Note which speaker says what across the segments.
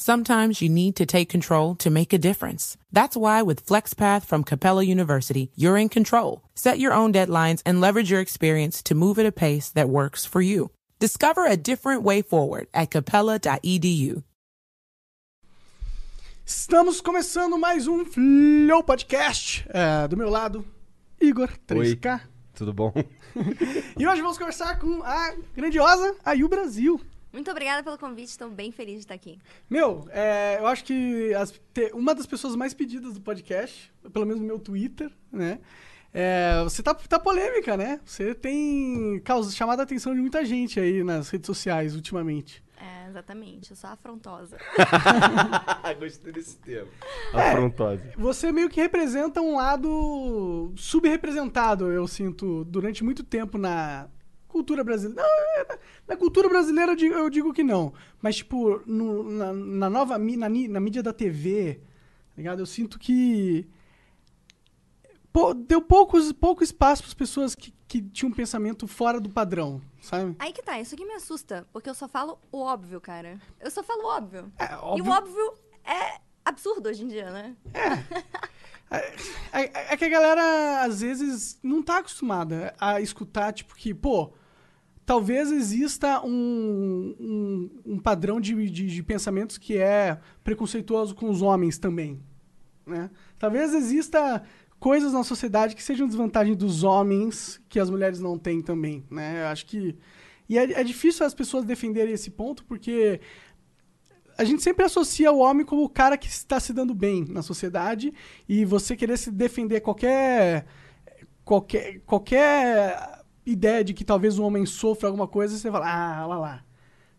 Speaker 1: Sometimes you need to take control to make a difference. That's why with FlexPath from Capella University, you're in control. Set your own deadlines and leverage your experience to move at a pace that works for you. Discover a different way forward at E capella.edu.
Speaker 2: Estamos começando mais um Flow Podcast. É, do meu lado, Igor 3K.
Speaker 3: Tudo bom?
Speaker 2: E hoje vamos conversar com a grandiosa Ayu Brasil.
Speaker 4: Muito obrigada pelo convite, estou bem feliz de estar aqui.
Speaker 2: Meu, é, eu acho que as- te- uma das pessoas mais pedidas do podcast, pelo menos no meu Twitter, né? É, você tá, tá polêmica, né? Você tem causa, chamado a atenção de muita gente aí nas redes sociais ultimamente.
Speaker 4: É, exatamente, eu sou afrontosa.
Speaker 3: Gostei desse É. termo. Afrontosa.
Speaker 2: Você meio que representa um lado subrepresentado, eu sinto, durante muito tempo na cultura brasileira. Não, é, na, na cultura brasileira eu digo, eu digo que não. Mas, tipo, no- na, na nova mi- na, ni- na mídia da TV, tá ligado? Eu sinto que. pô, deu poucos, pouco espaço para pessoas que, que tinham um pensamento fora do padrão, sabe?
Speaker 4: Aí que tá, isso aqui me assusta, porque eu só falo o óbvio, cara. Eu só falo o óbvio.
Speaker 2: É,
Speaker 4: E o óbvio é absurdo hoje em dia, né?
Speaker 2: É, é- é que a galera, às vezes, não tá acostumada a escutar, tipo, que, pô, talvez exista um, um, um padrão de, de, de pensamentos que é preconceituoso com os homens também, né? Talvez exista coisas na sociedade que sejam desvantagem dos homens que as mulheres não têm também, né? Eu acho que... E é, é difícil as pessoas defenderem esse ponto, porque a gente sempre associa o homem como o cara que está se dando bem na sociedade e você querer se defender qualquer qualquer qualquer ideia de que talvez um homem sofra alguma coisa, você fala: "Ah, lá lá".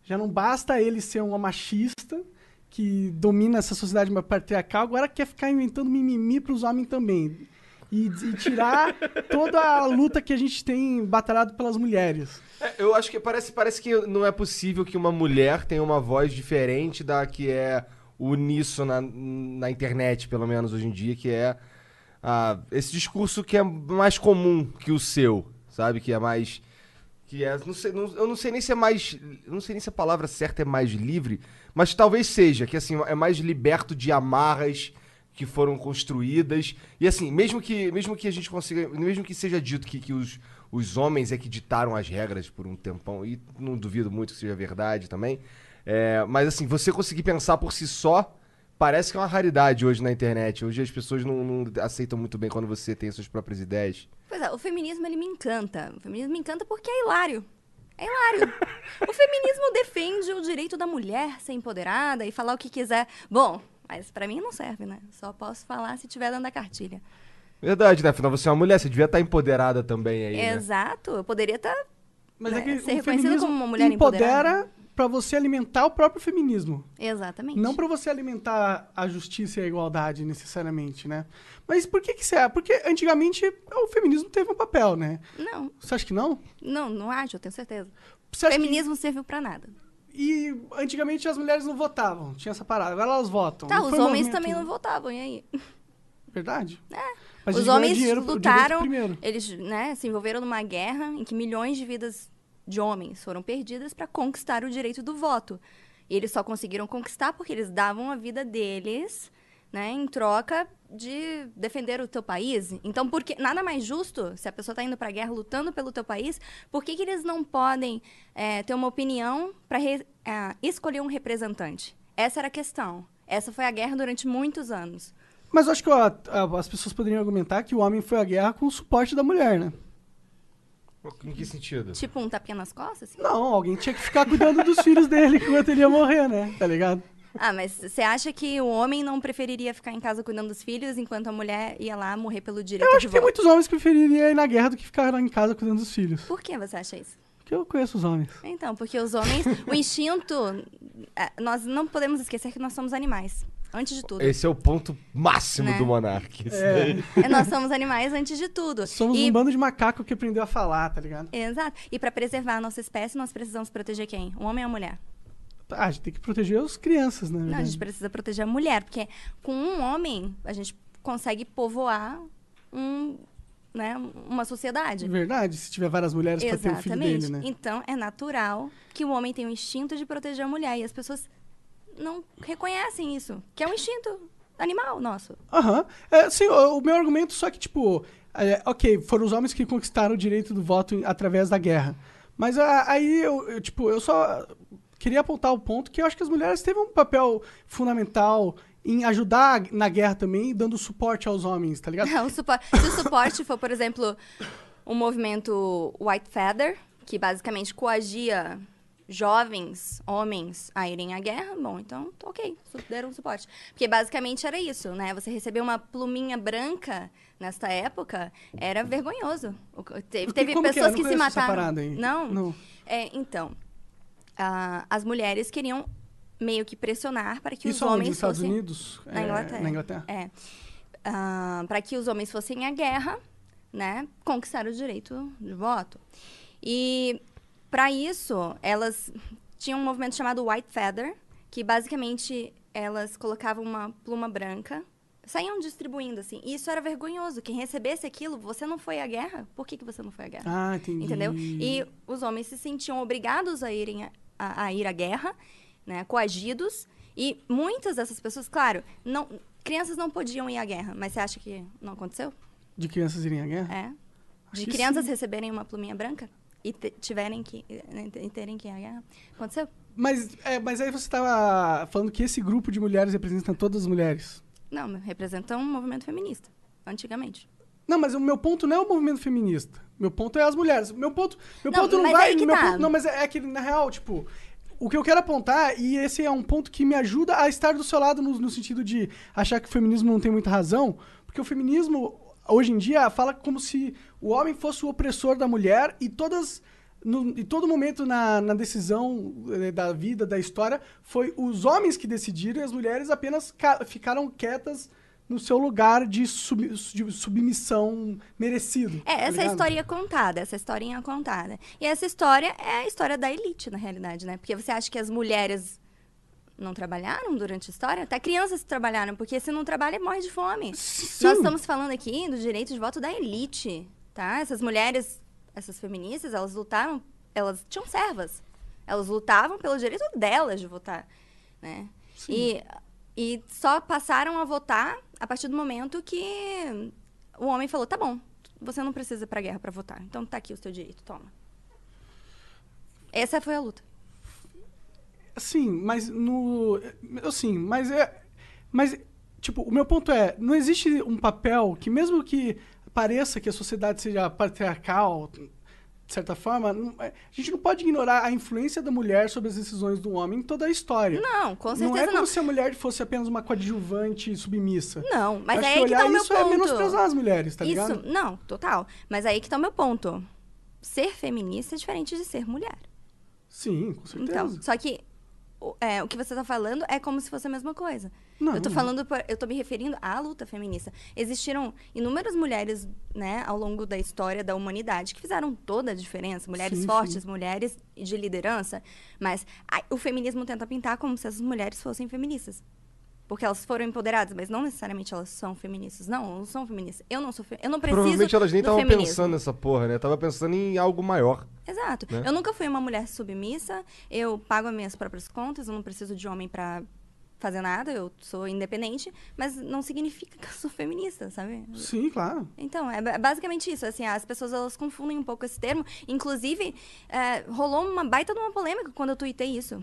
Speaker 2: Já não basta ele ser um machista que domina essa sociedade patriarcal, agora quer ficar inventando mimimi para os homens também. E, e tirar toda a luta que a gente tem batalhado pelas mulheres.
Speaker 3: É, eu acho que parece, parece que não é possível que uma mulher tenha uma voz diferente da que é uníssona na internet, pelo menos hoje em dia, que é ah, esse discurso que é mais comum que o seu, sabe? Que é mais. Que é, não sei, não- eu não sei nem se é mais. eu não sei nem se a palavra certa é mais livre, mas talvez seja, que assim, é mais liberto de amarras que foram construídas. E assim, mesmo que, mesmo que a gente consiga. Mesmo que seja dito que, que os, os homens é que ditaram as regras por um tempão, e não duvido muito que seja verdade também. é, mas assim, você conseguir pensar por si só parece que é uma raridade hoje na internet. Hoje as pessoas não, não aceitam muito bem quando você tem suas próprias ideias.
Speaker 4: Pois é, o feminismo ele me encanta. O feminismo me encanta porque é hilário. É hilário. o feminismo defende o direito da mulher ser empoderada e falar o que quiser. Bom, mas pra mim não serve, né? Só posso falar se tiver dando a cartilha.
Speaker 3: Verdade, né? Afinal, você é uma mulher, você devia estar empoderada também aí, né?
Speaker 4: Exato, eu poderia estar
Speaker 2: Mas é
Speaker 4: É,
Speaker 2: que o
Speaker 4: ser reconhecido
Speaker 2: feminismo
Speaker 4: como uma mulher
Speaker 2: empodera
Speaker 4: empoderada.
Speaker 2: para você alimentar o próprio feminismo.
Speaker 4: Exatamente.
Speaker 2: Não para você alimentar a justiça e a igualdade, necessariamente, né? Mas por que que será? Porque antigamente o feminismo teve um papel, né?
Speaker 4: Não,
Speaker 2: Você acha que não?
Speaker 4: não, não acho, eu tenho certeza.
Speaker 2: Você acha
Speaker 4: Feminismo serviu pra nada.
Speaker 2: que... E antigamente as mulheres não votavam, tinha essa parada. Agora elas votam.
Speaker 4: Tá,
Speaker 2: Não
Speaker 4: os
Speaker 2: foi um
Speaker 4: homens
Speaker 2: movimento-
Speaker 4: também não votavam, e aí?
Speaker 2: Verdade.
Speaker 4: É.
Speaker 2: Mas eles
Speaker 4: os
Speaker 2: ganham
Speaker 4: homens
Speaker 2: dinheiro por direito é
Speaker 4: lutaram,
Speaker 2: primeiro.
Speaker 4: eles né, se envolveram numa guerra em que milhões de vidas de homens foram perdidas para conquistar o direito do voto. E eles só conseguiram conquistar porque eles davam a vida deles né, em troca de defender o teu país. Então, porque nada mais justo, se a pessoa está indo para a guerra lutando pelo teu país, por que, que eles não podem eh, ter uma opinião para escolher um representante? Essa era a questão. Essa foi a guerra durante muitos anos.
Speaker 2: Mas eu acho que ó, a- as pessoas poderiam argumentar que o homem foi à guerra com o suporte da mulher, né?
Speaker 3: Em que sentido?
Speaker 4: Tipo um tapinha nas costas? assim?
Speaker 2: Não, alguém tinha que ficar cuidando dos filhos dele enquanto ele ia morrer, né? Tá ligado?
Speaker 4: Ah, mas você acha que o homem não preferiria ficar em casa cuidando dos filhos enquanto a mulher ia lá morrer pelo direito
Speaker 2: Eu
Speaker 4: Então, de
Speaker 2: acho que é tem
Speaker 4: voto?
Speaker 2: muitos homens que prefeririam ir na guerra do que ficar em casa cuidando dos filhos.
Speaker 4: Por que você acha isso?
Speaker 2: Porque eu conheço os homens.
Speaker 4: Então, porque os homens, o instinto, é, nós não podemos esquecer que nós somos animais. Antes de tudo.
Speaker 3: Esse é o ponto máximo
Speaker 4: Né?
Speaker 3: do Monark. assim. esse daí.
Speaker 4: É, Nós somos animais antes de tudo.
Speaker 2: Somos
Speaker 4: e,
Speaker 2: um bando de macaco que aprendeu a falar, tá ligado?
Speaker 4: Exato. E para preservar a nossa espécie, nós precisamos proteger quem? O homem ou a mulher?
Speaker 2: Ah, a gente tem que proteger as crianças, né?
Speaker 4: Não, a gente precisa proteger a mulher, porque com um homem a gente consegue povoar um, né, uma sociedade.
Speaker 2: De verdade, se tiver várias mulheres pra ter o filho
Speaker 4: Exatamente.
Speaker 2: dele, né?
Speaker 4: um Então, é natural que o homem tenha o instinto de proteger a mulher. E as pessoas não reconhecem isso, que é um instinto animal nosso.
Speaker 2: Aham. É, sim, o, o meu argumento só que, tipo, é, ok, foram os homens que conquistaram o direito do voto em- através da guerra. Mas a- aí, eu, eu, tipo, eu só queria apontar o ponto que eu acho que as mulheres teve um papel fundamental em ajudar na guerra também, dando suporte aos homens, tá ligado?
Speaker 4: É, o supo- Se o suporte for, por exemplo, um movimento White Feather, que basicamente coagia jovens homens a irem à guerra, bom, então, tá ok, su- deram suporte. Porque basicamente era isso, né? Você receber uma pluminha branca nesta época era vergonhoso. O que- Teve,
Speaker 2: Porque
Speaker 4: teve
Speaker 2: como que
Speaker 4: pessoas
Speaker 2: era?
Speaker 4: que,
Speaker 2: Não
Speaker 4: se
Speaker 2: conheço essa
Speaker 4: mataram.
Speaker 2: parada aí.
Speaker 4: Não?
Speaker 2: Não.
Speaker 4: É, então, ah, as mulheres queriam meio que pressionar para que
Speaker 2: Isso
Speaker 4: os
Speaker 2: aonde?
Speaker 4: homens
Speaker 2: Nos Estados
Speaker 4: fossem...
Speaker 2: Unidos?
Speaker 4: Na
Speaker 2: É,
Speaker 4: Inglaterra.
Speaker 2: Na Inglaterra.
Speaker 4: É. Ah, para que os homens fossem à guerra, né? Conquistar o direito de voto. E para isso, elas tinham um movimento chamado White Feather, que basicamente elas colocavam uma pluma branca, saíam distribuindo assim. E isso era vergonhoso. Quem recebesse aquilo, você não foi à guerra? Por que, que você não foi à guerra?
Speaker 2: Ah, entendi.
Speaker 4: entendeu?
Speaker 2: Hum.
Speaker 4: E os homens se sentiam obrigados a irem a, a- a ir à guerra, né, coagidos. E muitas dessas pessoas, claro, não, crianças não podiam ir à guerra, mas você acha que não aconteceu?
Speaker 2: De crianças irem à guerra?
Speaker 4: É.
Speaker 2: Acho
Speaker 4: De
Speaker 2: que
Speaker 4: crianças
Speaker 2: sim.
Speaker 4: receberem uma pluminha branca e te- tiverem que e terem que ir à guerra. Aconteceu?
Speaker 2: Mas, é, mas aí você tava falando que esse grupo de mulheres representa todas as mulheres.
Speaker 4: Não, mas representam um movimento feminista, antigamente.
Speaker 2: Não, mas o meu ponto não é o movimento feminista. Meu ponto é as mulheres. Meu ponto, meu
Speaker 4: Não,
Speaker 2: ponto não
Speaker 4: mas
Speaker 2: vai.
Speaker 4: aí que
Speaker 2: meu
Speaker 4: tá.
Speaker 2: ponto- não, mas é, é que, na real, tipo, o que eu quero apontar, e esse é um ponto que me ajuda a estar do seu lado no, no sentido de achar que o feminismo não tem muita razão, porque o feminismo, hoje em dia, fala como se o homem fosse o opressor da mulher e todas. No, em todo momento na, na decisão eh, da vida, da história, foi os homens que decidiram e as mulheres apenas ca- ficaram quietas no seu lugar de, sub- de submissão merecido. tá
Speaker 4: É, essa é a
Speaker 2: ligado?
Speaker 4: historinha contada, essa historinha contada. E essa história é a história da elite, na realidade, né? Porque você acha que as mulheres não trabalharam durante a história? Até crianças trabalharam, porque se não trabalha, morre de fome.
Speaker 2: Sim.
Speaker 4: Nós estamos falando aqui do direito de voto da elite, tá? Essas mulheres, essas feministas, elas lutaram, elas tinham servas. Elas lutavam pelo direito delas de votar, né? E, e só passaram a votar a partir do momento que o homem falou, tá bom, você não precisa ir pra guerra pra votar, então tá aqui o seu direito, toma. Essa foi a luta.
Speaker 2: Sim, mas no. Eu sim, mas é. Mas, tipo, o meu ponto é: não existe um papel que, mesmo que pareça que a sociedade seja patriarcal, de certa forma, não- é, a gente não pode ignorar a influência da mulher sobre as decisões do homem em toda a história.
Speaker 4: Não, com
Speaker 2: não é
Speaker 4: certeza
Speaker 2: como
Speaker 4: não.
Speaker 2: se a mulher fosse apenas uma coadjuvante submissa.
Speaker 4: Não, mas
Speaker 2: Acho
Speaker 4: aí
Speaker 2: que
Speaker 4: é que tá
Speaker 2: olhar
Speaker 4: o meu
Speaker 2: isso
Speaker 4: ponto.
Speaker 2: é menosprezar as mulheres, tá
Speaker 4: Isso,
Speaker 2: ligado?
Speaker 4: não, total. Mas aí que tá o meu ponto. Ser feminista é diferente de ser mulher.
Speaker 2: Sim, com certeza.
Speaker 4: Então, só que o, é, o que você tá falando é como se fosse a mesma coisa.
Speaker 2: Não.
Speaker 4: Eu tô falando, por- eu tô me referindo à luta feminista. Existiram inúmeras mulheres, né, ao longo da história da humanidade que fizeram toda a diferença. Mulheres
Speaker 2: Sim,
Speaker 4: fortes, mulheres de liderança. Mas a- o feminismo tenta pintar como se essas mulheres fossem feministas. Porque elas foram empoderadas, mas não necessariamente elas são feministas. Não, não são feministas. Eu não sou fe... Eu não preciso.
Speaker 3: Provavelmente elas nem
Speaker 4: do
Speaker 3: estavam
Speaker 4: feminismo.
Speaker 3: pensando nessa porra, né? Tava pensando em algo maior.
Speaker 4: Exato.
Speaker 3: né?
Speaker 4: Eu nunca fui uma mulher submissa, eu pago as minhas próprias contas, eu não preciso de homem pra fazer nada, eu sou independente, mas não significa que eu sou feminista, sabe?
Speaker 2: Sim, claro.
Speaker 4: Então, é ba- basicamente isso, assim, as pessoas elas confundem um pouco esse termo. Inclusive, é, rolou uma baita de uma polêmica quando eu tuitei isso.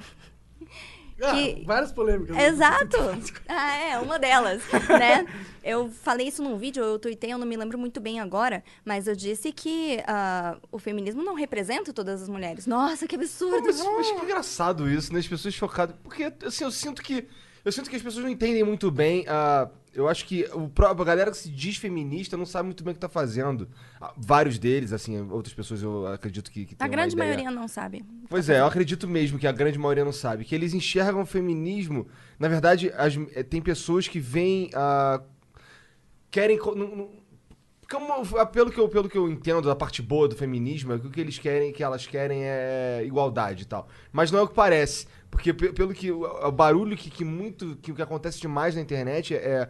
Speaker 4: Que-
Speaker 2: Ah, várias polêmicas. né?
Speaker 4: Exato! Ah, é, uma delas, né? Eu falei isso num vídeo, eu tuitei, eu não me lembro muito bem agora, mas eu disse que ah, o feminismo não representa todas as mulheres. Nossa, que absurdo!
Speaker 3: Mas, mas que engraçado isso, né? As pessoas chocadas. Porque, assim, eu sinto que. Eu sinto que as pessoas não entendem muito bem. ah, eu acho que o próprio, a galera que se diz feminista não sabe muito bem o que tá fazendo. Ah, vários deles, assim, outras pessoas eu acredito que, que
Speaker 4: A
Speaker 3: tenham uma
Speaker 4: grande
Speaker 3: ideia.
Speaker 4: maioria não sabe.
Speaker 3: Pois é, eu acredito mesmo que a grande maioria não sabe. Que eles enxergam o feminismo. Na verdade, as- eh, tem pessoas que veem. ah, querem. co- não- não- como- ah, pelo, que eu, pelo que eu entendo, a parte boa do feminismo é que o que eles querem, que elas querem é igualdade e tal. Mas não é o que parece. Porque pe- pelo que. O, o barulho que, que muito. Que, o que acontece demais na internet é. é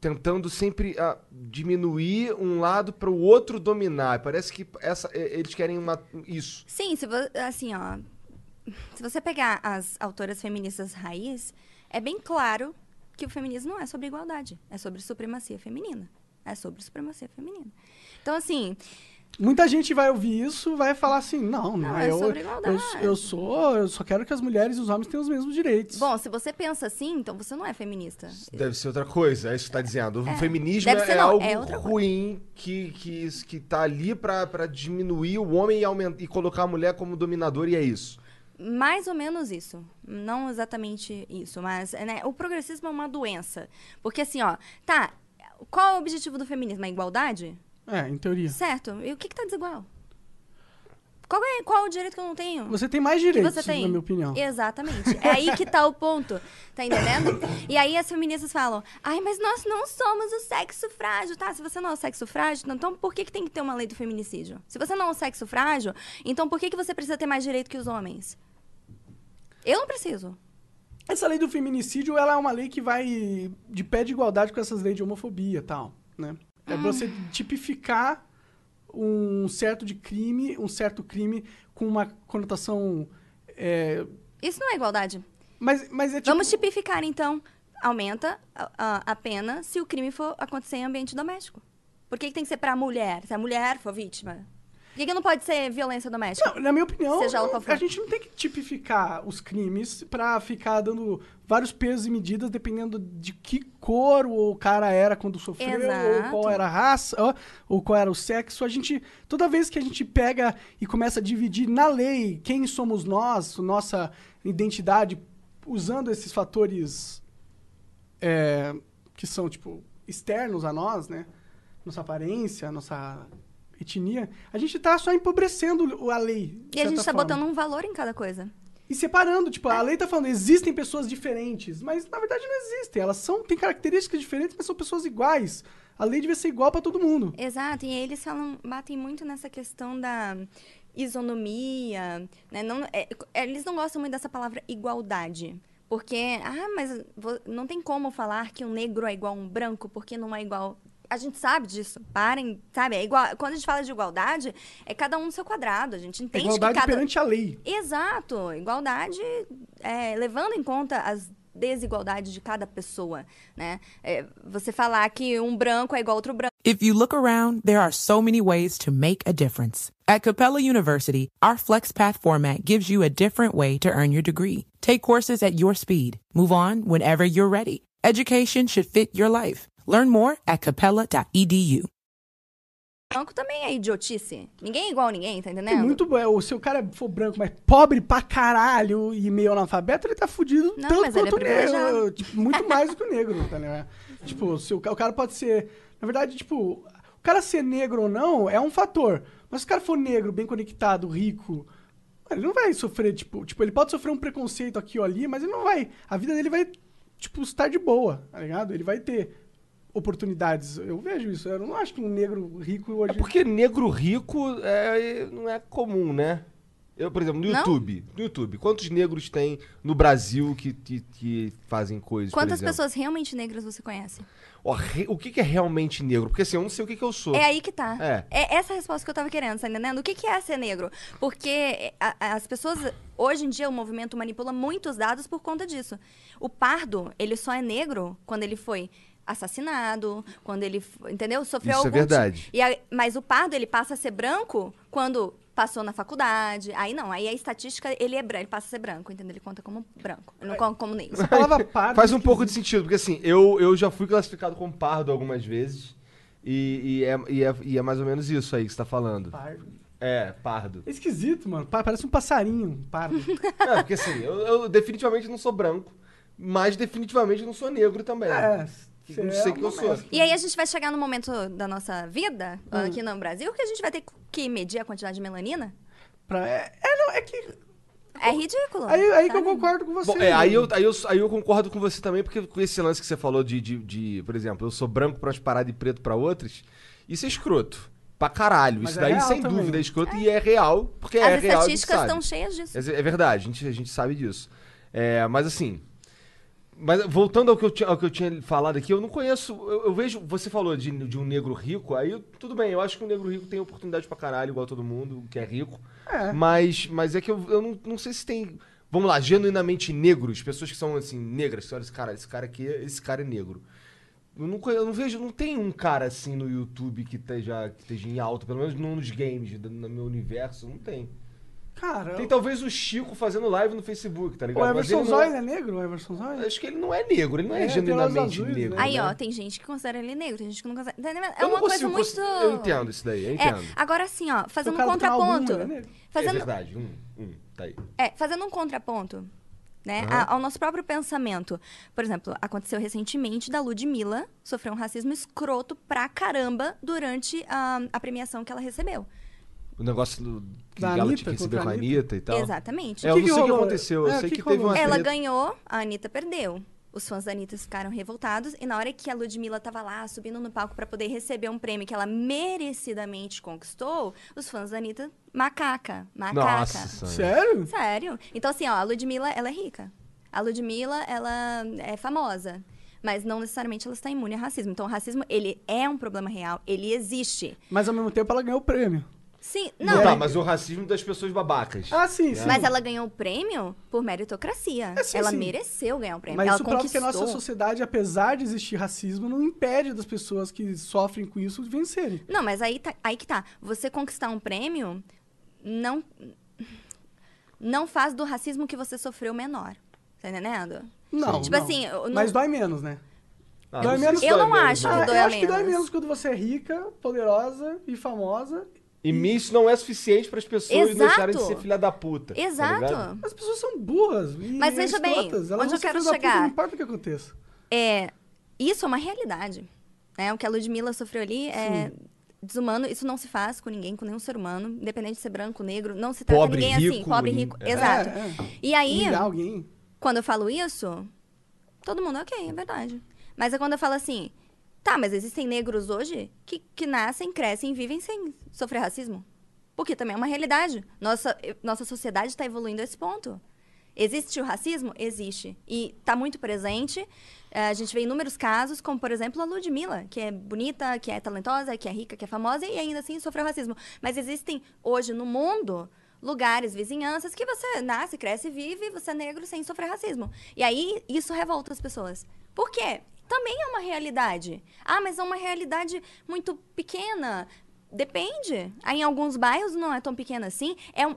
Speaker 3: Tentando sempre ah, diminuir um lado para o outro dominar. Parece que essa, eh, eles querem uma, isso.
Speaker 4: Sim, se vo- assim, ó. se você pegar as autoras feministas raiz, é bem claro que o feminismo não é sobre igualdade, é sobre supremacia feminina. É sobre supremacia feminina. Então, assim,
Speaker 2: Muita gente vai ouvir isso, vai falar assim, não, não,
Speaker 4: é
Speaker 2: eu,
Speaker 4: sobre igualdade.
Speaker 2: eu, eu sou, eu só quero que as mulheres e os homens tenham os mesmos direitos.
Speaker 4: bom, se você pensa assim, então você não é feminista.
Speaker 3: Deve ser outra coisa, é isso que tá dizendo. O
Speaker 4: É.
Speaker 3: feminismo
Speaker 4: Deve ser
Speaker 3: é
Speaker 4: não,
Speaker 3: algo
Speaker 4: é outra coisa.
Speaker 3: ruim que, que, que tá ali pra, pra diminuir o homem e, aumentar, e colocar a mulher como dominador, e é isso.
Speaker 4: Mais ou menos isso. Não exatamente isso, mas né, o progressismo é uma doença. Porque assim, ó, tá, qual é o objetivo do feminismo? A igualdade?
Speaker 2: É, em teoria.
Speaker 4: Certo? E o que que tá desigual? Qual é, qual é o direito que eu não tenho?
Speaker 2: Você tem mais
Speaker 4: que
Speaker 2: direitos,
Speaker 4: você tem.
Speaker 2: na é minha opinião.
Speaker 4: Exatamente. É aí que tá o ponto. Tá entendendo? E aí as feministas falam: ai, mas nós não somos o sexo frágil, tá? Se você não é o sexo frágil, então por que, que tem que ter uma lei do feminicídio? Se você não é o sexo frágil, então por que, que você precisa ter mais direito que os homens? Eu não preciso.
Speaker 2: Essa lei do feminicídio, ela é uma lei que vai de pé de igualdade com essas leis de homofobia e tal, né?
Speaker 4: Ah.
Speaker 2: É você tipificar um certo de crime, um certo crime com uma conotação... é,
Speaker 4: Isso não é igualdade.
Speaker 2: mas, mas é tipo...
Speaker 4: Vamos tipificar, então. Aumenta a, a- a pena se o crime for acontecer em ambiente doméstico. Por que, que tem que ser pra mulher? Se a mulher for vítima? Por que, que não pode ser violência doméstica?
Speaker 2: Não, na minha opinião,
Speaker 4: Seja ela qual for.
Speaker 2: a gente não tem que tipificar os crimes pra ficar dando vários pesos e medidas dependendo de que cor o cara era quando sofreu, ou
Speaker 4: Exato.
Speaker 2: qual era a raça, ó, ou qual era o sexo. A gente, toda vez que a gente pega e começa a dividir na lei quem somos nós, nossa identidade, usando esses fatores é, que são, tipo, externos a nós, né? Nossa aparência, nossa etnia, a gente tá só empobrecendo o- a lei. de
Speaker 4: E a
Speaker 2: certa
Speaker 4: gente tá
Speaker 2: forma.
Speaker 4: botando É. um valor em cada coisa.
Speaker 2: E separando, tipo, a lei tá falando, existem pessoas diferentes, mas na verdade não existem. Elas são, têm características diferentes, mas são pessoas iguais. A lei devia ser igual pra todo mundo.
Speaker 4: Exato, e aí eles falam, batem muito nessa questão da isonomia, né? Não, é- é- eles não gostam muito dessa palavra igualdade. Porque, ah, mas vo- não tem como falar que um negro é igual a um branco, porque não é igual. A gente sabe disso, parem, sabe? É igual, quando a gente fala de igualdade, é cada um no seu quadrado. A gente entende
Speaker 2: É Igualdade
Speaker 4: que cada.
Speaker 2: perante a lei.
Speaker 4: Exato, igualdade, é, levando em conta as desigualdades de cada pessoa, né? É, você falar que um branco é igual a outro branco.
Speaker 1: If you look around, there are so many ways to make a difference. At Capella University, our FlexPath format gives you a different way to earn your degree. Take courses at your speed. Move on whenever you're ready. Education should fit your life. Learn more at E capella.edu.
Speaker 4: branco também é idiotice. Ninguém é igual a ninguém, tá
Speaker 2: É
Speaker 4: entendendo?
Speaker 2: muito bom. É, ou Se o cara for branco, mas pobre pra caralho e meio analfabeto, ele tá fudido
Speaker 4: Não,
Speaker 2: tanto
Speaker 4: mas ele é
Speaker 2: quanto o negro.
Speaker 4: privilegiado.
Speaker 2: Tipo, muito mais do que o negro, tá ligado? Tipo, se o, ca- o cara pode ser. Na verdade, tipo, o cara ser negro ou não é um fator. Mas se o cara for negro, bem conectado, rico. mano, Ele não vai sofrer, tipo, tipo, ele pode sofrer um preconceito aqui ou ali, mas ele não vai. A vida dele vai, tipo, estar de boa, tá ligado? Ele vai ter oportunidades. Eu vejo isso. Eu não acho que um negro rico hoje.
Speaker 3: É porque negro rico é, não é comum, né? Eu, por exemplo, no
Speaker 4: Não?
Speaker 3: YouTube. No YouTube, quantos negros tem no Brasil que, que, que fazem coisas? por
Speaker 4: Quantas
Speaker 3: exemplo?
Speaker 4: pessoas realmente negras você conhece?
Speaker 3: Ó, re- o que, que é realmente negro? Porque assim, eu não sei o que, que eu sou.
Speaker 4: É aí que tá.
Speaker 3: É.
Speaker 4: essa a resposta que eu tava querendo, tá entendendo? O que, que é ser negro? Porque é, a- a- as pessoas. Hoje em dia, o movimento manipula muitos dados por conta disso. O pardo, ele só é negro quando ele foi assassinado, quando ele. f- Entendeu? Sofreu
Speaker 3: Isso é
Speaker 4: algum. ti-
Speaker 3: verdade.
Speaker 4: E aí- mas o pardo, ele passa a ser branco quando passou na faculdade. Aí não, aí a estatística, ele é branco, ele passa a ser branco, entendeu? Ele conta como branco, ele não conta como negro.
Speaker 2: A palavra pardo
Speaker 3: Faz um pouco de sentido, porque assim, eu, eu já fui classificado como pardo algumas vezes. E, e é, e, é, e é mais ou menos isso aí que você tá falando.
Speaker 2: Pardo.
Speaker 3: É, pardo.
Speaker 2: É esquisito, mano. Pa- Parece um passarinho, um pardo.
Speaker 3: É, porque assim, eu, eu definitivamente não sou branco, mas definitivamente não sou negro também.
Speaker 2: é,
Speaker 3: Eu não sei o que eu sou.
Speaker 4: E aí a gente vai chegar no momento da nossa vida,
Speaker 3: Hum.
Speaker 4: aqui no Brasil, que a gente vai ter que medir a quantidade de melanina?
Speaker 2: Pra- é, é, não, é que.
Speaker 4: É ridículo.
Speaker 2: Aí, aí
Speaker 4: tá?
Speaker 2: que eu concordo com você.
Speaker 3: Bom, é, aí, eu,
Speaker 2: mano.
Speaker 3: aí, eu, aí eu concordo com você também, porque com esse lance que você falou de, de, de, por exemplo, eu sou branco pra umas paradas e preto pra outras, isso é escroto. Pra caralho.
Speaker 2: Mas
Speaker 3: isso
Speaker 2: é
Speaker 3: daí,
Speaker 2: real
Speaker 3: sem
Speaker 2: também.
Speaker 3: dúvida, é escroto e é real, porque é real. a
Speaker 4: As
Speaker 3: gente
Speaker 4: estatísticas
Speaker 3: sabe.
Speaker 4: estão cheias disso.
Speaker 3: É, é verdade, a gente, a gente sabe disso. É, mas assim, Mas voltando ao que, eu tinha, ao que eu tinha falado aqui, eu não conheço. Eu, eu vejo. Você falou de, de um negro rico, aí eu- tudo bem, eu acho que o negro rico tem oportunidade pra caralho, igual todo mundo que é rico.
Speaker 2: É.
Speaker 3: Mas, mas é que eu, eu não, não sei se tem. Vamos lá, genuinamente negros, pessoas que são assim, negras, que olha esse cara, esse cara aqui, esse cara é negro. Eu não, conhe- eu não vejo, não tem um cara assim no YouTube que esteja, que esteja em alta, pelo menos não nos games, da- no meu universo, não tem.
Speaker 2: Cara,
Speaker 3: Tem talvez o Chico fazendo live no Facebook, tá ligado?
Speaker 2: o
Speaker 3: Então, Mas
Speaker 2: Everson
Speaker 3: ele não é-
Speaker 2: Zoy não é negro? O Everson Zoy?
Speaker 3: Acho que ele não é negro, ele não é,
Speaker 2: É, tem olhos
Speaker 3: genuinamente
Speaker 2: azuis,
Speaker 3: negro.
Speaker 2: né?
Speaker 4: Aí,
Speaker 3: né?
Speaker 4: ó, tem gente que considera ele negro, tem gente que não considera. Entendeu? É
Speaker 3: Eu não
Speaker 4: uma coisa
Speaker 3: consigo
Speaker 4: muito.
Speaker 3: cons- Eu entendo isso daí, eu entendo.
Speaker 4: É, agora assim, ó, fazendo
Speaker 2: cara
Speaker 4: um
Speaker 3: tá
Speaker 2: do canal
Speaker 4: contraponto.
Speaker 2: Boomer, né?
Speaker 3: É
Speaker 4: Fazendo,
Speaker 3: verdade, um, um, tá aí.
Speaker 4: É, fazendo um contraponto, né,
Speaker 3: Aham.
Speaker 4: a- ao nosso próprio pensamento. Por exemplo, aconteceu recentemente da Ludmilla sofrer um racismo escroto pra caramba durante a, a premiação que ela recebeu.
Speaker 3: O negócio do, que
Speaker 2: Da
Speaker 3: ela
Speaker 2: Anitta
Speaker 3: tinha que receber
Speaker 2: contra
Speaker 3: com a
Speaker 2: a
Speaker 3: Anitta e tal.
Speaker 4: Exatamente.
Speaker 3: É, eu
Speaker 2: Que
Speaker 3: não
Speaker 2: que
Speaker 3: sei o que
Speaker 2: rolou?
Speaker 3: aconteceu, eu
Speaker 2: É,
Speaker 3: sei que,
Speaker 2: que que
Speaker 3: teve uma
Speaker 2: rolou?
Speaker 4: Ela
Speaker 3: treta.
Speaker 4: ganhou, a Anitta perdeu. Os fãs da Anitta ficaram revoltados. E na hora que a Ludmilla tava lá, subindo no palco pra poder receber um prêmio que ela merecidamente conquistou, os fãs da Anitta, macaca, macaca.
Speaker 3: Nossa, Senhora.
Speaker 2: Sério?
Speaker 4: Sério? Então, assim, ó, a Ludmilla, ela é rica. A Ludmilla, ela é famosa. Mas não necessariamente ela está imune a racismo. Então, o racismo, ele é um problema real, ele existe.
Speaker 2: Mas ao mesmo tempo ela ganhou o prêmio.
Speaker 4: Sim,
Speaker 3: Não,
Speaker 4: não.
Speaker 3: tá, mas o racismo das pessoas babacas.
Speaker 2: Ah, sim, sim.
Speaker 4: Mas ela ganhou o prêmio por meritocracia.
Speaker 2: É, sim,
Speaker 4: ela
Speaker 2: sim.
Speaker 4: mereceu ganhar o prêmio.
Speaker 2: Mas
Speaker 4: ela
Speaker 2: isso prova que
Speaker 4: conquistou.
Speaker 2: a nossa sociedade, apesar de existir racismo, não impede das pessoas que sofrem com isso de vencerem.
Speaker 4: Não, mas aí, tá- aí que tá. Você conquistar um prêmio não, não faz do racismo que você sofreu menor. Tá entendendo?
Speaker 2: Não.
Speaker 4: Tipo
Speaker 2: não.
Speaker 4: assim, eu não-
Speaker 2: Mas dói menos, né?
Speaker 3: Ah,
Speaker 2: Dói
Speaker 3: sei
Speaker 2: menos-
Speaker 3: se
Speaker 4: Eu
Speaker 3: dói
Speaker 4: não
Speaker 3: menos,
Speaker 4: acho
Speaker 3: né?
Speaker 4: que
Speaker 2: Ah,
Speaker 4: dói
Speaker 2: eu
Speaker 4: a
Speaker 2: acho que dói
Speaker 4: menos.
Speaker 2: menos quando você é rica, poderosa e famosa.
Speaker 3: E isso não é suficiente para as pessoas
Speaker 4: Exato.
Speaker 3: deixarem de ser filha da puta. tá
Speaker 4: Exato.
Speaker 3: ligado?
Speaker 2: As pessoas são burras. E
Speaker 4: Mas veja bem,
Speaker 2: escrotas. Elas
Speaker 4: onde
Speaker 2: vão ser
Speaker 4: eu quero
Speaker 2: filhas da puta,
Speaker 4: chegar?
Speaker 2: Não importa o que aconteça.
Speaker 4: é, isso é uma realidade. Né? O que a Ludmilla sofreu ali é desumano. Isso não se faz com ninguém, com nenhum ser humano. Independente de ser branco, negro, não se trata
Speaker 3: Pobre,
Speaker 4: ninguém assim.
Speaker 3: rico,
Speaker 4: Pobre, rico.
Speaker 3: é.
Speaker 4: Exato.
Speaker 2: É, é.
Speaker 4: E aí,
Speaker 2: Humilhar alguém.
Speaker 4: quando eu falo isso, todo mundo, ok, é verdade. Mas é quando eu falo assim, tá, mas existem negros hoje que, que nascem, crescem e vivem sem sofrer racismo. Porque também é uma realidade. Nossa, eh, nossa sociedade está evoluindo a esse ponto. Existe o racismo? Existe. E está muito presente. Eh, A gente vê inúmeros casos, como, por exemplo, a Ludmilla, que é bonita, que é talentosa, que é rica, que é famosa e ainda assim sofreu racismo. Mas existem, hoje, no mundo, lugares, vizinhanças que você nasce, cresce, vive, você é negro sem sofrer racismo. E aí isso revolta as pessoas. Por quê? Também é uma realidade. Ah, mas é uma realidade muito pequena. Depende. Aí, em alguns bairros não é tão pequena assim. É um...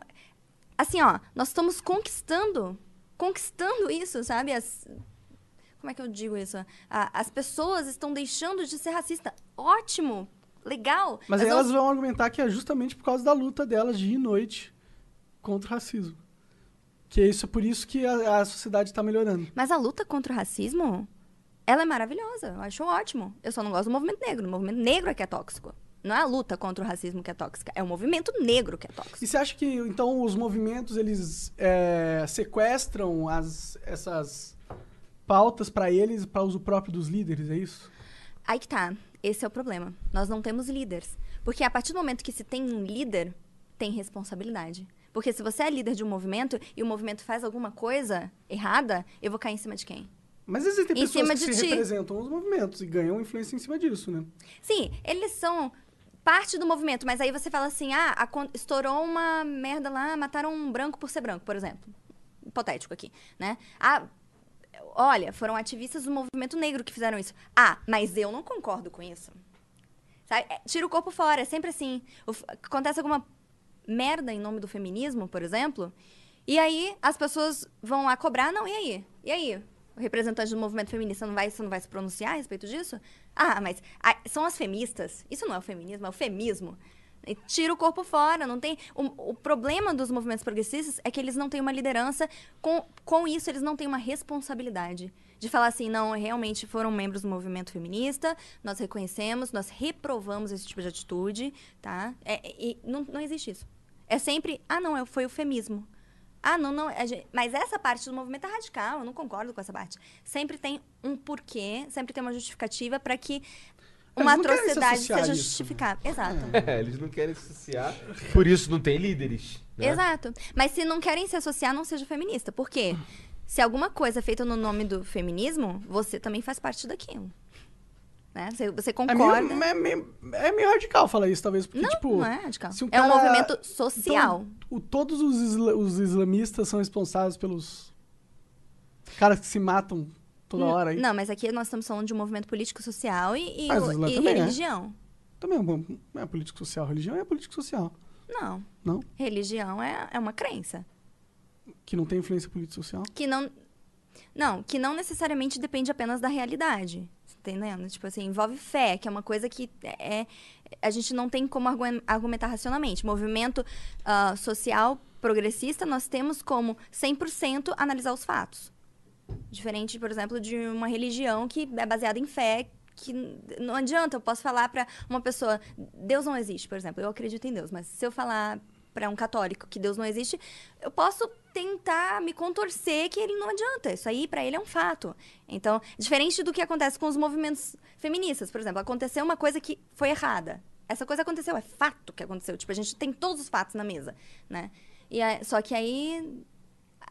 Speaker 4: Assim, ó, nós estamos conquistando, conquistando isso, sabe? As- Como é que eu digo isso? A- As pessoas estão deixando de ser racista. Ótimo! Legal!
Speaker 2: Mas
Speaker 4: Nós
Speaker 2: aí
Speaker 4: vamos-
Speaker 2: elas vão argumentar que é justamente por causa da luta delas de dia e noite contra o racismo. Que isso é por isso que a, a sociedade está melhorando.
Speaker 4: Mas a luta contra o racismo, ela é maravilhosa. Eu acho ótimo. Eu só não gosto do movimento negro. O movimento negro é que é tóxico. Não é a luta contra o racismo que é tóxica. É o movimento negro que é tóxico.
Speaker 2: E você acha que, então, os movimentos, eles é, sequestram as, essas pautas para eles, para uso próprio dos líderes, é isso?
Speaker 4: Aí que tá. Esse é o problema. Nós não temos líderes. Porque a partir do momento que se tem um líder, tem responsabilidade. Porque se você é líder de um movimento e o movimento faz alguma coisa errada, eu vou cair em cima de quem?
Speaker 2: Mas existem
Speaker 4: Em
Speaker 2: pessoas
Speaker 4: cima
Speaker 2: que
Speaker 4: de
Speaker 2: se
Speaker 4: ti.
Speaker 2: representam os movimentos e ganham influência em cima disso, né?
Speaker 4: Sim, eles são parte do movimento, mas aí você fala assim: ah, acon- estourou uma merda lá, mataram um branco por ser branco, por exemplo. Hipotético aqui, né? Ah, olha, foram ativistas do movimento negro que fizeram isso. Ah, mas eu não concordo com isso. Sabe? É, tira o corpo fora, é sempre assim. O f- acontece alguma merda em nome do feminismo, por exemplo, e aí as pessoas vão lá cobrar, não, e aí? E aí? O representante do movimento feminista não vai, você não vai se pronunciar a respeito disso? Ah, mas ah, são as feministas. Isso não é o feminismo, é o femismo. E Tira o corpo fora, não tem. O, o problema dos movimentos progressistas é que eles não têm uma liderança, com, com isso eles não têm uma responsabilidade. De falar assim, não, realmente foram membros do movimento feminista, nós reconhecemos, nós reprovamos esse tipo de atitude, tá? É- é- e não, não existe isso. É sempre, ah, não, é- foi eufemismo. Ah, não, não, a gente- mas essa parte do movimento é radical, eu não concordo com essa parte. Sempre tem um porquê, sempre tem uma justificativa para que uma
Speaker 2: Eles não querem se
Speaker 4: atrocidade
Speaker 2: associar a
Speaker 4: seja
Speaker 2: isso, né?
Speaker 4: justificada. Exato.
Speaker 3: É, eles não querem se associar, por isso não tem líderes. né?
Speaker 4: Exato. Mas se não querem se associar, não seja feminista. Por quê? se alguma coisa é feita no nome do feminismo, você também faz parte daquilo. Né? Você, você
Speaker 2: É
Speaker 4: concorda.
Speaker 2: meio, é, meio, é meio radical falar isso, talvez. Porque,
Speaker 4: Não,
Speaker 2: tipo,
Speaker 4: não é radical.
Speaker 2: se um
Speaker 4: É um
Speaker 2: cara-
Speaker 4: movimento social.
Speaker 2: Então, o- todos os, isla- os islamistas são responsáveis pelos caras que se matam toda hora aí.
Speaker 4: Hum, Não, mas aqui nós estamos falando de um movimento político social e, e,
Speaker 2: Mas
Speaker 4: o-
Speaker 2: o Islã
Speaker 4: e
Speaker 2: também é.
Speaker 4: religião.
Speaker 2: Também é, um- é político social. Religião é político social,
Speaker 4: Não.
Speaker 2: não?
Speaker 4: Religião é, é uma crença.
Speaker 2: Que não tem influência político social.
Speaker 4: Que não. Não, que não necessariamente depende apenas da realidade. Entendendo? Tipo assim, envolve fé, que é uma coisa que é. A gente não tem como argu- argumentar racionalmente. Movimento ah, social progressista, nós temos como 100% analisar os fatos. Diferente, por exemplo, de uma religião que é baseada em fé, que n- não adianta, eu posso falar para uma pessoa, Deus não existe, por exemplo, eu acredito em Deus, mas se eu falar para um católico que Deus não existe, eu posso tentar me contorcer que ele não adianta, isso aí para ele é um fato. Então, diferente do que acontece com os movimentos feministas, por exemplo, aconteceu uma coisa que foi errada. Essa coisa aconteceu, é fato que aconteceu, tipo, a gente tem todos os fatos na mesa, né? E a- só que aí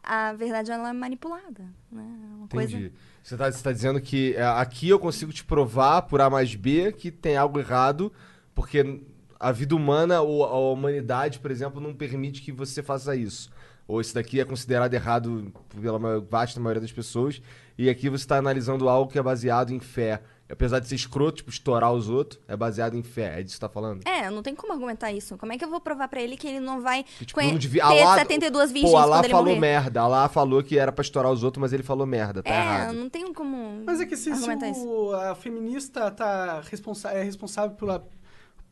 Speaker 4: a verdade ela é manipulada, né? É Uma coisa
Speaker 3: Entendi. Você tá, você tá dizendo que é, aqui eu consigo te provar, por A mais B, que tem algo errado, porque a vida humana ou a humanidade, por exemplo, não permite que você faça isso. Ou isso daqui é considerado errado pela ma- vasta maioria das pessoas, e aqui você está analisando algo que é baseado em fé. Apesar de ser escroto, tipo, estourar os outros, é baseado em fé. É disso que você tá falando?
Speaker 4: É, não tem como argumentar isso. Como é que eu vou provar pra ele que ele não vai
Speaker 3: Que, tipo,
Speaker 4: conhe-
Speaker 3: não devia-
Speaker 4: ter
Speaker 3: Alá-
Speaker 4: 72 virgens
Speaker 3: Pô, Alá
Speaker 4: quando ele
Speaker 3: falou
Speaker 4: morrer?
Speaker 3: merda. Alá falou que era pra estourar os outros, mas ele falou merda. Tá
Speaker 4: é,
Speaker 3: errado.
Speaker 4: não tem como
Speaker 2: Mas é que se, se
Speaker 4: argumentar isso.
Speaker 2: o, a feminista tá responsa é responsável pela,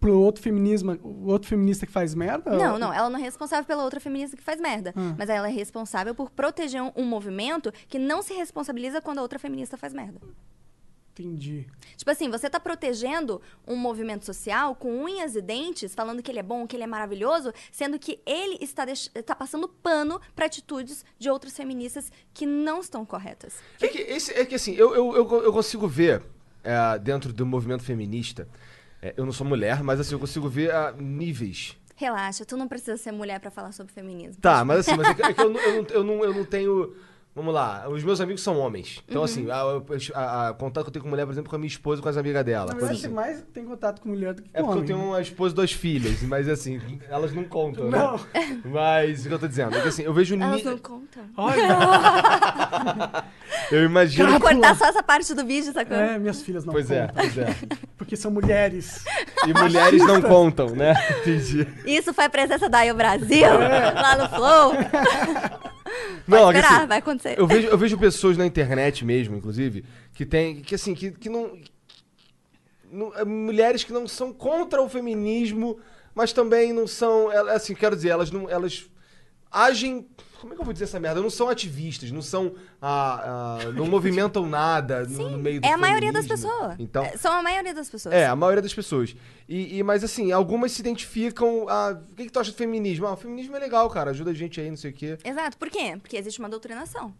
Speaker 2: pelo outro feminismo, o outro feminista que faz merda...
Speaker 4: Não, não, ela não é responsável pela outra feminista que faz merda.
Speaker 2: Hum.
Speaker 4: Mas ela é responsável por proteger um, um movimento que não se responsabiliza quando a outra feminista faz merda.
Speaker 2: Entendi.
Speaker 4: Tipo assim, você tá protegendo um movimento social com unhas e dentes, falando que ele é bom, que ele é maravilhoso, sendo que ele está, deix... tá passando pano pra atitudes de outras feministas que não estão corretas.
Speaker 3: É que, esse- é que, assim, eu, eu, eu, eu consigo ver é, dentro do movimento feminista. é, eu não sou mulher, mas assim, eu consigo ver ah, níveis.
Speaker 4: Relaxa, tu não precisa ser mulher pra falar sobre feminismo.
Speaker 3: Tá, mas assim, mas é que, é que eu, não- eu, não, eu, não, eu não tenho. Vamos lá, os meus amigos são homens. Então, assim, a, a- a- o contato que eu tenho com mulher, por exemplo, com a minha esposa e com as amigas dela.
Speaker 2: Na
Speaker 3: coisa
Speaker 2: verdade, você
Speaker 3: assim.
Speaker 2: mais tem contato com mulher do que com
Speaker 3: É porque eu
Speaker 2: homem. né?
Speaker 3: tenho uma esposa e duas filhas, mas assim, elas não contam, né?
Speaker 2: Não.
Speaker 3: Mas o que eu tô dizendo? É que assim, eu vejo. Ni...
Speaker 4: Elas não contam.
Speaker 2: Olha,
Speaker 3: Eu imagino.
Speaker 4: Vou cortar só essa parte do vídeo, sacou?
Speaker 2: é, minhas filhas não
Speaker 3: Pois é,
Speaker 2: contam,
Speaker 3: pois é.
Speaker 2: Porque são mulheres. É
Speaker 3: E mulheres não contam, né? Entendi.
Speaker 4: Isso foi a presença da Eu Brasil, lá no Flow.
Speaker 3: Não, é
Speaker 4: Pode
Speaker 3: que,
Speaker 4: esperar,
Speaker 3: assim,
Speaker 4: vai acontecer.
Speaker 3: Eu vejo, eu vejo pessoas na internet mesmo, inclusive, que tem. que assim, que, que não. não- é, mulheres que não são contra o feminismo, mas também não são. ela- Assim, quero dizer, elas não. Elas agem. Como é que eu vou dizer essa merda? Não são ativistas, não são. ah, ah, não movimentam nada no, no meio do
Speaker 4: É a maioria das
Speaker 3: feminismo.
Speaker 4: pessoas.
Speaker 3: Então,
Speaker 4: É, São a maioria das pessoas.
Speaker 3: é, a maioria das pessoas. E, e- mas assim, algumas se identificam. ah, o que, que tu acha do feminismo? Ah, o feminismo é legal, cara. Ajuda a gente aí, não sei o quê.
Speaker 4: Exato. Por quê? Porque existe uma doutrinação.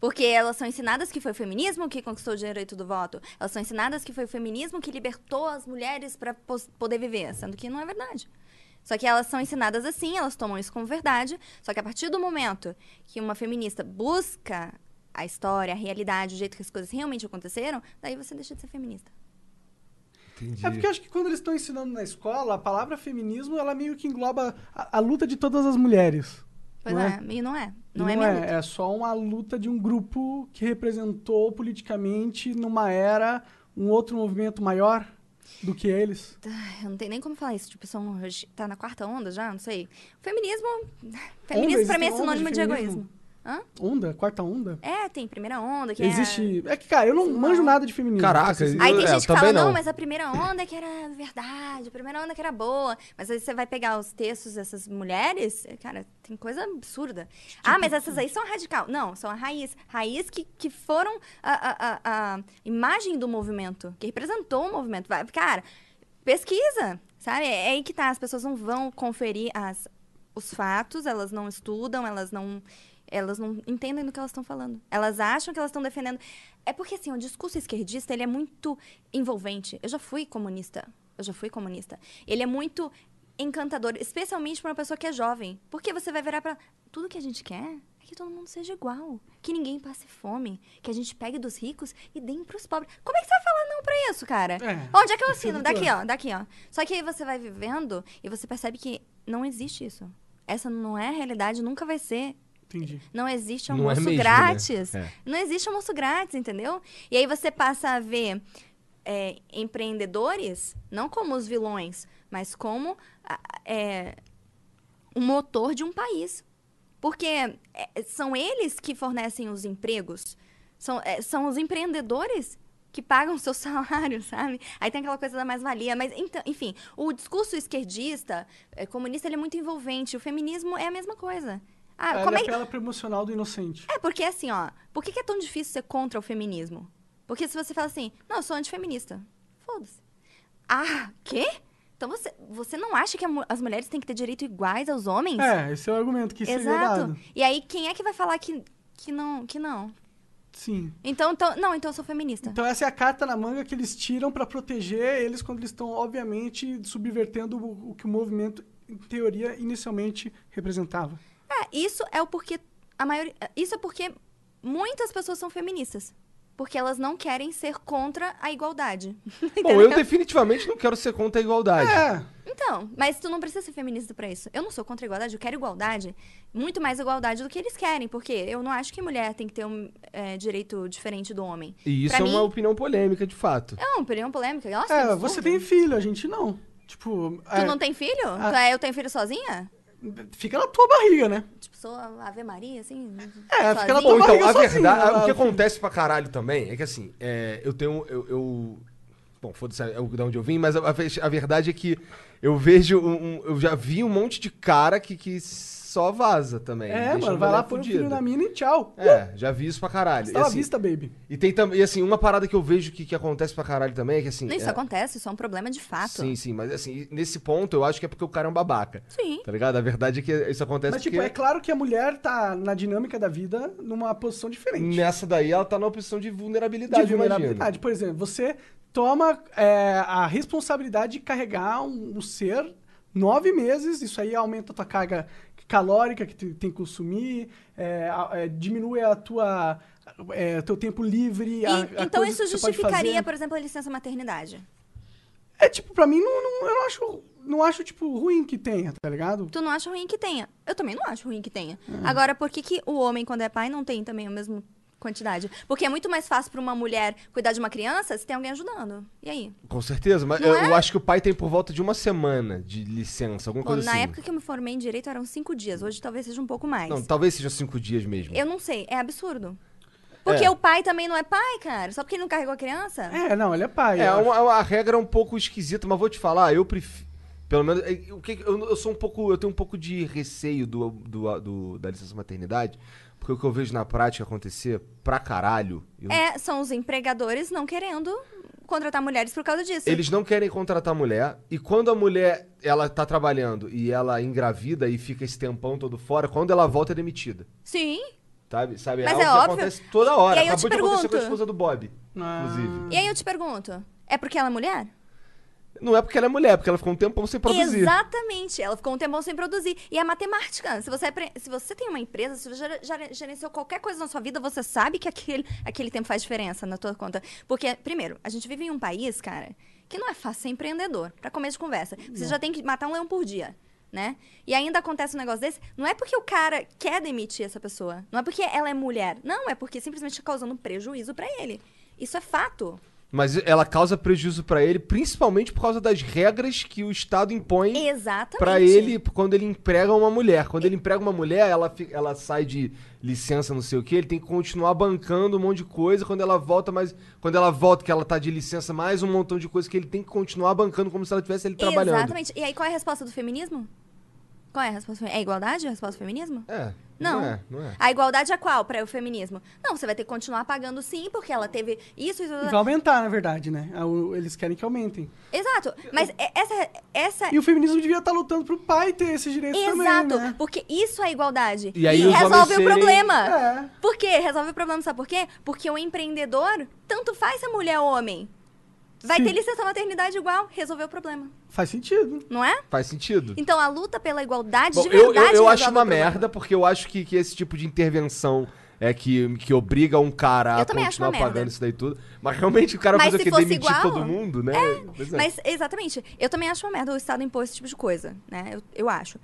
Speaker 4: Porque elas são ensinadas que foi o feminismo que conquistou o direito do voto. Elas são ensinadas que foi o feminismo que libertou as mulheres para poder viver, sendo que não é verdade. Só que elas são ensinadas assim, elas tomam isso como verdade. Só que a partir do momento que uma feminista busca a história, a realidade, o jeito que as coisas realmente aconteceram, daí você deixa de ser feminista.
Speaker 3: Entendi.
Speaker 2: É porque eu acho que quando eles estão ensinando na escola, a palavra feminismo, ela meio que engloba a, a luta de todas as mulheres.
Speaker 4: Pois
Speaker 2: Não
Speaker 4: é,
Speaker 2: é?
Speaker 4: e não é.
Speaker 2: E
Speaker 4: Não, é, minha luta.
Speaker 2: é, só uma luta de um grupo que representou politicamente, numa era, um outro movimento maior do que eles.
Speaker 4: Eu não tenho nem como falar isso. Tipo, são, tá na quarta onda já? Não sei. Feminismo. Feminismo pra mim é
Speaker 2: existem ondas
Speaker 4: sinônimo
Speaker 2: de
Speaker 4: de
Speaker 2: feminismo?
Speaker 4: egoísmo. Hã?
Speaker 2: Onda? Quarta onda?
Speaker 4: É, tem primeira onda, que
Speaker 2: Existe. É que, cara, eu não manjo nada de feminismo.
Speaker 3: Caraca,
Speaker 4: é. Aí tem
Speaker 3: É,
Speaker 4: gente que
Speaker 3: também
Speaker 4: fala, não.
Speaker 3: não.
Speaker 4: mas a primeira onda é que era verdade, a primeira onda é que era boa. Mas aí você vai pegar os textos dessas mulheres, cara, tem coisa absurda.
Speaker 3: Tipo
Speaker 4: ah, mas essas aí são radical. Não, são a raiz. Raiz que, que foram a, a- a- a imagem do movimento, que representou o movimento. Vai- Cara, pesquisa, sabe? É aí que tá, as pessoas não vão conferir as, os fatos, elas não estudam, elas não elas não entendem do que elas estão falando. Elas acham que elas estão defendendo. É porque assim, o discurso esquerdista, ele é muito envolvente. Eu já fui comunista. Eu já fui comunista. Ele é muito encantador, especialmente para uma pessoa que é jovem. Porque você vai virar para tudo que a gente quer é que todo mundo seja igual. Que ninguém passe fome. Que a gente pegue dos ricos e dê pros pobres. Como é que você vai falar não pra isso, cara?
Speaker 2: É,
Speaker 4: Onde é que eu
Speaker 2: isso é
Speaker 4: assino?
Speaker 2: muito
Speaker 4: Daqui, ó, daqui, ó. Só que aí você vai vivendo e você percebe que não existe isso. Essa não é a realidade, nunca vai ser.
Speaker 2: Entendi.
Speaker 4: Não existe
Speaker 3: Não é
Speaker 4: almoço
Speaker 3: mesmo, né?
Speaker 4: grátis.
Speaker 3: É.
Speaker 4: Não existe almoço grátis, entendeu? E aí você passa a ver é, empreendedores, não como os vilões, mas como a- é, o motor de um país. Porque é, são eles que fornecem os empregos, são, é, são os empreendedores que pagam o seu salário, sabe? Aí tem aquela coisa da mais-valia, mas então, enfim, o discurso esquerdista, é, comunista, ele é muito envolvente. O feminismo é a mesma coisa. Ah,
Speaker 2: Ela
Speaker 4: como é que
Speaker 2: apela pro emocional do inocente.
Speaker 4: é, porque assim, ó, por que, que é tão difícil ser contra o feminismo? Porque se você fala assim, não, eu sou antifeminista, foda-se. Ah, quê? Então você, você não acha que a mu- as mulheres têm que ter direito iguais aos homens?
Speaker 2: É, esse é o argumento que seria
Speaker 4: Exato.
Speaker 2: dado.
Speaker 4: E aí, quem é que vai falar que, que não? Que não?
Speaker 2: Sim.
Speaker 4: Então, então, não, então eu sou feminista.
Speaker 2: Então essa é a carta na manga que eles tiram pra proteger eles quando eles estão, obviamente, subvertendo o, o que o movimento, em teoria, inicialmente representava.
Speaker 4: É, isso é o porquê. A maioria, isso é porque muitas pessoas são feministas. Porque elas não querem ser contra a igualdade.
Speaker 3: Bom, eu definitivamente não quero ser contra a igualdade.
Speaker 2: Então, É,
Speaker 4: Então, mas tu não precisa ser feminista pra isso. Eu não sou contra a igualdade, eu quero igualdade. Muito mais igualdade do que eles querem, porque eu não acho que mulher tem que ter um é, direito diferente do homem.
Speaker 3: E isso
Speaker 4: pra
Speaker 3: é uma
Speaker 4: mim-
Speaker 3: opinião polêmica, de fato.
Speaker 4: É uma opinião polêmica. Nossa, que
Speaker 2: é
Speaker 4: absurdo.
Speaker 2: você tem filho, a gente não. Tipo,
Speaker 4: Tu
Speaker 2: é,
Speaker 4: não tem filho?
Speaker 2: Ah.
Speaker 4: Tu é, eu tenho filho sozinha?
Speaker 2: fica na tua barriga, né?
Speaker 4: Tipo, sou a Ave Maria, assim?
Speaker 2: É, fica na tua
Speaker 4: sozinha?
Speaker 3: Bom,
Speaker 2: barriga
Speaker 3: então, a
Speaker 2: sozinha,
Speaker 3: verdade,
Speaker 2: né?
Speaker 3: o que acontece pra caralho também é que assim, é, eu tenho. Eu. eu- bom, foda-se é o- de onde eu vim, mas a, a ve- a verdade é que eu vejo. um- um- eu já vi um monte de cara que, que só vaza também.
Speaker 2: É,
Speaker 3: deixa a
Speaker 2: mano, vai lá,
Speaker 3: mulher
Speaker 2: põe o
Speaker 3: fudida.
Speaker 2: filho na mina e tchau.
Speaker 3: É, já vi isso pra caralho. E,
Speaker 2: Está à
Speaker 3: assim,
Speaker 2: vista, baby.
Speaker 3: e tem também, e, assim, uma parada que eu vejo que, que acontece pra caralho também é que assim.
Speaker 4: Não, isso
Speaker 3: é,
Speaker 4: acontece, isso é um problema de fato.
Speaker 3: Sim, sim, mas assim, nesse ponto eu acho que é porque o cara é um babaca.
Speaker 4: Sim.
Speaker 3: Tá ligado? A verdade é que isso acontece
Speaker 2: Mas, tipo,
Speaker 3: porque
Speaker 2: é claro que a mulher tá na dinâmica da vida numa posição diferente.
Speaker 3: nessa daí ela tá na opção de
Speaker 2: Ah,
Speaker 3: vulnerabilidade,
Speaker 2: de
Speaker 3: eu imagino.
Speaker 2: vulnerabilidade. Por exemplo, você toma é, a responsabilidade de carregar um, um ser nove meses, isso aí aumenta a tua carga calórica que tu tem que consumir, é, a- é, diminui a tua é, teu tempo livre.
Speaker 4: E-
Speaker 2: a- a
Speaker 4: então
Speaker 2: coisas
Speaker 4: isso
Speaker 2: que você pode
Speaker 4: justificaria,
Speaker 2: fazer.
Speaker 4: por exemplo, a licença maternidade.
Speaker 2: É tipo, pra mim, não, não- eu não acho, não acho tipo ruim que tenha, tá ligado?
Speaker 4: Tu não acha ruim que tenha? Eu também não acho ruim que tenha.
Speaker 3: Hum.
Speaker 4: Agora, por que, que o homem, quando é pai, não tem também a mesma quantidade? Porque é muito mais fácil pra uma mulher cuidar de uma criança se tem alguém ajudando. E aí?
Speaker 3: Com certeza, mas
Speaker 4: Não
Speaker 3: eu,
Speaker 4: é?
Speaker 3: eu acho que o pai tem por volta de uma semana de licença, alguma
Speaker 4: Bom,
Speaker 3: coisa
Speaker 4: na
Speaker 3: assim.
Speaker 4: época que eu me formei em direito eram cinco dias, hoje talvez seja um pouco mais.
Speaker 3: Não, talvez seja cinco dias mesmo.
Speaker 4: Eu não sei, é absurdo. Porque
Speaker 3: É.
Speaker 4: o pai também não é pai, cara. Só porque ele não carregou a criança?
Speaker 2: É, não, ele é pai.
Speaker 3: É,
Speaker 2: eu acho.
Speaker 3: uma, uma regra um pouco esquisita, mas vou te falar, eu prefiro. Pelo menos. é, o que- Eu, eu sou um pouco. Eu tenho um pouco de receio do, do- do- da licença maternidade, porque o que eu vejo na prática acontecer pra caralho. eu-
Speaker 4: É, são os empregadores não querendo contratar mulheres por causa disso.
Speaker 3: Eles não querem contratar mulher, e quando a mulher ela tá trabalhando e ela é engravida e fica esse tempão todo fora, quando ela volta é demitida.
Speaker 4: Sim.
Speaker 3: Sabe? Sabe?
Speaker 4: Mas
Speaker 3: algo
Speaker 4: é
Speaker 3: que
Speaker 4: óbvio.
Speaker 3: acontece toda hora.
Speaker 4: E aí eu
Speaker 3: Acabou
Speaker 4: te
Speaker 3: de acontecer com a
Speaker 4: pergunto.
Speaker 3: esposa do Bob,
Speaker 2: Ah.
Speaker 3: inclusive.
Speaker 4: E aí eu te pergunto, é porque ela é mulher?
Speaker 3: Não é porque ela é mulher, é porque ela ficou um tempão sem produzir.
Speaker 4: Exatamente. Ela ficou um tempão sem produzir. E a matemática. Se você, é pre- se você tem uma empresa, se você gera- gera- gerenciou qualquer coisa na sua vida, você sabe que aquele, aquele tempo faz diferença na tua conta. Porque, primeiro, a gente vive em um país, cara, que não é fácil ser empreendedor. Pra começo de conversa. Você já tem que matar um leão por dia. Né? E ainda acontece um negócio desse, não é porque o cara quer demitir essa pessoa, não é porque ela é mulher, não, é porque simplesmente está causando prejuízo pra ele. Isso é fato.
Speaker 3: Mas ela causa prejuízo pra ele, principalmente por causa das regras que o Estado impõe
Speaker 4: Exatamente.
Speaker 3: pra ele quando ele emprega uma mulher. Quando ele emprega uma mulher, ela, fi- ela sai de licença, não sei o que, ele tem que continuar bancando um monte de coisa. Quando ela volta, mais. Quando ela volta, que ela tá de licença, mais um montão de coisa que ele tem que continuar bancando como se ela tivesse ele trabalhando.
Speaker 4: Exatamente. E aí, qual é a resposta do feminismo? Qual é a resposta? do fe- É igualdade a resposta do feminismo?
Speaker 3: É.
Speaker 4: Não.
Speaker 3: Não é, não é.
Speaker 4: A igualdade é qual para o feminismo? Não, você vai ter que continuar pagando sim, porque ela teve isso, isso,
Speaker 2: E
Speaker 4: isso.
Speaker 2: vai aumentar, na verdade, né? Ah, o- Eles querem que aumentem.
Speaker 4: Exato. Mas é- essa, essa
Speaker 2: E o feminismo devia estar lutando pro pai ter esses direitos
Speaker 4: Exato,
Speaker 2: também, né?
Speaker 4: porque isso é igualdade.
Speaker 3: E aí os homens
Speaker 4: resolve o
Speaker 3: serem-
Speaker 4: problema.
Speaker 2: É.
Speaker 4: Por quê? Resolve o problema, sabe por quê? Porque o empreendedor tanto faz se é mulher ou homem. Vai
Speaker 2: Sim.
Speaker 4: ter licença maternidade igual, resolveu o problema,
Speaker 2: Faz sentido.
Speaker 4: não é?
Speaker 3: Faz sentido.
Speaker 4: Então a luta pela igualdade
Speaker 3: Bom,
Speaker 4: de
Speaker 3: eu,
Speaker 4: verdade tá
Speaker 3: eu, eu
Speaker 4: resolve
Speaker 3: acho
Speaker 4: o
Speaker 3: uma
Speaker 4: problema.
Speaker 3: merda, porque eu acho que, que esse tipo de intervenção é que, que obriga um cara
Speaker 4: Eu
Speaker 3: a
Speaker 4: também acho
Speaker 3: continuar
Speaker 4: uma merda.
Speaker 3: pagando isso daí tudo. Mas realmente o cara
Speaker 4: Mas
Speaker 3: faz o
Speaker 4: se
Speaker 3: quê?
Speaker 4: fosse
Speaker 3: Demitir
Speaker 4: igual-
Speaker 3: todo mundo, né? Pois é.
Speaker 4: Mas, exatamente. Eu também acho uma merda o Estado impor esse tipo de coisa, né? Eu, eu acho.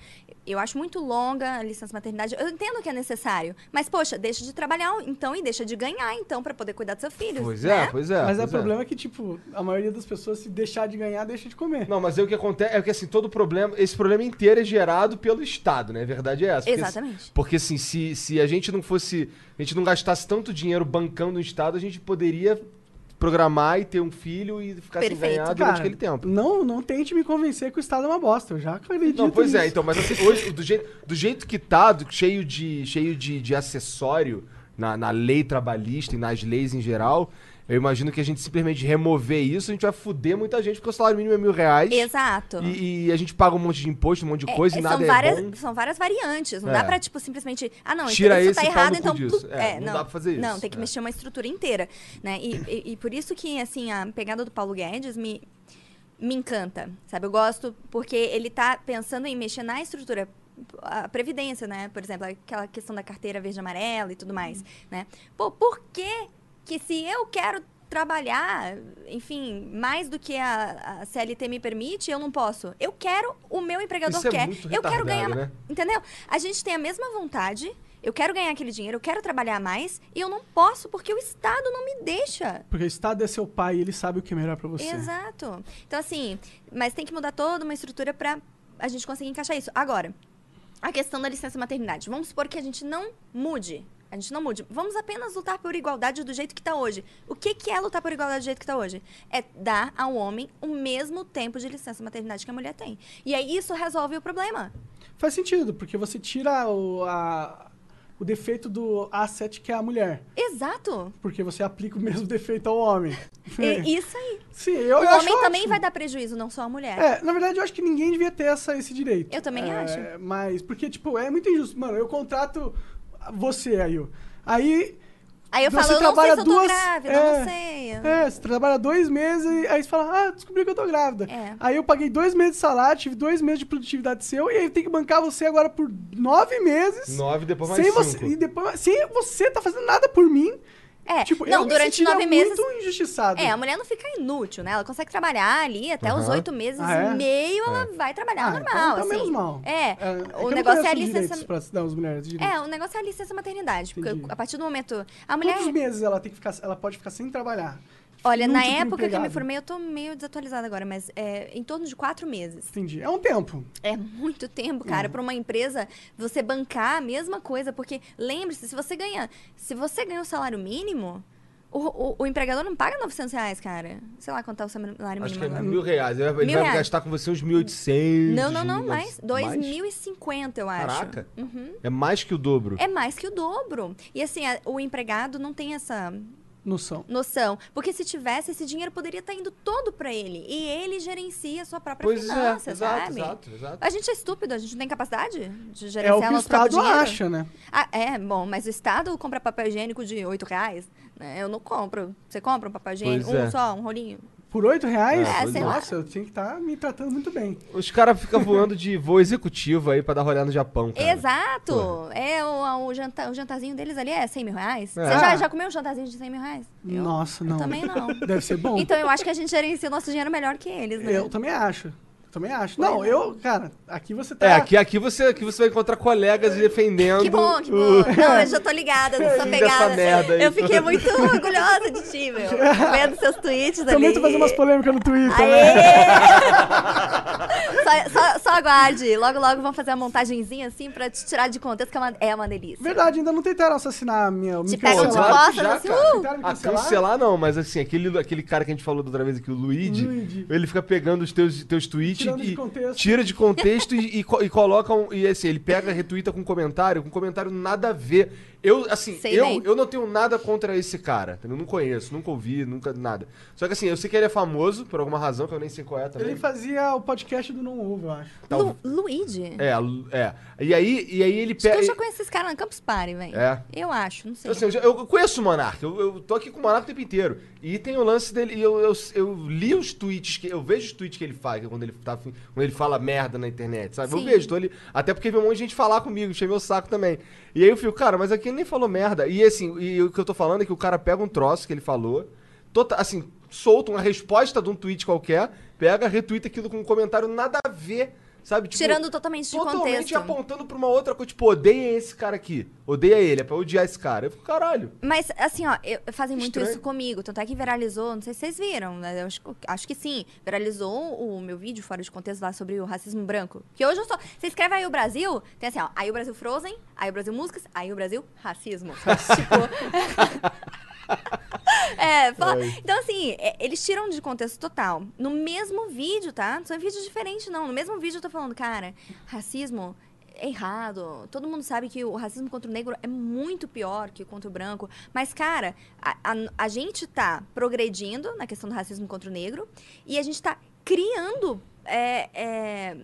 Speaker 4: Eu acho muito longa a licença maternidade. Eu entendo que é necessário. Mas, poxa, deixa de trabalhar, então, e deixa de ganhar, então, pra poder cuidar dos seus filhos.
Speaker 3: Pois
Speaker 4: né?
Speaker 3: é, pois é.
Speaker 2: Mas o
Speaker 3: pois
Speaker 2: problema é que, tipo, a maioria das pessoas, se deixar de ganhar, deixa de comer.
Speaker 3: Não, mas aí o que acontece é que assim, todo problema, esse problema inteiro é gerado pelo Estado, né? A verdade é essa. Porque,
Speaker 4: Exatamente.
Speaker 3: Porque assim, se, se a gente não fosse, a gente não gastasse tanto dinheiro bancando o Estado, a gente poderia programar e ter um filho e ficar sem
Speaker 4: Perfeito.
Speaker 3: ganhar durante
Speaker 2: Cara,
Speaker 3: aquele tempo.
Speaker 2: Não, não tente me convencer que o Estado é uma bosta. Eu já acredito
Speaker 3: Não, pois é,
Speaker 2: nisso.
Speaker 3: então, mas assim, hoje, do jeito, do jeito que tá, do- cheio de, cheio de, de acessório na, na lei trabalhista e nas leis em geral, eu imagino que a gente simplesmente remover isso, a gente vai fuder muita gente, porque o salário mínimo é mil reais.
Speaker 4: Exato.
Speaker 3: E, e a gente paga um monte de imposto, um monte de coisa
Speaker 4: É,
Speaker 3: e
Speaker 4: é,
Speaker 3: nada
Speaker 4: são,
Speaker 3: é
Speaker 4: várias,
Speaker 3: bom.
Speaker 4: são várias variantes. Não
Speaker 3: É.
Speaker 4: dá pra, tipo, simplesmente. Ah, não, isso-
Speaker 3: Tira
Speaker 4: isso
Speaker 3: esse
Speaker 4: tá
Speaker 3: e pau no
Speaker 4: errado,
Speaker 3: cu
Speaker 4: então.
Speaker 3: disso.
Speaker 4: plu-
Speaker 3: É, não dá pra fazer isso.
Speaker 4: Não, tem que
Speaker 3: É.
Speaker 4: mexer uma estrutura inteira. Né? E, e- e por isso que, assim, a pegada do Paulo Guedes me, me encanta. Sabe? Eu gosto porque ele tá pensando em mexer na estrutura. A Previdência, né? Por exemplo, aquela questão da carteira verde e amarela e tudo
Speaker 3: Uhum.
Speaker 4: mais. Né? Pô, por que, que se eu quero trabalhar, enfim, mais do que a, a CLT me permite, eu não posso? Eu quero, o meu empregador
Speaker 3: Isso
Speaker 4: empregador
Speaker 3: é
Speaker 4: quer.
Speaker 3: muito
Speaker 4: eu quero
Speaker 3: retardado,
Speaker 4: ganhar. ma-
Speaker 3: né?
Speaker 4: Entendeu? A gente tem a mesma vontade. Eu quero ganhar aquele dinheiro, eu quero trabalhar mais e eu não posso porque o Estado não me deixa.
Speaker 2: Porque o Estado é seu pai e ele sabe o que é melhor pra você.
Speaker 4: Exato. Então, assim, mas tem que mudar toda uma estrutura pra a gente conseguir encaixar isso. Agora, a questão da licença maternidade. Vamos supor que a gente não mude. A gente não mude. Vamos apenas lutar por igualdade do jeito que tá hoje. O que, que é lutar por igualdade do jeito que tá hoje? É dar ao homem o mesmo tempo de licença maternidade que a mulher tem. E aí isso resolve o problema.
Speaker 2: Faz sentido, porque você tira o, a- o defeito do A7, que é a mulher.
Speaker 4: Exato.
Speaker 2: Porque você aplica o mesmo defeito ao homem.
Speaker 4: É isso aí.
Speaker 2: Sim, eu,
Speaker 4: o
Speaker 2: eu
Speaker 4: homem
Speaker 2: acho
Speaker 4: também
Speaker 2: ótimo.
Speaker 4: vai dar prejuízo, não só a mulher.
Speaker 2: É, na verdade, eu acho que ninguém devia ter essa, esse direito.
Speaker 4: Eu também
Speaker 2: É,
Speaker 4: acho.
Speaker 2: Mas, porque, tipo, é muito injusto. Mano, eu contrato você aí. ó. Aí.
Speaker 4: Aí eu
Speaker 2: Então, você
Speaker 4: falo, eu não sei
Speaker 2: trabalha
Speaker 4: se eu tô
Speaker 2: duas...
Speaker 4: grávida,
Speaker 2: é,
Speaker 4: eu não sei. eu-
Speaker 2: É, você trabalha dois meses e aí você fala, ah, descobri que eu tô grávida.
Speaker 4: É.
Speaker 2: Aí eu paguei dois meses de salário, tive dois meses de produtividade seu, e aí tem que bancar você agora por nove meses.
Speaker 3: Nove, depois mais
Speaker 2: sem
Speaker 3: cinco.
Speaker 2: você, e depois, sem você tá fazendo nada por mim.
Speaker 4: É,
Speaker 2: Tipo, eu
Speaker 4: não,
Speaker 2: me
Speaker 4: durante
Speaker 2: sentiria
Speaker 4: nove meses.
Speaker 2: muito injustiçado.
Speaker 4: É, a mulher não fica inútil, né? Ela consegue trabalhar ali até os
Speaker 3: Aham.
Speaker 4: oito meses
Speaker 2: Ah, é?
Speaker 4: e meio, ela vai trabalhar
Speaker 2: Ah,
Speaker 4: normal.
Speaker 2: então tá
Speaker 4: assim.
Speaker 2: menos mal.
Speaker 4: É,
Speaker 2: que eu
Speaker 4: o
Speaker 2: não
Speaker 4: negócio é a
Speaker 2: conheço os direitos
Speaker 4: licença.
Speaker 2: Pra se dar aos mulheres, direitos.
Speaker 4: É, o negócio é a licença maternidade. Porque
Speaker 2: Entendi.
Speaker 4: a partir do momento. A mulher. é.
Speaker 2: Quantos meses ela tem que ficar, ela pode ficar sem trabalhar?
Speaker 4: Olha, na
Speaker 2: Inútil pro
Speaker 4: época que eu me
Speaker 2: empregado.
Speaker 4: formei, eu tô meio desatualizada agora, mas é, em torno de quatro meses.
Speaker 2: Entendi. É um tempo.
Speaker 4: É muito tempo, cara,
Speaker 2: Hum.
Speaker 4: pra uma empresa você bancar a mesma coisa, porque lembre-se, se você ganha, se você ganha o salário mínimo, o, o- o empregador não paga 900 reais, cara. Sei lá quanto tá o salário mínimo
Speaker 3: Acho que é
Speaker 4: agora.
Speaker 3: mil reais. Ele vai, ele
Speaker 4: Mil
Speaker 3: vai
Speaker 4: reais.
Speaker 3: gastar com você uns 1.800.
Speaker 4: Não, não, não,
Speaker 3: 1.900.
Speaker 4: mais. 2050, eu acho.
Speaker 3: Caraca.
Speaker 4: Uhum.
Speaker 3: É mais que o dobro.
Speaker 4: É mais que o dobro. E assim, a- o empregado não tem essa
Speaker 2: Noção.
Speaker 4: noção. Porque se tivesse, esse dinheiro poderia estar indo todo pra ele. E ele gerencia a sua própria
Speaker 3: pois
Speaker 4: finança,
Speaker 3: é, exato,
Speaker 4: sabe?
Speaker 3: exato, exato.
Speaker 4: A gente é estúpido, a gente não tem capacidade de
Speaker 2: É o
Speaker 4: gerenciar
Speaker 2: que o
Speaker 4: nosso próprio
Speaker 2: Estado
Speaker 4: dinheiro.
Speaker 2: acha, né?
Speaker 4: Ah, é, bom, mas o Estado compra papel higiênico de 8 reais? né? Eu não compro. Você compra um papel higiênico?
Speaker 3: Pois
Speaker 4: Um
Speaker 3: é.
Speaker 4: só, um rolinho?
Speaker 2: Por oito reais?
Speaker 3: É,
Speaker 4: sei lá.
Speaker 2: Nossa, eu tinha que estar me tratando muito bem.
Speaker 3: Os caras ficam voando de voo executivo aí pra dar rolê no Japão, cara.
Speaker 4: Exato!
Speaker 3: Porra.
Speaker 4: É o, o, janta- o jantarzinho deles ali é 100 mil reais.
Speaker 3: É.
Speaker 4: Você já, já comeu um jantarzinho de 100 mil reais? Eu
Speaker 2: Nossa, não.
Speaker 4: também não.
Speaker 2: Deve ser bom.
Speaker 4: Então eu acho que a gente gerencia o nosso dinheiro melhor que eles, né?
Speaker 2: Eu também acho. Eu também acho. Não,
Speaker 4: é.
Speaker 2: eu, cara, aqui você tá.
Speaker 3: É, aqui, aqui, você, aqui você vai encontrar colegas defendendo.
Speaker 4: Que bom, que
Speaker 3: o-
Speaker 4: bom. Não, eu já tô ligada nessa
Speaker 3: Fim dessa
Speaker 4: pegada. assim.
Speaker 3: merda aí.
Speaker 4: eu fiquei muito orgulhosa de ti, meu. Vendo seus tweets ali.
Speaker 2: Também tô fazendo umas polêmicas no Twitter, né?
Speaker 4: Aê! só, só, só aguarde. Logo, logo vão fazer uma montagenzinha assim pra te tirar de contexto, que é uma, é uma delícia.
Speaker 2: Verdade, ainda não tentaram assassinar a minha.
Speaker 4: Te
Speaker 2: me
Speaker 4: pegam de
Speaker 2: cancelar.
Speaker 3: Claro que
Speaker 4: costas
Speaker 3: já,
Speaker 4: assim,
Speaker 3: cara.
Speaker 4: uh!
Speaker 2: Tentaram me
Speaker 3: Ah, cancelar não, mas assim, aquele, aquele cara que a gente falou da outra vez aqui, o Luigi,
Speaker 2: Luigi.
Speaker 3: ele fica pegando os teus, teus tweets
Speaker 2: Tirando
Speaker 3: e
Speaker 2: de contexto.
Speaker 3: tira de contexto e, e co- e coloca um. E assim, ele pega, retuita com comentário, com comentário nada a ver. Eu, assim,
Speaker 4: Sei
Speaker 3: eu,
Speaker 4: bem.
Speaker 3: eu não tenho nada contra esse cara. Eu não conheço, nunca ouvi, nunca nada. Só que assim, eu sei que ele é famoso, por alguma razão, que eu nem sei qual é também.
Speaker 2: Ele fazia o podcast do Não Ovo, eu acho.
Speaker 3: Tal-
Speaker 4: Lu- Luigi?
Speaker 3: É, Lu- é. E aí, É, e aí ele
Speaker 4: Acho que
Speaker 3: pega.
Speaker 4: eu já conheço esse cara na Campus Party, velho.
Speaker 3: É.
Speaker 4: Eu acho, não sei.
Speaker 3: Assim, eu, já- eu conheço o Monark, eu, eu tô aqui com o Monark o tempo inteiro. E tem o lance dele, e eu, eu, eu li os tweets, que, eu vejo os tweets que ele faz quando ele, tá, afim- quando ele fala merda na internet, sabe? Eu
Speaker 4: Sim.
Speaker 3: vejo, tô ali. Até porque veio um monte de gente falar comigo, enchei meu saco também. E aí eu fico, cara, mas aqui ele nem falou merda. E assim, e o que eu tô falando é que o cara pega um troço que ele falou, tota- assim, solta uma resposta de um tweet qualquer, pega, retweeta aquilo com um comentário nada a ver, sabe? Tipo,
Speaker 4: Tirando totalmente de
Speaker 3: totalmente
Speaker 4: contexto.
Speaker 3: apontando pra uma outra coisa. Tipo, odeia esse cara aqui. Odeia ele, é pra odiar esse cara. Eu fico, caralho.
Speaker 4: Mas, assim, ó, eu- fazem muito
Speaker 3: Estranho.
Speaker 4: isso comigo. Tanto é que viralizou, não sei se vocês viram, né? Eu acho, acho que sim. Viralizou o meu vídeo fora de contexto lá sobre o racismo branco. Que hoje eu sou. Você escreve aí o Brasil, tem assim, ó, aí o Brasil Frozen, aí o Brasil Músicas, aí o Brasil Racismo. tipo. É, fala- então assim, é, eles tiram de contexto total. No mesmo vídeo, tá? Não são vídeos diferentes, não. No mesmo vídeo eu tô falando, cara, racismo é errado. Todo mundo sabe que o racismo contra o negro é muito pior que contra o branco. Mas, cara, a, a, a gente tá progredindo na questão do racismo contra o negro e a gente tá criando é, é,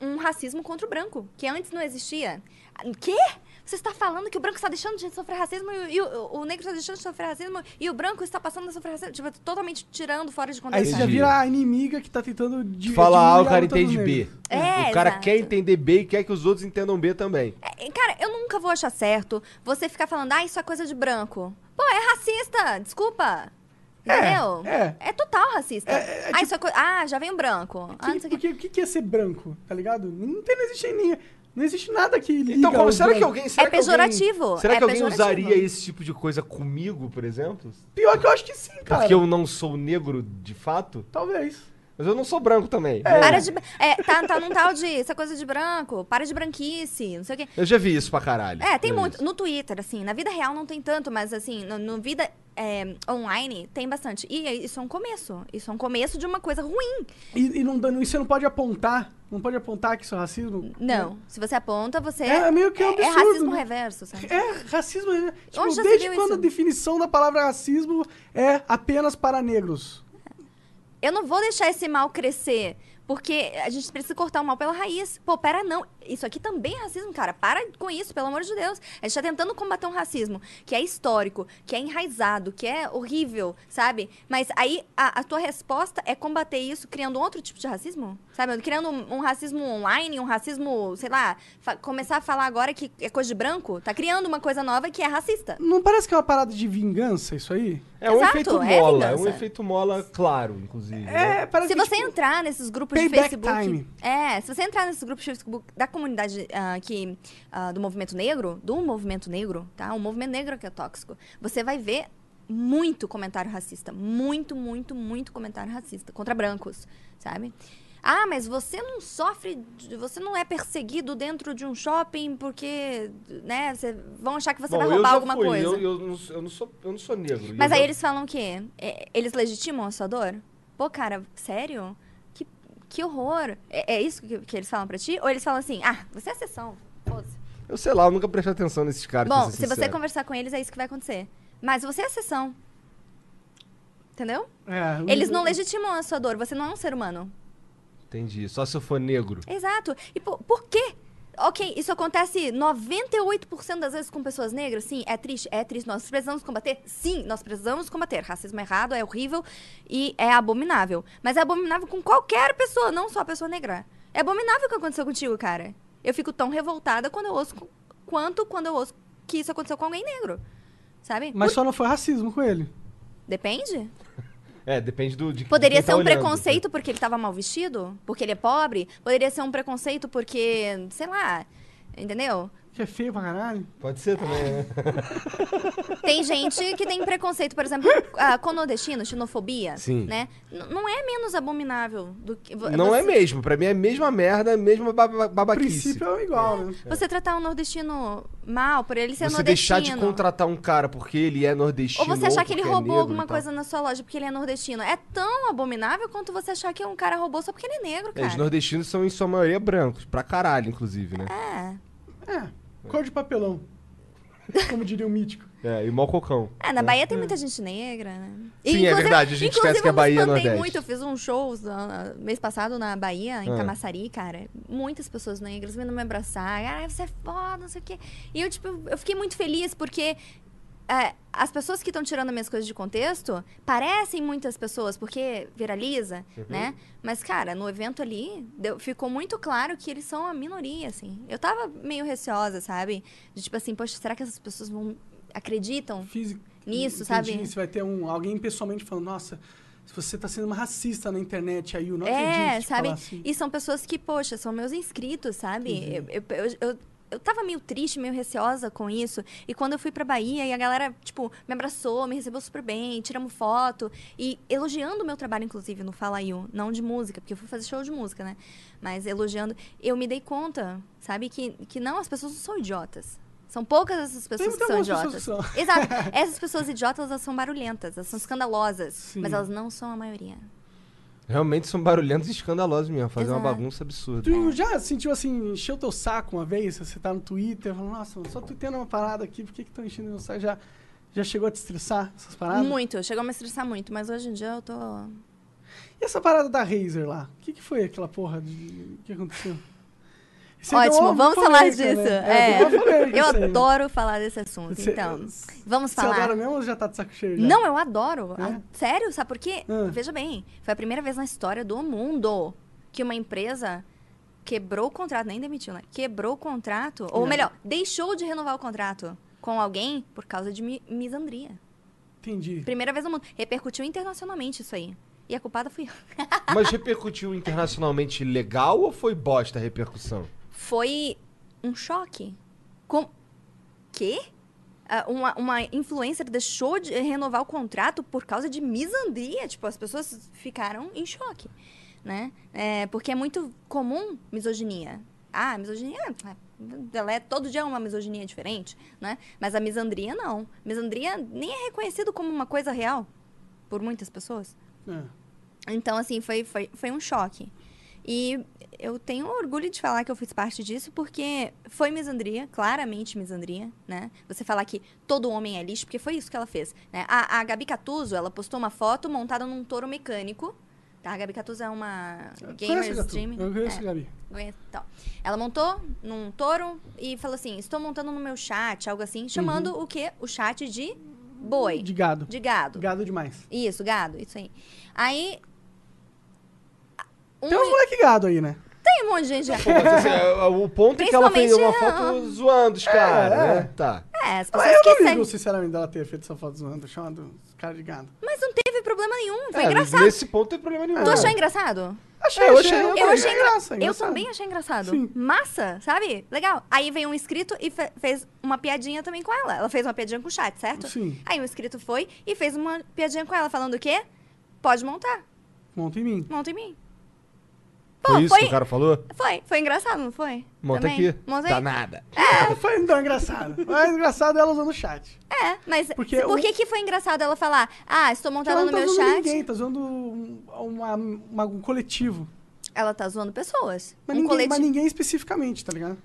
Speaker 4: um racismo contra o branco, que antes não existia. O quê? Você está falando que o branco está deixando de sofrer racismo e, o- e o, o negro está deixando de sofrer racismo e o branco está passando a sofrer racismo? Tipo, totalmente tirando fora de
Speaker 2: Aí
Speaker 4: contexto.
Speaker 2: você
Speaker 3: Entendi.
Speaker 2: já vira a inimiga que tá tentando... De,
Speaker 3: Fala A, "Ah, o
Speaker 2: diminuir a
Speaker 3: cara
Speaker 2: luta dos
Speaker 3: entende B.
Speaker 2: negros.
Speaker 4: É,
Speaker 3: o cara
Speaker 4: exato.
Speaker 3: quer entender B e quer que os outros entendam B também.
Speaker 4: É, Cara, eu nunca vou achar certo você ficar falando, ah, isso é coisa de branco. Pô, é racista, desculpa. Entendeu?
Speaker 2: é.
Speaker 4: total racista. ah, isso é coi- ah, já vem o branco. Ah, não sei o quê.
Speaker 2: Porque o que, que é ser branco, tá ligado? Não, tem, não existe nem... Não existe nada que liga
Speaker 3: Então, como,
Speaker 2: os
Speaker 3: será que
Speaker 2: brancos.
Speaker 3: alguém. Será
Speaker 4: É
Speaker 3: que alguém-
Speaker 4: pejorativo,
Speaker 3: será
Speaker 4: é
Speaker 3: que alguém
Speaker 4: pejorativo.
Speaker 3: usaria esse tipo de coisa comigo, por exemplo?
Speaker 2: Pior que eu acho que sim, cara.
Speaker 3: Porque eu não sou negro de fato?
Speaker 2: Talvez.
Speaker 3: Mas eu não sou branco também.
Speaker 4: Para de. É, tá, tá num tal de. Isso é coisa de branco. Para de branquice. Não sei o quê.
Speaker 3: Eu já vi isso pra caralho.
Speaker 4: É, tem
Speaker 3: Já vi
Speaker 4: muito.
Speaker 3: isso.
Speaker 4: No Twitter, assim, na vida real não tem tanto, mas assim, no, no vida é, online tem bastante. E isso é um começo. Isso é um começo de uma coisa ruim.
Speaker 2: E, e não, dá- e você não pode apontar. Não pode apontar que isso é racismo.
Speaker 4: Não. Se você aponta, você.
Speaker 2: É, meio que um
Speaker 4: é
Speaker 2: absurdo,
Speaker 4: racismo
Speaker 2: né?
Speaker 4: reverso, sabe?
Speaker 2: É, racismo. é- Tipo,
Speaker 4: Onde já se
Speaker 2: desde
Speaker 4: viu
Speaker 2: quando
Speaker 4: isso?
Speaker 2: a definição da palavra racismo é apenas para negros?
Speaker 4: Eu não vou deixar esse mal crescer. Porque a gente precisa cortar o mal pela raiz. Pô, pera, não. Isso aqui também é racismo, cara. Para com isso, pelo amor de Deus. A gente tá tentando combater um racismo que é histórico, que é enraizado, que é horrível, sabe? Mas aí a, a tua resposta é combater isso criando outro tipo de racismo? Sabe? Criando um, um racismo online, um racismo, sei lá, fa- começar a falar agora que é coisa de branco. Tá criando uma coisa nova que é racista.
Speaker 2: Não parece que é uma parada de vingança isso aí?
Speaker 3: É um
Speaker 4: Exato,
Speaker 3: efeito
Speaker 4: é
Speaker 3: mola. É, um
Speaker 4: vingança.
Speaker 3: efeito mola, claro, inclusive. né?
Speaker 2: É, parece
Speaker 4: Se
Speaker 2: que,
Speaker 4: você
Speaker 2: tipo,
Speaker 4: entrar nesses grupos de
Speaker 2: payback
Speaker 4: Facebook.
Speaker 2: time.
Speaker 4: É, se você entrar nesses grupos de Facebook da comunidade ah, que, ah, do movimento negro, do movimento negro, tá? O movimento negro que é tóxico, você vai ver muito comentário racista. Muito, muito, muito comentário racista. Contra brancos, sabe? Ah, mas você não sofre, de- você não é perseguido dentro de um shopping porque, né, você, vão achar que você
Speaker 3: Bom,
Speaker 4: vai
Speaker 3: eu
Speaker 4: roubar
Speaker 3: já
Speaker 4: alguma
Speaker 3: fui,
Speaker 4: coisa.
Speaker 3: Eu, eu não, eu não sou, eu não sou negro.
Speaker 4: Mas
Speaker 3: eu
Speaker 4: aí
Speaker 3: já-
Speaker 4: eles falam o quê? É, Eles legitimam a sua dor? Pô, cara, sério? Que, que horror. É, é isso que, que eles falam pra ti? Ou eles falam assim, ah, você é exceção. foda-se.
Speaker 3: Eu sei lá, eu nunca prestei atenção nesses caras. pra
Speaker 4: Bom,
Speaker 3: ser
Speaker 4: se você
Speaker 3: sincero.
Speaker 4: conversar com eles, é isso que vai acontecer. Mas você é exceção. Entendeu?
Speaker 2: é, o-
Speaker 4: Eles não legitimam a sua dor. Você não é um ser humano.
Speaker 3: Entendi. Só se eu for negro.
Speaker 4: Exato. E por, por quê? Ok, isso acontece 98% das vezes com pessoas negras? Sim, é triste, é triste. Nós precisamos combater? Sim, nós precisamos combater. Racismo é errado, é horrível e é abominável. Mas é abominável com qualquer pessoa, não só a pessoa negra. É abominável o que aconteceu contigo, cara. Eu fico tão revoltada quando eu ouço, co- quanto quando eu ouço que isso aconteceu com alguém negro. Sabe?
Speaker 2: Mas só não foi racismo com ele.
Speaker 4: Depende?
Speaker 3: É, depende do. De
Speaker 4: Poderia
Speaker 3: quem tá
Speaker 4: ser um
Speaker 3: olhando.
Speaker 4: preconceito porque ele tava mal vestido? Porque ele é pobre? Poderia ser um preconceito porque, sei lá, entendeu?
Speaker 2: Que é feio pra caralho.
Speaker 3: Pode ser também, né?
Speaker 4: Tem gente que tem preconceito, por exemplo, ah, com nordestino, xenofobia,
Speaker 3: Sim.
Speaker 4: né? N- não é menos abominável do que... vo-
Speaker 3: Não é
Speaker 4: você-
Speaker 3: mesmo. Pra mim é a mesma merda, a mesma ba- ba-
Speaker 2: O
Speaker 3: babaquice.
Speaker 2: princípio é igual, né?
Speaker 4: Você tratar um nordestino mal, por ele ser
Speaker 3: Você
Speaker 4: nordestino.
Speaker 3: deixar de contratar um cara porque ele é nordestino.
Speaker 4: Ou você achar que ele
Speaker 3: porque é
Speaker 4: roubou
Speaker 3: negro e
Speaker 4: alguma
Speaker 3: tal.
Speaker 4: coisa na sua loja porque ele é nordestino. É tão abominável quanto você achar que um cara roubou só porque ele é negro,
Speaker 3: É,
Speaker 4: cara.
Speaker 3: os nordestinos são, em sua maioria, brancos. Pra caralho, inclusive, né?
Speaker 4: É.
Speaker 2: É, cor de papelão. como diria o mítico.
Speaker 3: É, e mal cocão.
Speaker 4: É, na Bahia tem muita gente negra, né?
Speaker 3: Sim, é verdade, a gente
Speaker 4: inclusive,
Speaker 3: esquece que a Bahia é
Speaker 4: eu me espantei
Speaker 3: Nordeste.
Speaker 4: muito, eu fiz um show ah, mês passado na Bahia, em
Speaker 3: Ah.
Speaker 4: Camaçari, cara. Muitas pessoas negras vindo me abraçar. Ah, você é foda, não sei o quê. E eu, tipo, eu fiquei muito feliz porque... é, as pessoas que estão tirando minhas coisas de contexto parecem muitas pessoas, porque viraliza,
Speaker 3: Uhum.
Speaker 4: né? Mas, cara, no evento ali, deu- ficou muito claro que eles são a minoria, assim. Eu tava meio receosa, sabe? De tipo assim, poxa, será que essas pessoas vão. acreditam
Speaker 2: Físico.
Speaker 4: Nisso,
Speaker 2: entendi.
Speaker 4: sabe?
Speaker 2: Se vai ter um, alguém pessoalmente falando, nossa, se você tá sendo uma racista na internet aí, eu não
Speaker 4: É,
Speaker 2: acredito. tipo,
Speaker 4: sabe?
Speaker 2: falar assim. Uhum.
Speaker 4: E são pessoas que, poxa, são meus inscritos, sabe? Eu, eu, eu, eu, eu tava meio triste, meio receosa com isso. E quando eu fui pra Bahia e a galera, tipo, me abraçou, me recebeu super bem, tiramos foto. E elogiando o meu trabalho, inclusive, no Fala You. Não de música, porque eu fui fazer show de música, né? Mas elogiando. Eu me dei conta, sabe? Que, que não, as pessoas não são idiotas. São poucas essas pessoas
Speaker 2: tem
Speaker 4: que são
Speaker 2: algumas
Speaker 4: idiotas.
Speaker 2: pessoas que
Speaker 4: Exato. Essas pessoas idiotas, elas são barulhentas, elas são escandalosas.
Speaker 2: Sim.
Speaker 4: Mas elas não são a maioria.
Speaker 3: Realmente são barulhentos e escandalosos mesmo. Fazer uma
Speaker 4: Exato.
Speaker 3: bagunça absurda.
Speaker 2: Tu já sentiu assim, encheu teu saco uma vez? Você tá no Twitter, falando, nossa, só tu tendo uma parada aqui, por que que tão enchendo meu saco? Já, já chegou a te estressar essas paradas?
Speaker 4: Muito, chegou a me estressar muito, mas hoje em dia eu tô.
Speaker 2: E essa parada da Razer lá? O que, que foi aquela porra? De... O que aconteceu? Isso aí deu
Speaker 4: Ótimo,
Speaker 2: uma
Speaker 4: vamos falar
Speaker 2: polêmica,
Speaker 4: disso.
Speaker 2: né?
Speaker 4: É,
Speaker 2: deu uma polêmica
Speaker 4: eu
Speaker 2: isso aí.
Speaker 4: adoro falar desse assunto.
Speaker 2: Você-
Speaker 4: então, vamos
Speaker 2: Você adora
Speaker 4: falar.
Speaker 2: mesmo ou já tá de saco cheio? já?
Speaker 4: Não, eu adoro.
Speaker 2: É?
Speaker 4: Ah, Sério, sabe por quê?
Speaker 2: Ah.
Speaker 4: Veja bem, foi a primeira vez na história do mundo que uma empresa quebrou o contrato, nem demitiu, né? Quebrou o contrato, ou
Speaker 2: Não.
Speaker 4: melhor, deixou de renovar o contrato com alguém por causa de mi- misandria.
Speaker 2: Entendi.
Speaker 4: Primeira vez no mundo. Repercutiu internacionalmente isso aí. E a culpada fui eu.
Speaker 3: Mas repercutiu internacionalmente legal ou foi bosta a repercussão?
Speaker 4: foi um choque. Com... Quê? Ah, Uma, uma influencer deixou de renovar o contrato por causa de misandria. Tipo, as pessoas ficaram em choque, né? É, porque é muito comum misoginia. Ah, misoginia... ah, Ela é todo dia é uma misoginia diferente, né? Mas a misandria, não. Misandria nem é reconhecido como uma coisa real por muitas pessoas.
Speaker 2: É.
Speaker 4: Então, assim, foi, foi, foi um choque. E eu tenho orgulho de falar que eu fiz parte disso, porque foi misandria, claramente misandria, né? Você falar que todo homem é lixo, porque foi isso que ela fez. Né? A, a Gabi Catuso, ela postou uma foto montada num touro mecânico. Tá? A Gabi Catuso é uma
Speaker 2: Conhece,
Speaker 4: gamer
Speaker 2: Gatu?
Speaker 4: streaming.
Speaker 2: Eu conheço,
Speaker 4: É.
Speaker 2: a Gabi.
Speaker 4: Aguenta, Então, ela montou num touro e falou assim: estou montando no meu chat, algo assim, chamando o quê? O chat de boi,
Speaker 2: Uhum. De gado.
Speaker 4: de gado.
Speaker 2: Gado demais.
Speaker 4: Isso, gado, isso aí. Aí. Um,
Speaker 3: Então
Speaker 2: Tem uns moleque gado aí, né?
Speaker 4: tem um monte de gente.
Speaker 3: Pô, mas, assim, é, o ponto é que ela fez uma
Speaker 4: Principalmente,
Speaker 3: foto zoando os caras,
Speaker 2: é.
Speaker 3: né? Tá.
Speaker 4: É,
Speaker 2: Mas
Speaker 4: as pessoas
Speaker 2: eu não
Speaker 4: esquecem.
Speaker 2: ligo, sinceramente, dela ter feito essa foto zoando, chamando os caras de gado.
Speaker 4: Mas não teve problema nenhum. Foi
Speaker 3: É,
Speaker 4: engraçado.
Speaker 3: Nesse ponto não tem problema nenhum.
Speaker 4: Tu achou engraçado?
Speaker 2: Achei,
Speaker 3: É, eu achei-
Speaker 2: achei. é
Speaker 4: eu achei
Speaker 2: graça.
Speaker 4: Eu também achei engraçado.
Speaker 2: Sim.
Speaker 4: Massa, sabe? Legal. Aí veio um inscrito e fe- fez uma piadinha também com ela. Ela fez uma piadinha com o chat, certo?
Speaker 2: Sim.
Speaker 4: Aí um inscrito foi e fez uma piadinha com ela, falando o quê? Pode montar.
Speaker 2: Monta em mim.
Speaker 4: Monta em mim. Pô,
Speaker 3: Foi isso
Speaker 4: foi,
Speaker 3: que o cara falou?
Speaker 4: foi, foi engraçado, não foi?
Speaker 3: Monta
Speaker 4: Também.
Speaker 3: aqui. Tá
Speaker 4: Monta aí.
Speaker 3: Danada.
Speaker 2: Não foi tão engraçado. Mas engraçado é ela usando o chat.
Speaker 4: É, mas
Speaker 2: Porque
Speaker 4: por
Speaker 2: o-
Speaker 4: que, que foi engraçado ela falar, ah, estou
Speaker 2: Porque
Speaker 4: montada
Speaker 2: ela
Speaker 4: no
Speaker 2: não tá
Speaker 4: meu
Speaker 2: zoando
Speaker 4: chat?
Speaker 2: ninguém, tá zoando um, uma- uma- um coletivo.
Speaker 4: Ela tá zoando pessoas.
Speaker 2: Mas,
Speaker 4: um
Speaker 2: ninguém,
Speaker 4: colete.
Speaker 2: mas ninguém especificamente, tá ligado?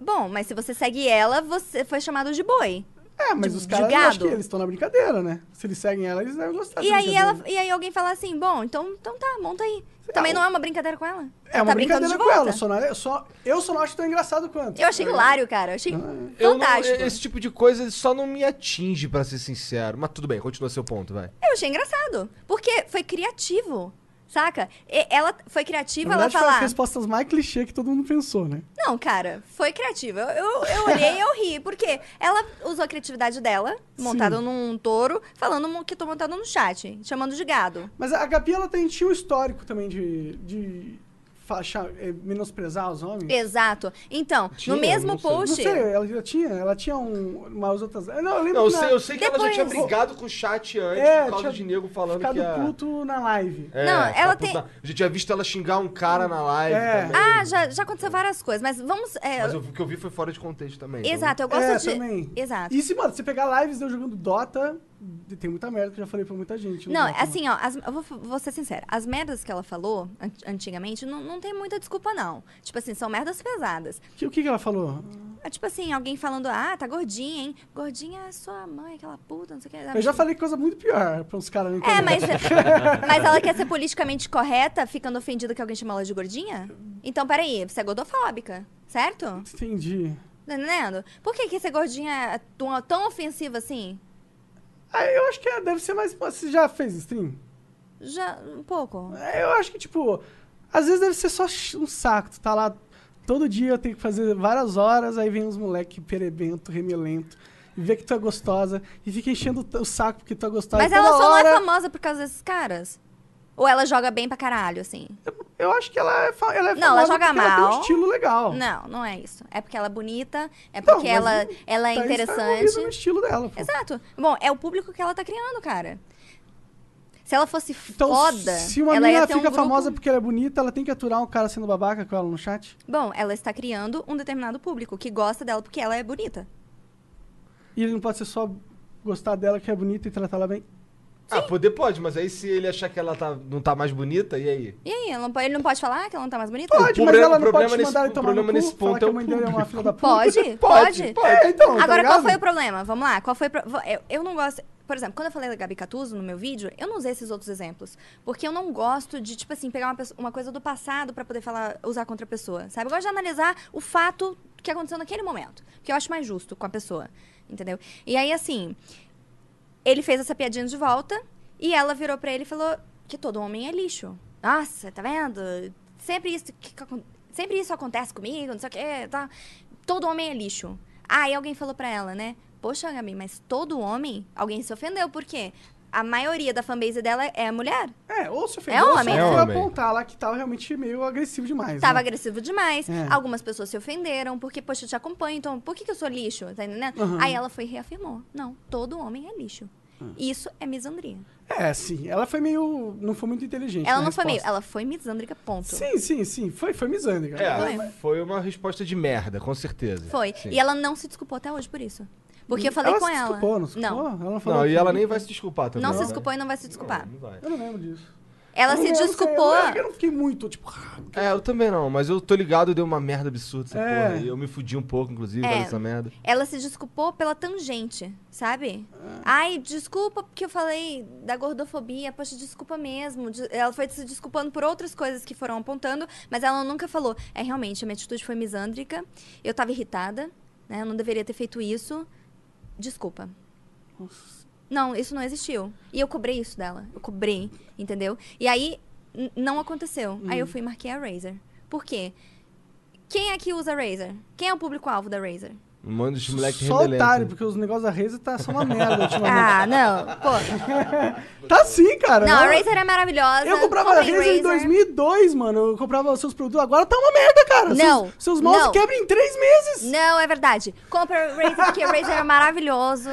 Speaker 4: Bom, mas se você segue ela, você foi chamado de boi.
Speaker 2: É, mas
Speaker 4: De-
Speaker 2: os
Speaker 4: de
Speaker 2: caras, eu acho
Speaker 4: gado.
Speaker 2: que eles estão na brincadeira, né? Se eles seguem ela, eles devem gostar.
Speaker 4: e
Speaker 2: da
Speaker 4: aí
Speaker 2: brincadeira.
Speaker 4: ela e aí alguém fala assim, bom, então, então tá, monta aí. Também não é uma brincadeira com ela?
Speaker 2: É
Speaker 4: Ela
Speaker 2: uma
Speaker 4: tá brincando
Speaker 2: brincadeira
Speaker 4: de
Speaker 2: com ela,
Speaker 4: volta.
Speaker 2: só é. não- eu só, eu só não acho tão engraçado quanto. Tá
Speaker 4: Eu achei hilário, cara. Eu achei
Speaker 2: Ah,
Speaker 3: Eu não-
Speaker 4: fantástico. Eu,
Speaker 3: esse tipo de coisa só não me atinge, pra ser sincero. Mas tudo bem, continua seu ponto, vai.
Speaker 4: achei engraçado. Porque foi criativo. Saca? E- ela foi criativa,
Speaker 2: Na
Speaker 4: ela
Speaker 2: verdade, foi as
Speaker 4: falar.
Speaker 2: respostas mais clichê que todo mundo pensou, né?
Speaker 4: Não, cara, foi criativa. Eu, eu, eu olhei e eu ri, porque ela usou a criatividade dela, montada num touro, falando mo- que tô montada no chat, chamando de gado.
Speaker 2: Mas a Gabi, ela tem, tinha um histórico também de, de fa- cha- eh, menosprezar os homens.
Speaker 4: É, Exato. Então,
Speaker 3: Tinha?
Speaker 4: no mesmo
Speaker 3: Não sei.
Speaker 2: Não
Speaker 4: post.
Speaker 2: sei, ela já tinha, ela tinha um, umas outras... eh, Não, eu lembro
Speaker 3: Não, eu
Speaker 2: que na-
Speaker 3: sei, eu sei que ela já tinha
Speaker 4: Depois-
Speaker 3: brigado com o chat antes
Speaker 2: É,
Speaker 3: por causa
Speaker 2: tinha
Speaker 3: de nego falando
Speaker 2: ficado
Speaker 3: que a...
Speaker 2: puto na live.
Speaker 3: É,
Speaker 4: Não,
Speaker 3: essa
Speaker 4: ela
Speaker 3: puta-
Speaker 4: tem-
Speaker 3: Eu já tinha visto ela xingar um cara na live
Speaker 2: É.
Speaker 3: também.
Speaker 4: Ah, já, já aconteceu várias coisas, mas vamos. é,
Speaker 3: Mas eu- o que eu vi foi fora de contexto também. então-
Speaker 4: Exato, eu gosto
Speaker 2: é,
Speaker 4: de.
Speaker 2: também.
Speaker 4: Exato.
Speaker 2: E se, mano, você pegar lives de eu jogando Dota, de- tem muita merda que eu já falei pra muita gente. no
Speaker 4: Não,
Speaker 2: Dota,
Speaker 4: assim, ó, as- eu vou, f- vou ser sincera. As merdas que ela falou an- antigamente não, não tem muita desculpa, não. Tipo assim, são merdas pesadas.
Speaker 2: Que- o que, que ela falou?
Speaker 4: É Tipo assim, alguém falando, ah, tá gordinha, hein? Gordinha é sua mãe, aquela puta, não sei o que.
Speaker 2: Eu já falei coisa muito pior pra uns caras na
Speaker 4: Tá É,
Speaker 2: internet.
Speaker 4: mas, é- mas ela quer ser politicamente correta, ficando ofendida que alguém chama ela de gordinha? Então, peraí, você é gordofóbica, certo?
Speaker 2: Entendi.
Speaker 4: Tá entendendo? Por que, que ser gordinha é tão, tão ofensiva assim?
Speaker 2: Ah, eu acho que é, deve ser mais. Você já fez stream?
Speaker 4: Já, um pouco.
Speaker 2: É, Eu acho que, tipo, às vezes deve ser só ch- um saco. Tu tá lá todo dia, eu tenho que fazer várias horas, aí vem uns moleque perebento, remelento, e vê que tu é gostosa e fica enchendo o t- o saco porque tu é gostosa.
Speaker 4: Mas
Speaker 2: e toda
Speaker 4: ela só não é
Speaker 2: hora-
Speaker 4: famosa por causa desses caras? Ou ela joga bem pra caralho, assim?
Speaker 2: Eu acho que ela é, fa ela é
Speaker 4: Não, ela
Speaker 2: famosa
Speaker 4: joga
Speaker 2: porque ela tem um
Speaker 4: mal.
Speaker 2: estilo legal.
Speaker 4: Não, não é isso. É porque ela é bonita, é porque
Speaker 2: mas
Speaker 4: ela,
Speaker 2: não-
Speaker 4: ela é
Speaker 2: Tá, isso tá envolvido no
Speaker 4: interessante.
Speaker 2: estilo dela, pô.
Speaker 4: Exato. Bom, é o público que ela tá criando, cara. Se ela fosse
Speaker 2: Então,
Speaker 4: é foda,
Speaker 2: se uma
Speaker 4: ela
Speaker 2: menina
Speaker 4: ia ter um
Speaker 2: fica
Speaker 4: grupo-
Speaker 2: famosa porque ela é bonita, ela tem que aturar um cara sendo babaca com ela no chat.
Speaker 4: Bom, ela está criando um determinado público que gosta dela porque ela é bonita.
Speaker 2: E ele não pode ser só gostar dela que é bonita e tratar ela bem.
Speaker 3: Ah, poder pode, mas aí se ele achar que ela tá, não tá mais bonita, e aí?
Speaker 4: E aí, ela não po- ele não pode falar que ela não tá mais bonita?
Speaker 2: Pode, mas
Speaker 3: problema-
Speaker 2: ela
Speaker 3: o
Speaker 2: não
Speaker 3: problema
Speaker 2: pode te
Speaker 3: nesse-
Speaker 2: mandar ele
Speaker 3: o
Speaker 2: tomar no cu,
Speaker 3: problema nesse
Speaker 2: falar
Speaker 3: ponto
Speaker 2: que
Speaker 3: é
Speaker 2: a
Speaker 3: o
Speaker 2: mãe dele é uma filha da puta.
Speaker 4: Pode, pode.
Speaker 2: É, então, tá
Speaker 4: Agora, qual
Speaker 2: ligado?
Speaker 4: foi o problema? Vamos lá, qual foi o pro... vo- eu, eu não gosto... Por exemplo, quando eu falei da Gabi Catuzzo no meu vídeo, eu não usei esses outros exemplos. Porque eu não gosto de, tipo assim, pegar uma, pesso- uma coisa do passado pra poder falar, usar contra a pessoa, sabe? Eu gosto de analisar o fato que aconteceu naquele momento. Que eu acho mais justo com a pessoa, entendeu? E aí, assim, ele fez essa piadinha de volta e ela virou pra ele e falou que todo homem é lixo. Nossa, tá vendo? Sempre isso, que- que acon- sempre isso acontece comigo, não sei o que, tá? Todo homem é lixo. Aí alguém falou pra ela, né? Poxa, Gabi, mas todo homem, alguém se ofendeu, por quê? A maioria da fanbase dela é mulher.
Speaker 2: É, ou se
Speaker 4: É
Speaker 2: ofendeu, ou se
Speaker 4: homem.
Speaker 3: É
Speaker 2: foi
Speaker 3: homem.
Speaker 2: apontar lá que tava realmente meio agressivo demais.
Speaker 4: Tava
Speaker 2: né?
Speaker 4: agressivo demais.
Speaker 2: É.
Speaker 4: Algumas pessoas se ofenderam, porque, poxa, eu te acompanho, então por que, que eu sou lixo? Tá entendendo?
Speaker 2: Aham. Ah.
Speaker 4: Aí ela foi e reafirmou: não, todo homem é lixo. Isso é misandria.
Speaker 2: É, sim. Ela foi meio... Não foi muito inteligente
Speaker 4: Ela
Speaker 2: na
Speaker 4: não foi meio,
Speaker 2: né, resposta.
Speaker 4: ela foi misandrica, ponto.
Speaker 2: Sim, sim, sim. Foi, foi misândrica.
Speaker 3: É,
Speaker 4: Foi.
Speaker 3: foi uma resposta de merda, com certeza.
Speaker 4: Foi.
Speaker 3: Sim.
Speaker 4: E ela não se desculpou até hoje por isso. Porque eu falei
Speaker 2: ela
Speaker 4: com
Speaker 2: se
Speaker 4: ela.
Speaker 2: Desculpou, não, se
Speaker 4: não,
Speaker 2: desculpou? Ela não falou
Speaker 3: Não, e
Speaker 2: que-
Speaker 3: ela nem vai se desculpar também.
Speaker 4: não se
Speaker 3: né?
Speaker 4: desculpou e não vai se desculpar.
Speaker 3: Não, não vai.
Speaker 2: Eu não lembro disso.
Speaker 4: Ela
Speaker 2: Eu
Speaker 4: se
Speaker 2: não lembro,
Speaker 4: desculpou.
Speaker 2: Eu, eu não fiquei muito, tipo... ah,
Speaker 3: É, eu também não, mas eu tô ligado, deu uma merda absurda essa
Speaker 2: É.
Speaker 3: porra. E eu me fudi um pouco, inclusive,
Speaker 4: É.
Speaker 3: por causa dessa merda.
Speaker 4: Ela se desculpou pela tangente, sabe? Ai, desculpa porque eu falei da gordofobia. Poxa, desculpa mesmo. De- Ela foi se desculpando por outras coisas que foram apontando, mas ela nunca falou. É, realmente, a minha atitude foi misândrica. Eu tava irritada, né? Eu não deveria ter feito isso. Desculpa.
Speaker 2: nossa.
Speaker 4: Não, isso não existiu. E eu cobrei isso dela. Eu cobrei, entendeu? E aí, n- não aconteceu. Aí eu fui e marquei a Razer. Por quê? Quem é que usa Razer? Quem é o público-alvo da Razer?
Speaker 3: Um monte de moleque né?
Speaker 2: Só
Speaker 3: rebelento.
Speaker 2: otário, porque os negócios da Razer tá só uma merda ultimamente.
Speaker 4: Ah, não. Pô.
Speaker 2: Tá sim, cara.
Speaker 4: Não, a
Speaker 2: Ela-
Speaker 4: Razer é maravilhosa.
Speaker 2: Eu comprava a
Speaker 4: comprei
Speaker 2: Razer em 2002, mano. Eu comprava os seus produtos. Agora tá uma merda, cara.
Speaker 4: Não,
Speaker 2: Seus, seus mouse
Speaker 4: não.
Speaker 2: quebram em três meses.
Speaker 4: Não, é verdade. Compra a Razer, porque a Razer é maravilhoso.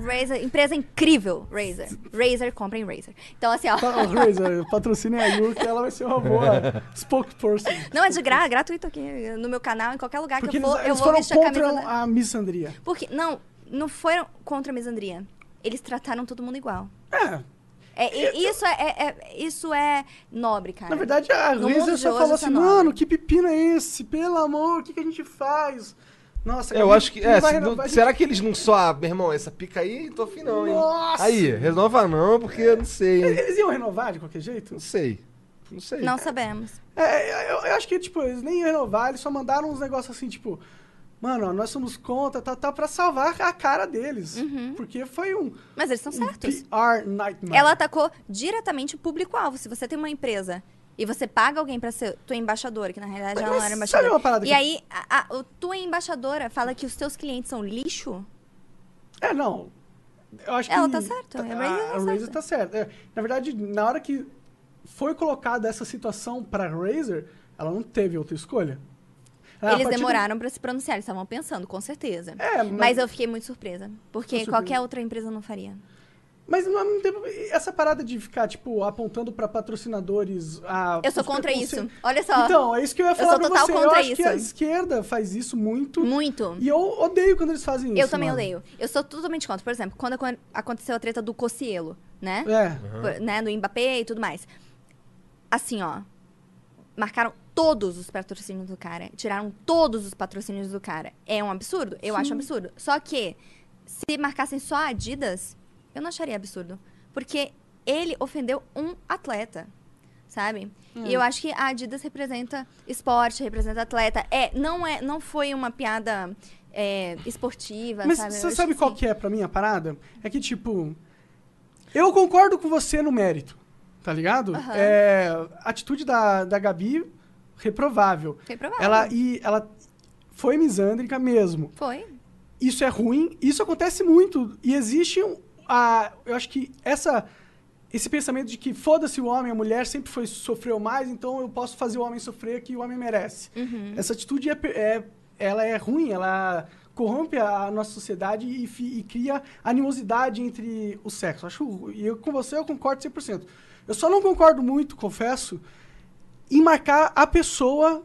Speaker 4: Razer, empresa incrível, Razer. Razer, comprem Razer. Então, assim, ó.
Speaker 2: Pa- ó, Tá, Razer, patrocine a Yu, que ela vai ser uma boa spokesperson.
Speaker 4: Não é de graça, gratuito aqui no meu canal, em qualquer lugar
Speaker 2: Porque
Speaker 4: que eu
Speaker 2: eles,
Speaker 4: for, eu
Speaker 2: eles
Speaker 4: vou
Speaker 2: foram
Speaker 4: vestir a camisa
Speaker 2: contra
Speaker 4: da...
Speaker 2: a missandria.
Speaker 4: Porque, não, não foram contra a misandria. Eles trataram todo mundo igual.
Speaker 2: É,
Speaker 4: É, e- isso, é, é- é- isso é nobre, cara.
Speaker 2: na verdade a
Speaker 4: No mundo
Speaker 2: Razer
Speaker 4: de
Speaker 2: só
Speaker 4: hoje,
Speaker 2: falou
Speaker 4: isso é
Speaker 2: assim,
Speaker 4: nobre.
Speaker 2: mano, que pepino é esse? Pelo amor, o que, que a gente faz? Nossa,
Speaker 3: Eu
Speaker 2: cara,
Speaker 3: acho que.
Speaker 2: não vai
Speaker 3: É, se não-
Speaker 2: renovar, a gente-
Speaker 3: será que eles não só. ah, Meu irmão, essa pica aí, tô afim não, hein?
Speaker 2: Nossa!
Speaker 3: Aí, renova não, porque eu não sei, hein?
Speaker 2: Eles iam renovar de qualquer jeito?
Speaker 3: Não sei. Não sei.
Speaker 4: Não sabemos.
Speaker 2: É, eu, eu acho que, tipo, eles nem iam renovar, eles só mandaram uns negócios assim, tipo, mano, ó, nós somos contra, tá, tá pra salvar a cara deles.
Speaker 4: Uhum.
Speaker 2: Porque foi um,
Speaker 4: Mas eles estão
Speaker 2: um
Speaker 4: certos.
Speaker 2: PR nightmare.
Speaker 4: Tá Ela atacou diretamente o público-alvo. Se você tem uma empresa e você paga alguém pra ser tua embaixadora, que na realidade
Speaker 2: Mas-
Speaker 4: ela
Speaker 2: mas
Speaker 4: não era
Speaker 2: sabe
Speaker 4: embaixadora.
Speaker 2: uma parada
Speaker 4: e
Speaker 2: que-
Speaker 4: aí, a, a- o- tua embaixadora fala que os teus clientes são lixo?
Speaker 2: É, não. Eu acho
Speaker 4: Ela
Speaker 2: que
Speaker 4: tá certa, a
Speaker 2: tá-
Speaker 4: Razer tá
Speaker 2: a Razer
Speaker 4: certa.
Speaker 2: tá certa. É, na verdade, na hora que foi colocada essa situação pra Razer, ela não teve outra escolha. Ah, a partir
Speaker 4: eles
Speaker 2: do-
Speaker 4: demoraram pra se pronunciar, eles estavam pensando, com certeza.
Speaker 2: É,
Speaker 4: mas...
Speaker 2: mas-
Speaker 4: eu fiquei muito surpresa. Porque
Speaker 2: Ficou surpresa.
Speaker 4: qualquer outra empresa não faria.
Speaker 2: Mas ao mesmo tempo, essa parada de ficar, tipo, apontando pra patrocinadores a.
Speaker 4: Eu sou
Speaker 2: os
Speaker 4: contra
Speaker 2: preconce-
Speaker 4: isso. Olha só.
Speaker 2: Então, é isso que eu ia falar
Speaker 4: sou
Speaker 2: pra
Speaker 4: total
Speaker 2: você. eu
Speaker 4: contra
Speaker 2: acho que
Speaker 4: isso.
Speaker 2: a esquerda faz isso muito.
Speaker 4: Muito.
Speaker 2: E eu odeio quando eles fazem isso.
Speaker 4: Eu também
Speaker 2: mano.
Speaker 4: odeio. Eu sou totalmente contra. Por exemplo, quando acon- aconteceu a treta do Cocielo, né?
Speaker 2: É.
Speaker 4: Por- né? Do Mbappé e tudo mais. Assim, ó. Marcaram todos os patrocínios do cara. Tiraram todos os patrocínios do cara. É um absurdo? Eu acho um absurdo. Só que, se marcassem só a Adidas, eu não acharia absurdo. Porque ele ofendeu um atleta, sabe? E eu
Speaker 2: É.
Speaker 4: acho que a Adidas representa esporte, representa atleta. É, não, é, não foi uma piada é, esportiva,
Speaker 2: Mas
Speaker 4: sabe?
Speaker 2: você
Speaker 4: né? Eu acho
Speaker 2: sabe
Speaker 4: que
Speaker 2: qual
Speaker 4: sim.
Speaker 2: que é pra mim a parada? É que, tipo, eu concordo com você no mérito, tá ligado?
Speaker 4: Aham.
Speaker 2: É, a atitude da, da Gabi, reprovável.
Speaker 4: Foi provável.
Speaker 2: é? Ela, e, ela foi misândrica mesmo.
Speaker 4: Foi.
Speaker 2: isso é ruim, isso acontece muito. E existe um- a, eu acho que essa esse pensamento de que foda-se o homem, a mulher sempre foi sofreu mais, então eu posso fazer o homem sofrer que o homem merece. Essa atitude é, pe- é- ela é ruim, ela corrompe a nossa sociedade e, fi- e cria animosidade entre o sexo. Acho ru- e eu com você eu concordo 100%. Eu só não concordo muito, confesso, em marcar a pessoa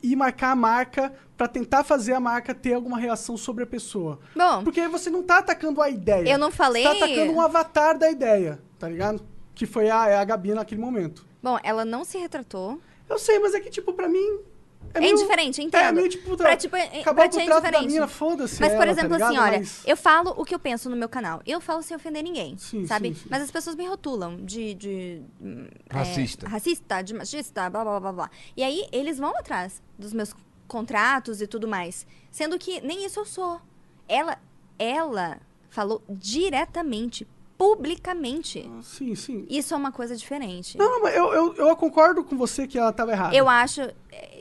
Speaker 2: e marcar a marca pra tentar fazer a marca ter alguma reação sobre a pessoa.
Speaker 4: Bom,
Speaker 2: Porque aí você não tá atacando a ideia.
Speaker 4: eu não falei...
Speaker 2: Tá atacando um avatar da ideia, tá ligado? Que foi a, é a Gabi naquele momento.
Speaker 4: Bom, ela não se retratou.
Speaker 2: Eu sei, mas é que, tipo, pra mim.
Speaker 4: É,
Speaker 2: meio-
Speaker 4: indiferente, entendo.
Speaker 2: É meio tipo.
Speaker 4: Pra, tipo, é-
Speaker 2: acabar
Speaker 4: pra
Speaker 2: com
Speaker 4: ti
Speaker 2: o
Speaker 4: é
Speaker 2: contrato da
Speaker 4: indiferente.
Speaker 2: mina, foda-se.
Speaker 4: Mas, por
Speaker 2: ela, tá
Speaker 4: exemplo,
Speaker 2: ligado?
Speaker 4: assim, olha,
Speaker 2: Mas-
Speaker 4: eu falo o que eu penso no meu canal. Eu falo sem ofender ninguém,
Speaker 2: Sim,
Speaker 4: sabe?
Speaker 2: sim, sim.
Speaker 4: Mas as pessoas me rotulam de... de, hum, é,
Speaker 3: Racista.
Speaker 4: racista, de machista, blá, blá, blá, blá. E aí, eles vão atrás dos meus contratos e tudo mais. Sendo que nem isso eu sou. Ela, ela falou diretamente, publicamente.
Speaker 2: Sim, sim.
Speaker 4: Isso é uma coisa diferente.
Speaker 2: Não, não, mas eu, eu, eu concordo com você que ela tava errada.
Speaker 4: Eu acho...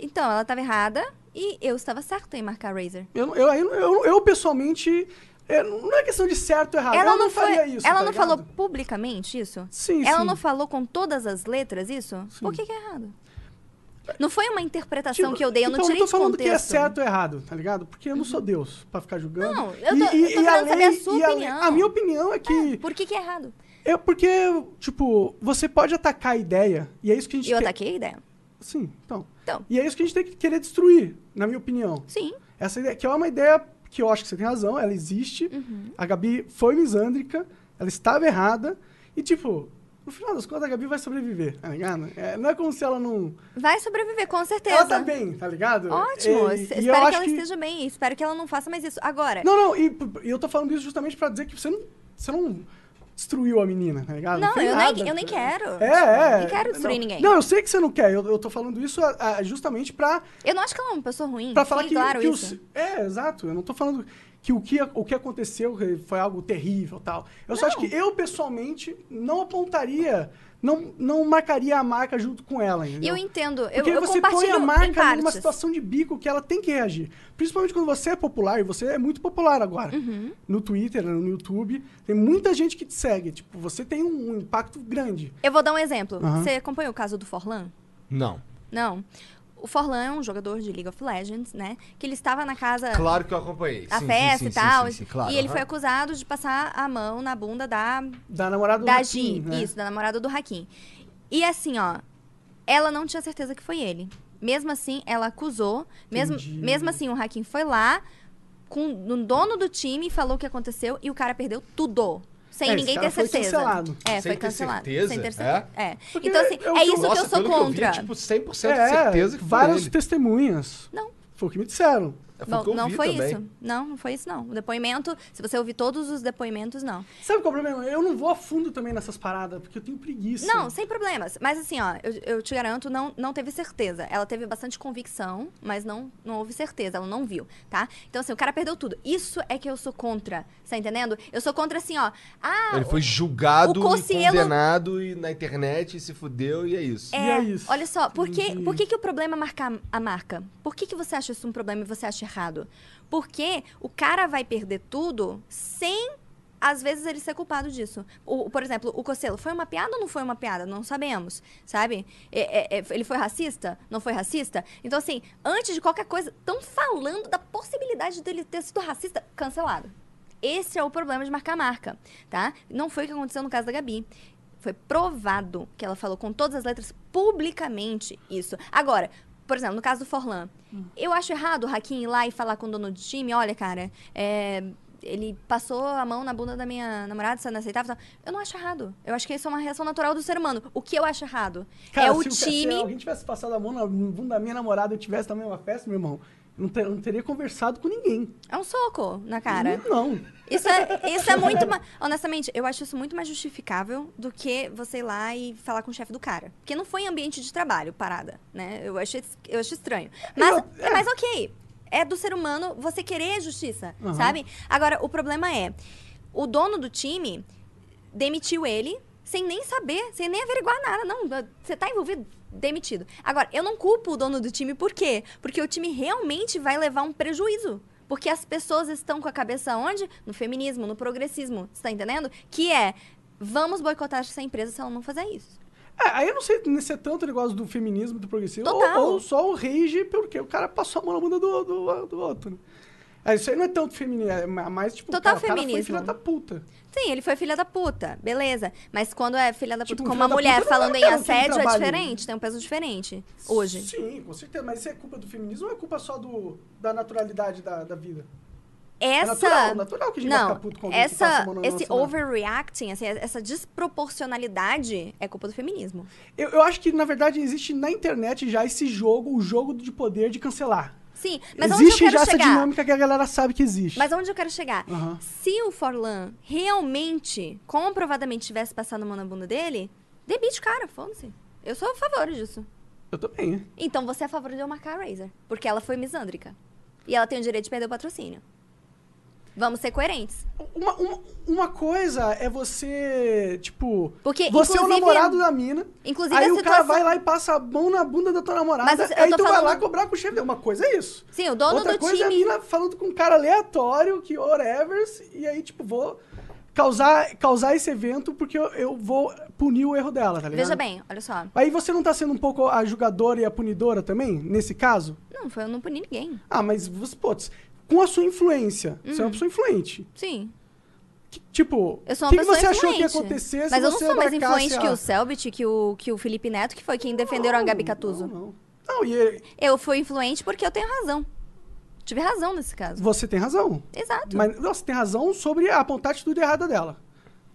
Speaker 4: Então, ela estava errada e eu estava certa em marcar Razer.
Speaker 2: Eu, eu, eu, eu, eu, pessoalmente. é, não é questão de certo ou errado.
Speaker 4: Ela
Speaker 2: eu
Speaker 4: não,
Speaker 2: não
Speaker 4: foi,
Speaker 2: faria isso.
Speaker 4: ela
Speaker 2: tá
Speaker 4: não
Speaker 2: ligado?
Speaker 4: falou publicamente isso?
Speaker 2: Sim,
Speaker 4: Ela
Speaker 2: sim.
Speaker 4: não falou com todas as letras isso? Por que, que é errado? Não foi uma interpretação
Speaker 2: Tipo,
Speaker 4: que eu dei, eu não
Speaker 2: então,
Speaker 4: tirei
Speaker 2: tô
Speaker 4: de
Speaker 2: falando
Speaker 4: contexto.
Speaker 2: que
Speaker 4: Uhum.
Speaker 2: é certo ou errado, tá ligado? Porque eu não sou Deus pra ficar julgando.
Speaker 4: Não, eu tô- eu tô querendo saber a sua
Speaker 2: e a lei-
Speaker 4: opinião.
Speaker 2: a minha opinião é que.
Speaker 4: Por que, que é errado?
Speaker 2: É porque, tipo, você pode atacar a ideia, e é isso que a gente.
Speaker 4: Eu
Speaker 2: quer-
Speaker 4: ataquei a ideia.
Speaker 2: Sim, então.
Speaker 4: Então,
Speaker 2: E é isso que a gente tem que querer destruir, na minha opinião.
Speaker 4: sim.
Speaker 2: Essa ideia, que é uma ideia que eu acho que você tem razão, ela existe.
Speaker 4: Uhum.
Speaker 2: A Gabi foi misândrica, ela estava errada, e, tipo, no final das contas, a Gabi vai sobreviver, tá ligado? É, não é como se ela não.
Speaker 4: Vai sobreviver, com certeza.
Speaker 2: Ela tá bem, tá ligado?
Speaker 4: Ótimo.
Speaker 2: E-
Speaker 4: es-
Speaker 2: e eu
Speaker 4: espero que
Speaker 2: acho
Speaker 4: ela esteja bem. Espero que ela não faça mais isso. Agora,
Speaker 2: Não, não, e p- e eu tô falando isso justamente pra dizer que você não, você não destruiu a menina, tá ligado?
Speaker 4: Não,
Speaker 2: fez
Speaker 4: eu nem-
Speaker 2: nada.
Speaker 4: eu nem quero.
Speaker 2: É, é.
Speaker 4: Nem quero destruir
Speaker 2: Não,
Speaker 4: ninguém.
Speaker 2: Não, eu sei que você não quer. Eu, eu tô falando isso ah, ah, justamente pra,
Speaker 4: eu não acho que ela é uma pessoa ruim.
Speaker 2: pra falar
Speaker 4: Fique
Speaker 2: que...
Speaker 4: claro
Speaker 2: que o
Speaker 4: isso.
Speaker 2: se- é, exato. Eu não tô falando que o que, a- o que aconteceu foi algo terrível tal. Eu só acho que eu, pessoalmente, não apontaria, não, não marcaria a marca junto com ela,
Speaker 4: E
Speaker 2: entendeu?
Speaker 4: eu entendo. Eu,
Speaker 2: Porque
Speaker 4: eu
Speaker 2: você põe
Speaker 4: compartilho
Speaker 2: a
Speaker 4: em
Speaker 2: marca numa
Speaker 4: partes.
Speaker 2: situação de bico que ela tem que reagir. Principalmente quando você é popular, e você é muito popular agora.
Speaker 4: Uhum.
Speaker 2: No Twitter, no YouTube, tem muita gente que te segue. Tipo, você tem um, um impacto grande.
Speaker 4: Eu vou dar um exemplo.
Speaker 2: Aham.
Speaker 4: Você acompanhou o caso do Forlan?
Speaker 3: Não.
Speaker 4: Não. O Forlan é um jogador de League of Legends, né? Que ele estava na casa...
Speaker 3: Claro que eu acompanhei.
Speaker 4: a
Speaker 3: Sim,
Speaker 4: festa
Speaker 3: sim,
Speaker 4: e
Speaker 3: sim,
Speaker 4: tal.
Speaker 3: sim, sim, claro,
Speaker 4: e ele
Speaker 3: aham.
Speaker 4: foi acusado de passar a mão na bunda da,
Speaker 2: Da namorada do
Speaker 4: da
Speaker 2: Ratinho,
Speaker 4: Gi,
Speaker 2: né?
Speaker 4: isso, da namorada do Hakim. E assim, ó, ela não tinha certeza que foi ele. Mesmo assim, ela acusou. Mesmo,
Speaker 2: Entendi.
Speaker 4: mesmo assim, o Hakim foi lá com o dono do time, falou o que aconteceu e o cara perdeu tudo. Sem
Speaker 2: É, esse
Speaker 4: ninguém
Speaker 2: cara
Speaker 4: ter
Speaker 2: foi
Speaker 4: certeza.
Speaker 2: cancelado.
Speaker 4: É,
Speaker 3: Sem
Speaker 4: foi
Speaker 3: ter
Speaker 4: cancelado.
Speaker 3: certeza,
Speaker 4: Sem
Speaker 3: é?
Speaker 4: ter certeza. É.
Speaker 2: Porque
Speaker 4: Então, assim,
Speaker 2: é o
Speaker 4: é
Speaker 2: que eu-
Speaker 4: isso que
Speaker 3: Nossa,
Speaker 4: eu sou
Speaker 3: pelo
Speaker 4: contra.
Speaker 3: Que eu vi, tipo, 100%
Speaker 2: É,
Speaker 3: de certeza que foi
Speaker 2: várias
Speaker 3: ele. É,
Speaker 2: testemunhas.
Speaker 4: Não.
Speaker 2: Foi o que me disseram.
Speaker 3: Foi o
Speaker 4: Bom,
Speaker 3: Tá que eu
Speaker 4: não
Speaker 3: vi
Speaker 4: foi
Speaker 3: também.
Speaker 4: isso. Não, não foi isso, não. O depoimento, se você ouvir todos os depoimentos, não.
Speaker 2: Sabe qual é o problema? Eu não vou a fundo também nessas paradas, porque eu tenho preguiça.
Speaker 4: Não, sem problemas. Mas assim, ó, eu, eu te garanto, não, não teve certeza. Ela teve bastante convicção, mas não, não houve certeza, ela não viu, tá? Então, assim, o cara perdeu tudo. Isso é que eu sou contra, tá entendendo? Eu sou contra, assim, ó. Ah,
Speaker 3: Ele foi
Speaker 4: O
Speaker 3: julgado, e
Speaker 4: Cossielo-
Speaker 3: condenado e na internet e se fudeu e é isso.
Speaker 2: E
Speaker 4: é,
Speaker 2: é isso. Uhum.
Speaker 4: Olha só, por que, por que, que o problema é marcar a marca? Por que, que você acha isso um problema e você acha errado? Porque o cara vai perder tudo sem. Às vezes ele ser culpado disso. O, por exemplo, o Cocelo, foi uma piada ou não foi uma piada? Não sabemos, sabe? É, é, é, ele foi racista? Não foi racista? Então, assim, antes de qualquer coisa, estão falando da possibilidade dele ter sido racista cancelado. Esse é o problema de marcar a marca, tá? Não foi o que aconteceu no caso da Gabi. Foi provado que ela falou com todas as letras publicamente isso. Agora, por exemplo, no
Speaker 2: Hum.
Speaker 4: caso do Forlan, eu acho errado o Hakim ir lá e falar com o dono do time, olha, cara, é, ele passou a mão na bunda da minha namorada, isso é inaceitável. Eu não acho errado. Eu acho que isso é uma reação natural do ser humano. O que eu acho errado é o
Speaker 2: se, se
Speaker 4: time.
Speaker 2: alguém tivesse passado a mão na bunda da minha namorada e eu tivesse também uma festa, meu irmão, eu não, ter- não teria conversado com ninguém.
Speaker 4: É um soco na cara.
Speaker 2: Não.
Speaker 4: Isso é, isso é muito mais. Honestamente, eu acho isso muito mais justificável do que você ir lá e falar com o chefe do cara. Porque não foi em ambiente de trabalho, parada, né? Eu acho, es- eu acho estranho. Mas,
Speaker 2: Eu- é.
Speaker 4: mas ok. É do ser humano você querer justiça,
Speaker 2: Aham.
Speaker 4: sabe? Agora, o problema é: o dono do time demitiu ele sem nem saber, sem nem averiguar nada. Não, você tá envolvido, demitido. Agora, eu não culpo o dono do time, por quê? Porque o time realmente vai levar um prejuízo. Porque as pessoas estão com a cabeça onde? No feminismo, no progressismo, você tá entendendo? Que é, vamos boicotar essa empresa se ela não fizer isso.
Speaker 2: É, aí eu não sei se é tanto o negócio do feminismo, do progressismo, ou,
Speaker 4: Total.
Speaker 2: ou só o rage porque o cara passou a mão na bunda do, do, do outro. né? É, isso aí não é tanto feminismo, é ma- mais tipo,
Speaker 4: Total
Speaker 2: cara, o cara foi
Speaker 4: feminismo.
Speaker 2: filha da puta.
Speaker 4: Sim, ele foi filha da puta, beleza. Mas quando é filha da puta
Speaker 2: Tipo,
Speaker 4: com
Speaker 2: filha
Speaker 4: uma
Speaker 2: da
Speaker 4: mulher
Speaker 2: puta não
Speaker 4: falando
Speaker 2: é
Speaker 4: em
Speaker 2: aquele
Speaker 4: assédio é
Speaker 2: trabalho.
Speaker 4: diferente, tem um peso diferente hoje.
Speaker 2: Sim, com certeza. Mas isso é culpa do feminismo ou é culpa só do, da naturalidade da, da vida?
Speaker 4: Essa
Speaker 2: É natural, natural que a gente vai
Speaker 4: não,
Speaker 2: ficar puto com alguém que passa a
Speaker 4: essa,
Speaker 2: mão na
Speaker 4: esse
Speaker 2: nossa mão.
Speaker 4: overreacting, assim, essa desproporcionalidade é culpa do feminismo.
Speaker 2: Eu, eu acho que, na verdade, existe na internet já esse jogo, o jogo de poder de cancelar.
Speaker 4: Sim, mas
Speaker 2: existe
Speaker 4: onde
Speaker 2: já
Speaker 4: eu quero
Speaker 2: essa
Speaker 4: chegar?
Speaker 2: dinâmica que a galera sabe que existe.
Speaker 4: Mas onde eu quero chegar?
Speaker 2: Aham.
Speaker 4: Se o Forlan realmente, comprovadamente, tivesse passado a mão na bunda dele, debite o cara, foda-se. Eu sou a favor disso.
Speaker 2: Eu também. né?
Speaker 4: Então você é a favor de eu marcar a Razer, porque ela foi misândrica. E ela tem o direito de perder o patrocínio. Vamos ser coerentes.
Speaker 2: Uma, uma, uma coisa é você, tipo.
Speaker 4: Porque,
Speaker 2: você é o
Speaker 4: inclusive-
Speaker 2: namorado da mina.
Speaker 4: Inclusive,
Speaker 2: aí
Speaker 4: a
Speaker 2: o cara
Speaker 4: situação-
Speaker 2: vai lá e passa a mão na bunda da tua namorada.
Speaker 4: Mas eu
Speaker 2: aí
Speaker 4: tô
Speaker 2: tu vai
Speaker 4: falando-
Speaker 2: lá cobrar com o chefe. dela. Uma coisa é isso.
Speaker 4: Sim, o dono
Speaker 2: Outra
Speaker 4: do
Speaker 2: coisa é a
Speaker 4: time.
Speaker 2: mina falando com um cara aleatório, que whatever, e aí, tipo, vou causar, causar esse evento porque eu, eu vou punir o erro dela, tá ligado?
Speaker 4: Veja bem, olha só.
Speaker 2: Aí você não tá sendo um pouco a julgadora e a punidora também, nesse caso?
Speaker 4: Não, foi eu não puni ninguém.
Speaker 2: Ah, mas você, pô, com a sua influência, você
Speaker 4: Uhum.
Speaker 2: é uma pessoa influente.
Speaker 4: Sim.
Speaker 2: Que- tipo,
Speaker 4: Eu sou
Speaker 2: o
Speaker 4: uma
Speaker 2: que, que
Speaker 4: pessoa
Speaker 2: você achou
Speaker 4: influente.
Speaker 2: que ia acontecer se
Speaker 4: Mas eu não
Speaker 2: você
Speaker 4: sou mais
Speaker 2: abarcasse
Speaker 4: influente
Speaker 2: a-
Speaker 4: que o Selbit, que o, que o Felipe Neto, que foi quem defenderam a Gabi Catuso.
Speaker 2: Não, não. Não, e ele-
Speaker 4: Eu fui influente porque eu tenho razão. Tive razão nesse caso.
Speaker 2: você tem razão.
Speaker 4: Exato.
Speaker 2: Mas não, você tem razão sobre apontar a atitude errada dela.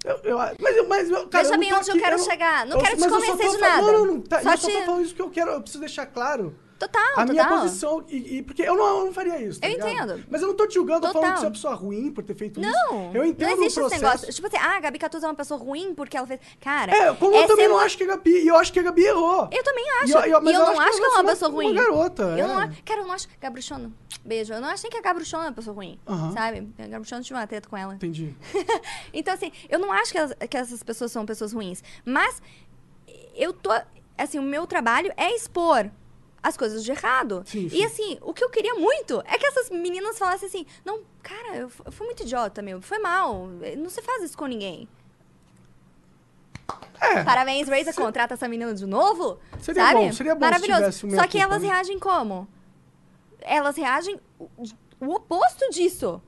Speaker 2: Eu, eu, mas, eu- mas, eu- cara,
Speaker 4: Veja
Speaker 2: eu não
Speaker 4: bem
Speaker 2: tô
Speaker 4: onde eu
Speaker 2: aqui-
Speaker 4: quero chegar. Não quero te
Speaker 2: mas eu só
Speaker 4: convencer
Speaker 2: tô
Speaker 4: de
Speaker 2: falando-
Speaker 4: nada.
Speaker 2: Não, não, não. Tá,
Speaker 4: Só
Speaker 2: eu só
Speaker 4: te-
Speaker 2: tô falando isso que eu quero, eu preciso deixar claro.
Speaker 4: Total,
Speaker 2: a
Speaker 4: total.
Speaker 2: minha posição, e, e- porque eu não, eu não faria isso. tá
Speaker 4: Eu
Speaker 2: ligado?
Speaker 4: entendo.
Speaker 2: Mas eu não tô te julgando, eu tô falando
Speaker 4: Total.
Speaker 2: que você é uma pessoa ruim por ter feito isso.
Speaker 4: Não,
Speaker 2: Eu entendo
Speaker 4: não
Speaker 2: o
Speaker 4: existe esse
Speaker 2: processo.
Speaker 4: negócio. Tipo assim, ah, a Gabi Catuso é uma pessoa ruim porque ela fez. Cara,
Speaker 2: É, como eu
Speaker 4: essa
Speaker 2: também
Speaker 4: é
Speaker 2: não
Speaker 4: uma-
Speaker 2: acho que a Gabi. E eu acho que a Gabi errou.
Speaker 4: Eu também acho.
Speaker 2: E eu- eu- mas
Speaker 4: e eu,
Speaker 2: eu
Speaker 4: não acho que ela é uma pessoa ruim.
Speaker 2: garota,
Speaker 4: Eu não
Speaker 2: é.
Speaker 4: acho. Cara, eu não acho. Gabruchona. Beijo. Eu não acho nem que a Gabruchona é uma pessoa ruim.
Speaker 2: Aham.
Speaker 4: Sabe? A Gabruchona tinha uma treta com ela.
Speaker 2: Entendi.
Speaker 4: Então, assim, eu não acho que, elas- que essas pessoas são pessoas ruins. Mas eu tô. Assim, o meu trabalho é expor as coisas de errado.
Speaker 2: Sim, sim.
Speaker 4: E assim, o que eu queria muito é que essas meninas falassem assim: não, cara, eu, fu- eu fui muito idiota, meu. Foi mal. eh, Não se faz isso com ninguém. Parabéns, Razer, contrata essa menina de novo.
Speaker 2: É. Seria
Speaker 4: sabe?
Speaker 2: bom, seria bom se
Speaker 4: Maravilhoso.
Speaker 2: tivesse o meu
Speaker 4: Só que
Speaker 2: tempo,
Speaker 4: elas
Speaker 2: né?
Speaker 4: reagem como? Elas reagem o, o oposto disso.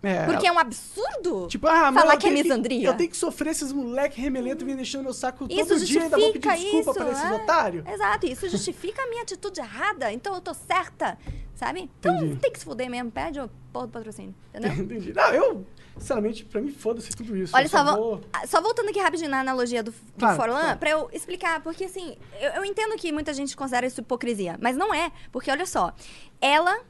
Speaker 2: É,
Speaker 4: Porque é um absurdo.
Speaker 2: Tipo, ah, mas
Speaker 4: Falar
Speaker 2: eu
Speaker 4: que é
Speaker 2: tenho
Speaker 4: misandria.
Speaker 2: Eu tenho que sofrer esses moleque remelento me deixando meu saco
Speaker 4: Isso
Speaker 2: todo dia ainda
Speaker 4: justifica
Speaker 2: vou pedir desculpa
Speaker 4: isso,
Speaker 2: pra esses
Speaker 4: é.
Speaker 2: otários.
Speaker 4: Exato, isso justifica a minha atitude errada, então eu tô certa, sabe? Então
Speaker 2: Entendi.
Speaker 4: tem que se fuder mesmo, pede o porra do patrocínio, entendeu?
Speaker 2: Entendi. Não, eu, sinceramente, pra mim, foda-se tudo isso.
Speaker 4: É, né? Olha
Speaker 2: Eu
Speaker 4: só,
Speaker 2: vou-
Speaker 4: vo- ah, só voltando aqui rapidinho na analogia do, do
Speaker 2: Claro,
Speaker 4: Forlan,
Speaker 2: claro.
Speaker 4: pra eu explicar, porque assim, eu, eu entendo que muita gente considera isso hipocrisia, mas não é, porque olha só, ela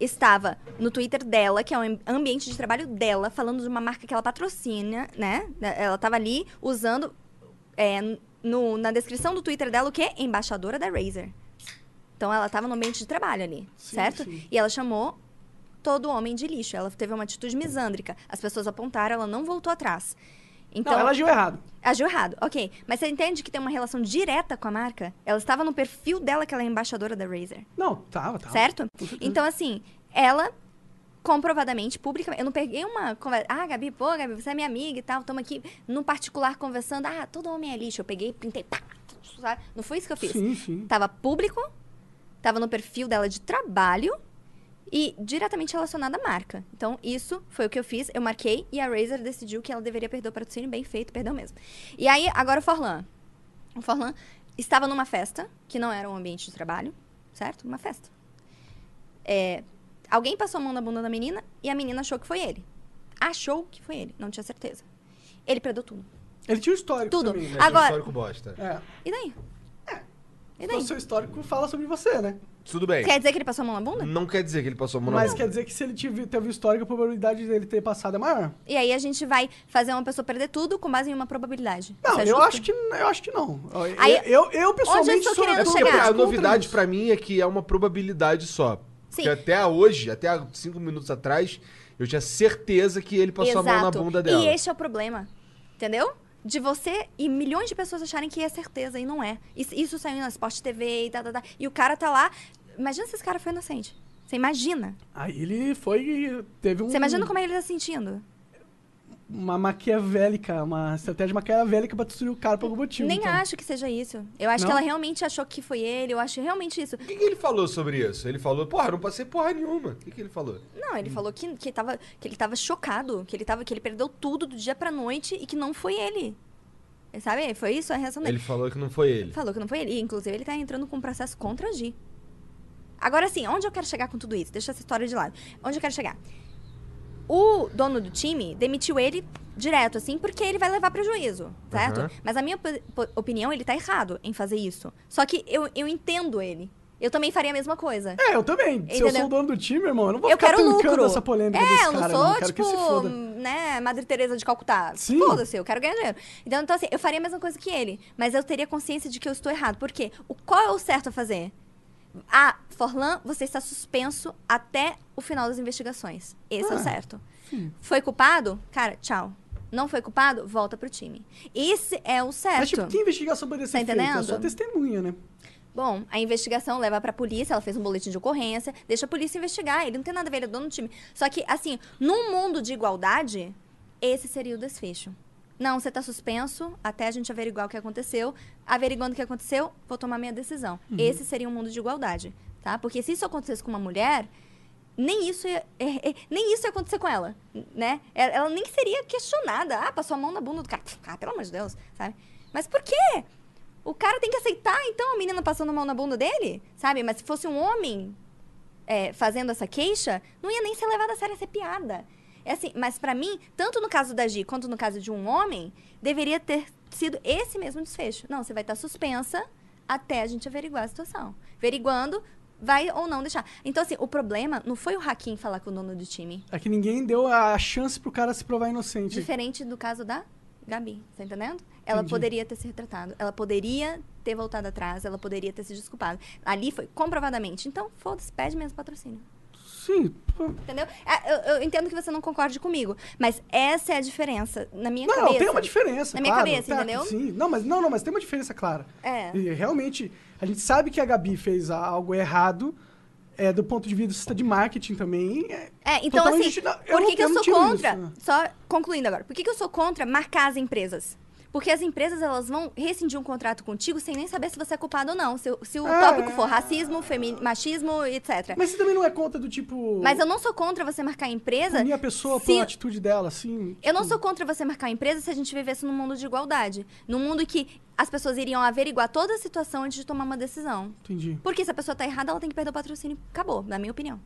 Speaker 4: estava no Twitter dela, que é um ambiente de trabalho dela, falando de uma marca que ela patrocina, né? Ela tava ali usando é, no- na descrição do Twitter dela o quê? Embaixadora da Razer. Então ela estava no ambiente de trabalho ali,
Speaker 2: Sim,
Speaker 4: certo?
Speaker 2: sim.
Speaker 4: E ela chamou todo homem de lixo. Ela teve uma atitude misândrica. As pessoas apontaram, ela não voltou atrás. Então,
Speaker 2: Não, ela agiu errado.
Speaker 4: agiu errado, ok. Mas você entende que tem uma relação direta com a marca? Ela estava no perfil dela que ela é embaixadora da Razer.
Speaker 2: Não, tava, tava.
Speaker 4: Certo?
Speaker 2: Ah, Com certeza.
Speaker 4: Então, assim, ela comprovadamente, publicamente. Eu não peguei uma conversa. Ah, Gabi, pô, Gabi, você é minha amiga e tal. Estamos aqui no particular conversando. Ah, todo homem é lixo. Eu peguei, pintei. Pá, sabe? Não foi isso que eu fiz.
Speaker 2: Sim, sim.
Speaker 4: Tava público, tava no perfil dela de trabalho e diretamente relacionado à marca. Então, isso foi o que eu fiz. Eu marquei e a Razer decidiu que ela deveria perder o patrocínio. Bem feito, perdeu mesmo. E aí, agora o Forlan. O Forlan estava numa festa, que não era um ambiente de trabalho, certo? Uma festa. É, alguém passou a mão na bunda da menina e a menina achou que foi ele. achou que foi ele, não tinha certeza. Ele predou tudo.
Speaker 2: Ele tinha um histórico
Speaker 4: Tudo.
Speaker 2: também, né?
Speaker 3: Esse é um
Speaker 4: Agora-
Speaker 3: histórico bosta.
Speaker 2: É.
Speaker 4: E daí? E
Speaker 2: Então,
Speaker 4: daí?
Speaker 2: seu histórico fala sobre você, né?
Speaker 3: Tudo bem.
Speaker 4: Quer dizer que ele passou a mão na bunda?
Speaker 3: Não quer dizer que ele passou a mão na
Speaker 2: Mas
Speaker 3: mão.
Speaker 2: quer dizer que se ele tive- teve um histórico, a probabilidade dele ter passado é maior.
Speaker 4: E aí a gente vai fazer uma pessoa perder tudo com base em uma probabilidade.
Speaker 2: Não,
Speaker 4: Isso é
Speaker 2: eu
Speaker 4: justo?
Speaker 2: acho, que, eu acho que não. Eu-
Speaker 4: Aí-
Speaker 2: eu, eu, pessoalmente,
Speaker 4: eu tô
Speaker 2: sou
Speaker 4: querendo
Speaker 3: É porque
Speaker 4: chegar.
Speaker 3: a
Speaker 2: contra
Speaker 3: novidade
Speaker 2: isso.
Speaker 3: pra mim é que é uma probabilidade só.
Speaker 4: Sim.
Speaker 3: Que até hoje, até há cinco minutos atrás, eu tinha certeza que ele passou a mão na
Speaker 4: Exato.
Speaker 3: bunda dela.
Speaker 4: E este é o problema, entendeu? De você e milhões de pessoas acharem que é certeza e não é. Isso, isso saiu na Sport TV e tá, tá, tá. E o cara tá lá. Imagina se esse cara foi inocente. Você imagina.
Speaker 2: Aí ele foi e teve um,
Speaker 4: Você imagina como é que ele tá se sentindo.
Speaker 2: uma maquiavélica, uma estratégia maquiavélica pra destruir o cara por algum motivo.
Speaker 4: Nem
Speaker 2: então.
Speaker 4: acho que seja isso. Eu acho
Speaker 2: Não?
Speaker 4: que ela realmente achou que foi ele. Eu acho realmente isso.
Speaker 3: O que, que ele falou sobre isso? Ele falou, porra, não passei porra nenhuma. O que, que ele falou?
Speaker 4: Não, ele falou que, que, tava, que ele tava chocado. Que ele, tava, que ele perdeu tudo do dia pra noite e que não foi ele. Sabe? Foi isso a reação dele.
Speaker 3: Ele falou que não foi ele.
Speaker 4: Falou que não é foi ele. E, inclusive, ele tá entrando com um processo contra a Gi. Agora, assim, onde eu quero chegar com tudo isso? Deixa essa história de lado. Onde eu quero chegar? O dono do time demitiu ele direto, assim, porque ele vai levar prejuízo, certo?
Speaker 3: Aham.
Speaker 4: Mas a minha opi- po- opinião, ele tá errado em fazer isso. Só que eu, eu entendo ele. Eu também faria a mesma coisa.
Speaker 2: É, eu também. Se eu
Speaker 4: Entendeu?
Speaker 2: sou o dono do time, irmão, eu não vou
Speaker 4: Eu
Speaker 2: ficar
Speaker 4: quero
Speaker 2: tancando
Speaker 4: lucro.
Speaker 2: essa polêmica
Speaker 4: é,
Speaker 2: desse
Speaker 4: eu não
Speaker 2: cara,
Speaker 4: sou,
Speaker 2: Eu quero
Speaker 4: tipo,
Speaker 2: que se foda.
Speaker 4: né, Madre Teresa de Calcutá.
Speaker 2: Sim.
Speaker 4: Foda-se, eu quero ganhar dinheiro. Então, então, assim, eu faria a mesma coisa que ele, mas eu teria consciência de que eu estou errado. Por quê? O, qual é o certo a fazer? Ah, Forlan, você está suspenso até o final das investigações. Esse é
Speaker 2: Ah,
Speaker 4: o certo. Foi culpado? Cara, tchau. Não foi culpado? Volta pro time. Esse é o certo.
Speaker 2: Mas, tipo, que investigação poderia ser
Speaker 4: Tá
Speaker 2: feita? É
Speaker 4: entendendo?
Speaker 2: só testemunha, né?
Speaker 4: Bom, a investigação leva pra polícia, ela fez um boletim de ocorrência, deixa a polícia investigar, ele não tem nada a ver, ele é dono do time. Só que, assim, num mundo de igualdade, esse seria o desfecho. Não, você tá suspenso até a gente averiguar o que aconteceu. Averiguando o que aconteceu, vou tomar minha decisão. Esse seria um mundo de igualdade, tá? Porque se isso acontecesse com uma mulher, nem isso ia, é- é- nem isso ia acontecer com ela, né? Ela, ela nem seria questionada. Ah, passou a mão na bunda do cara. Pff, Ah, pelo amor de Deus, sabe? Mas por quê? O cara tem que aceitar, então, a menina passando a mão na bunda dele, sabe? Mas se fosse um homem é, fazendo essa queixa, não ia nem ser levada a sério, ia ser piada. É assim, mas pra mim, tanto no caso da Gi quanto no caso de um homem, deveria ter sido esse mesmo desfecho. Não, você vai estar suspensa até a gente averiguar a situação. Averiguando, vai ou não deixar. Então, assim, o problema não foi o Hakim falar com o dono do time.
Speaker 2: É que ninguém deu a chance pro cara se provar inocente.
Speaker 4: Diferente do caso da Gabi, tá entendendo? Ela
Speaker 2: Entendi.
Speaker 4: poderia ter se retratado, ela poderia ter voltado atrás, ela poderia ter se desculpado. Ali foi comprovadamente. Então, foda-se, pede mesmo patrocínio.
Speaker 2: Sim. pô.
Speaker 4: Entendeu? É, Eu, eu entendo que você não concorde comigo, mas essa é a diferença. Na minha
Speaker 2: Não,
Speaker 4: cabeça.
Speaker 2: tem uma diferença,
Speaker 4: Na minha
Speaker 2: claro.
Speaker 4: cabeça,
Speaker 2: Tá,
Speaker 4: entendeu?
Speaker 2: Sim. Não, mas não, não, mas tem uma diferença clara.
Speaker 4: É.
Speaker 2: E realmente, a gente sabe que a Gabi fez a- algo errado. É, do ponto de vista de marketing também. é-
Speaker 4: É, então
Speaker 2: Totalmente
Speaker 4: assim,
Speaker 2: justi- eu
Speaker 4: por
Speaker 2: não-
Speaker 4: que, que
Speaker 2: eu
Speaker 4: eu
Speaker 2: não
Speaker 4: sou
Speaker 2: tiro
Speaker 4: contra?
Speaker 2: isso, né?
Speaker 4: Só concluindo agora, por que, que eu sou contra marcar as empresas? Porque as empresas elas vão rescindir um contrato contigo sem nem saber se você é culpado ou não, se, o- se o
Speaker 2: Ah,
Speaker 4: tópico
Speaker 2: é.
Speaker 4: for racismo, femi- machismo, etc. Mas,
Speaker 2: Mas você também não é contra do tipo.
Speaker 4: eu não sou contra você marcar a empresa.
Speaker 2: punir a pessoa
Speaker 4: se-
Speaker 2: por atitude dela, assim.
Speaker 4: Eu não sou contra você marcar a empresa se a gente vivesse num mundo de igualdade. Num mundo em que as pessoas iriam averiguar toda a situação antes de tomar uma decisão.
Speaker 2: Entendi.
Speaker 4: Porque se a pessoa tá errada, ela tem que perder o patrocínio. Acabou, na minha opinião.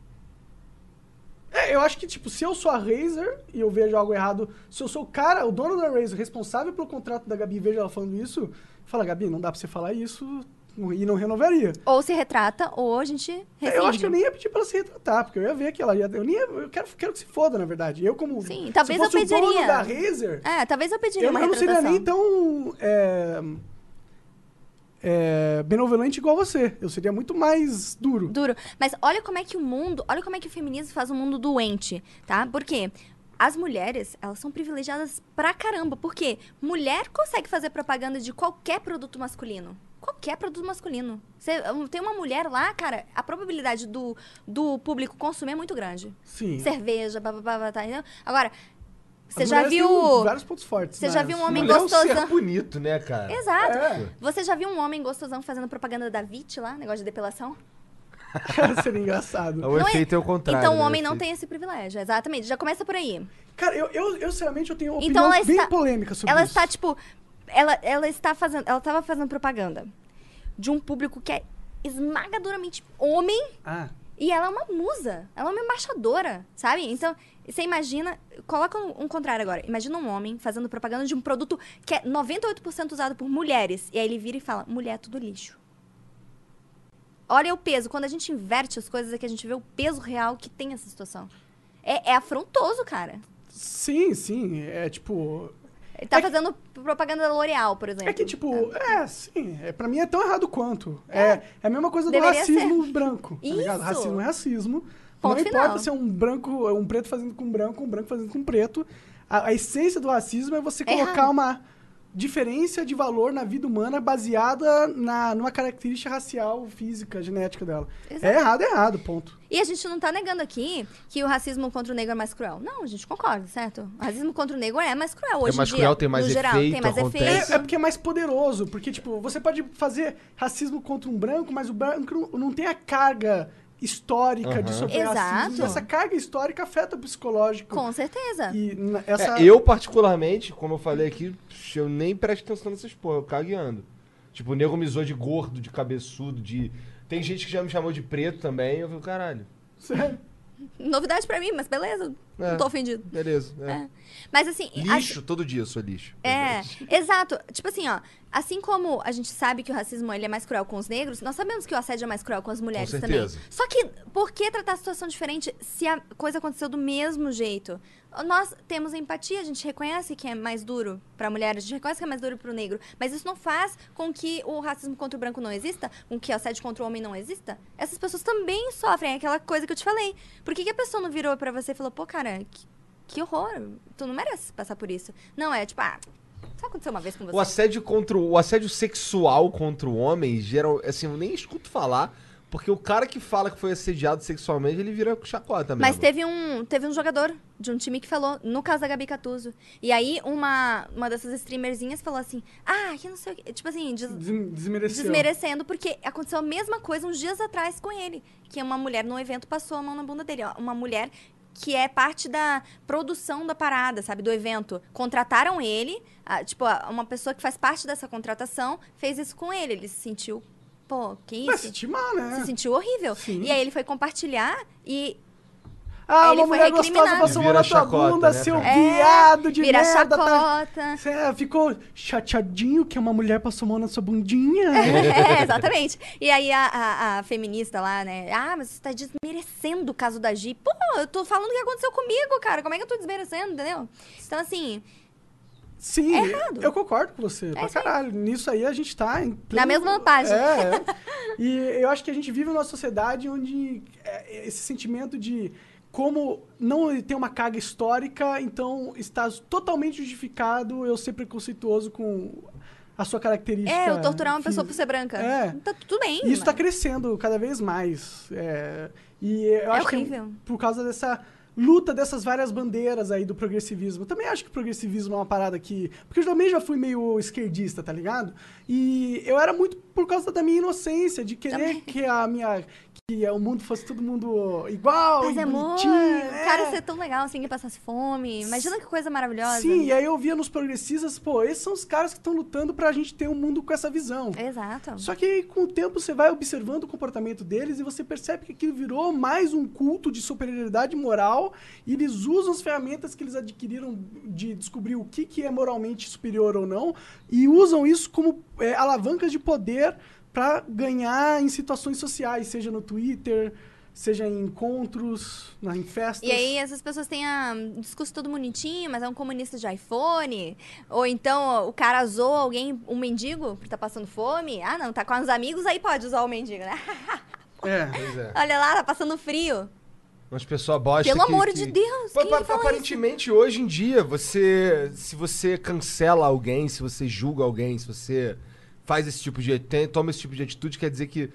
Speaker 2: É, eu acho que, tipo, se eu sou a Razer e eu vejo algo errado, se eu sou o cara, o dono da Razer, responsável pelo contrato da Gabi e vejo ela falando isso, fala, Gabi, não dá pra você falar isso e não renovaria.
Speaker 4: Ou se retrata, ou a gente rescinde.
Speaker 2: Eu acho que eu nem ia pedir pra ela se retratar, porque eu ia ver que ela ia. Eu nem ia, eu quero, quero que se foda, na verdade. Eu, como.
Speaker 4: Sim, talvez
Speaker 2: se fosse
Speaker 4: eu
Speaker 2: O dono
Speaker 4: pediria.
Speaker 2: da Razer,
Speaker 4: É, talvez eu pediria
Speaker 2: eu,
Speaker 4: uma
Speaker 2: eu não seria
Speaker 4: retratação.
Speaker 2: nem tão. É, é, benevolente igual você. Eu seria muito mais duro.
Speaker 4: Duro. Mas olha como é que o mundo, olha como é que o feminismo faz um mundo doente, tá? Porque as mulheres, elas são privilegiadas pra caramba. Porque mulher consegue fazer propaganda de qualquer produto masculino. Qualquer produto masculino. Você, um, tem uma mulher lá, cara, a probabilidade do, do público consumir é muito grande.
Speaker 2: Sim.
Speaker 4: Cerveja, blá, blá, blá, blá, tá entendendo? Agora,
Speaker 2: As
Speaker 4: você já
Speaker 2: mulheres têm
Speaker 4: viu...
Speaker 2: vários pontos fortes.
Speaker 4: você
Speaker 2: né?
Speaker 4: já viu um
Speaker 2: As
Speaker 4: homem
Speaker 3: Mulher é um
Speaker 4: gostosão.
Speaker 3: ser bonito, né, cara?
Speaker 4: Exato.
Speaker 2: É.
Speaker 4: Você já viu um homem gostosão fazendo propaganda da VIT lá, negócio de depilação?
Speaker 2: Seria engraçado.
Speaker 3: O
Speaker 4: Não é-
Speaker 3: efeito é o contrário.
Speaker 4: então o
Speaker 3: né?
Speaker 4: homem não
Speaker 3: efeito-
Speaker 4: tem esse privilégio, exatamente. Já começa por aí.
Speaker 2: Cara, eu, eu, eu sinceramente eu tenho uma
Speaker 4: Então
Speaker 2: opinião
Speaker 4: ela
Speaker 2: bem
Speaker 4: está-
Speaker 2: polêmica sobre
Speaker 4: Ela
Speaker 2: isso.
Speaker 4: está, tipo. Ela, ela está fazendo. Ela estava fazendo propaganda de um público que é esmagadoramente homem
Speaker 2: Ah,
Speaker 4: e ela é uma musa. Ela é uma embaixadora, sabe? Então, E você imagina, coloca um, um contrário agora. Imagina um homem fazendo propaganda de um produto que é 98% usado por mulheres. E aí ele vira e fala: mulher é tudo lixo. Olha o peso. Quando a gente inverte as coisas, é que a gente vê o peso real que tem essa situação. É, é afrontoso, cara.
Speaker 2: Sim, sim. É tipo.
Speaker 4: Ele tá fazendo propaganda da L'Oreal, por exemplo. Tá.
Speaker 2: É que, tipo, é, sim. É, pra mim é tão errado quanto. É, é, a mesma coisa do
Speaker 4: Deveria
Speaker 2: racismo branco. Tá ligado?
Speaker 4: Isso.
Speaker 2: Racismo é racismo.
Speaker 4: Ponto
Speaker 2: não importa
Speaker 4: final.
Speaker 2: se é um branco, um preto fazendo com branco, um branco fazendo com preto. A, a essência do racismo é você
Speaker 4: É errado.
Speaker 2: colocar uma diferença de valor na vida humana baseada na, numa característica racial, física, genética dela. É errado, é errado, ponto.
Speaker 4: E a gente não tá negando aqui que o racismo contra o negro é mais cruel. Não, a gente concorda, certo? O racismo contra o negro é mais cruel hoje
Speaker 3: mais
Speaker 4: em dia.
Speaker 3: cruel, tem mais
Speaker 4: no geral,
Speaker 3: efeito,
Speaker 4: tem mais
Speaker 3: acontece.
Speaker 2: É, é
Speaker 4: efeito.
Speaker 2: porque é mais poderoso, porque, tipo, você pode fazer racismo contra um branco, mas o branco não tem a carga histórica de
Speaker 3: Aham.
Speaker 2: sofrer racismo.
Speaker 4: Exato.
Speaker 2: E essa carga histórica afeta o psicológico.
Speaker 3: Hum.
Speaker 4: Com certeza.
Speaker 2: E na- essa...
Speaker 3: É, eu, particularmente, como eu falei aqui, psh, eu nem presto atenção nessas porra, eu cago e ando. Tipo, o nego me zoa de gordo, de cabeçudo, de. Tem gente que já me chamou de preto também, eu fico, caralho.
Speaker 2: Sério.
Speaker 4: Novidade pra mim, mas beleza.
Speaker 3: É.
Speaker 4: Não tô ofendido.
Speaker 3: Beleza. é.
Speaker 4: É. Mas assim. a-
Speaker 3: Lixo, todo dia eu sou lixo.
Speaker 4: É, exato. Tipo assim, ó. Assim como a gente sabe que o racismo ele é mais cruel com os negros, nós sabemos que o assédio é mais cruel com as mulheres também.
Speaker 3: certeza.
Speaker 4: Só que por que tratar a situação diferente se a coisa aconteceu do mesmo jeito? Nós temos empatia, a gente reconhece que é mais duro pra mulher, a gente reconhece que é mais duro pro negro, mas isso não faz com que o racismo contra o branco não exista, com que o assédio contra o homem não exista. Essas pessoas também sofrem é aquela coisa que eu te falei. Por que, que a pessoa não virou pra você e falou, pô, cara, que, que horror, tu não merece passar por isso? Não, é tipo, ah, só aconteceu uma vez com você.
Speaker 3: O assédio contra o, o assédio sexual contra o homem, geral, assim, eu nem escuto falar, porque o cara que fala que foi assediado sexualmente, ele vira chacota mesmo.
Speaker 4: Mas teve um, teve um jogador de um time que falou, no caso da Gabi Catuzzo. E aí, uma, uma dessas streamerzinhas falou assim, ah, que não sei o quê. Tipo assim, des-
Speaker 2: Des- Desmereceu.
Speaker 4: desmerecendo, porque aconteceu a mesma coisa uns dias atrás com ele. Que uma mulher num evento passou a mão na bunda dele. ó. Uma mulher que é parte da produção da parada, sabe? Do evento. Contrataram ele, ah, tipo, ah, uma pessoa que faz parte dessa contratação fez isso com ele. Ele se sentiu, pô, que
Speaker 2: Mas
Speaker 4: isso?
Speaker 2: se mal, né?
Speaker 4: Se sentiu horrível.
Speaker 2: Sim.
Speaker 4: E aí ele foi compartilhar e
Speaker 2: Ah,
Speaker 4: Ele
Speaker 2: uma
Speaker 4: foi
Speaker 2: mulher gostosa
Speaker 4: recriminado. É,
Speaker 2: passou a mão na
Speaker 3: Vira
Speaker 2: tua
Speaker 3: chacota,
Speaker 2: bunda,
Speaker 3: né,
Speaker 2: seu
Speaker 3: cara?
Speaker 2: viado de
Speaker 4: vira
Speaker 2: merda. Tá...
Speaker 4: chacota.
Speaker 2: Você ficou chateadinho que uma mulher passou a mão na sua bundinha?
Speaker 4: É, exatamente. E aí a, a- a feminista lá, né? Ah, mas você tá desmerecendo o caso da Gi. Pô, eu tô falando o que aconteceu comigo, cara. Como é que eu tô desmerecendo, entendeu? Então, assim,
Speaker 2: Sim,
Speaker 4: É errado. É
Speaker 2: eu concordo com você, pra
Speaker 4: isso aí.
Speaker 2: caralho. Nisso aí a gente tá em
Speaker 4: Na mesma página.
Speaker 2: É, é. E eu acho que a gente vive numa sociedade onde é, esse sentimento de como não tem uma carga histórica, então está totalmente justificado eu ser preconceituoso com a sua característica.
Speaker 4: é, eu torturar uma pessoa por
Speaker 2: física.
Speaker 4: ser branca.
Speaker 2: É.
Speaker 4: Tá tudo bem.
Speaker 2: E isso tá
Speaker 4: mano.
Speaker 2: crescendo cada vez mais. É, e eu acho
Speaker 4: horrível.
Speaker 2: que por causa dessa luta dessas várias bandeiras aí do progressivismo. Também acho que progressivismo é uma parada que... Porque eu também já fui meio esquerdista, tá ligado? E eu era muito por causa da minha inocência, de querer que a minha... Que o mundo fosse todo mundo igual
Speaker 4: Paz
Speaker 2: e
Speaker 4: e amor.
Speaker 2: bonitinho. é.
Speaker 4: Cara, ser tão legal, assim, que passasse fome. Imagina que coisa maravilhosa.
Speaker 2: Sim, é. e aí eu via nos progressistas, pô, esses são os caras que estão lutando pra gente ter um mundo com essa visão.
Speaker 4: Exato.
Speaker 2: Só que aí, com o tempo você vai observando o comportamento deles e você percebe que aquilo virou mais um culto de superioridade moral e eles usam as ferramentas que eles adquiriram de descobrir o que, que é moralmente superior ou não e usam isso como é, alavancas de poder para ganhar em situações sociais, seja no Twitter, seja em encontros, na, em festas.
Speaker 4: E aí essas pessoas têm a, um discurso todo bonitinho, mas é um comunista de iPhone. Ou então ó, o cara zoou alguém, um mendigo, que tá passando fome. Ah, não, tá com os amigos, aí pode usar o mendigo, né?
Speaker 2: É.
Speaker 3: Pois é.
Speaker 4: Olha lá, tá passando frio.
Speaker 3: Umas pessoas bosta
Speaker 4: Pelo
Speaker 3: que-
Speaker 4: amor
Speaker 3: que-
Speaker 4: de Deus,
Speaker 3: Pa-
Speaker 4: quem
Speaker 3: pa-
Speaker 4: fala
Speaker 3: aparentemente, hoje em dia, você. Se você cancela alguém, se você julga alguém, se você faz esse tipo de. tem- toma esse tipo de atitude, quer dizer que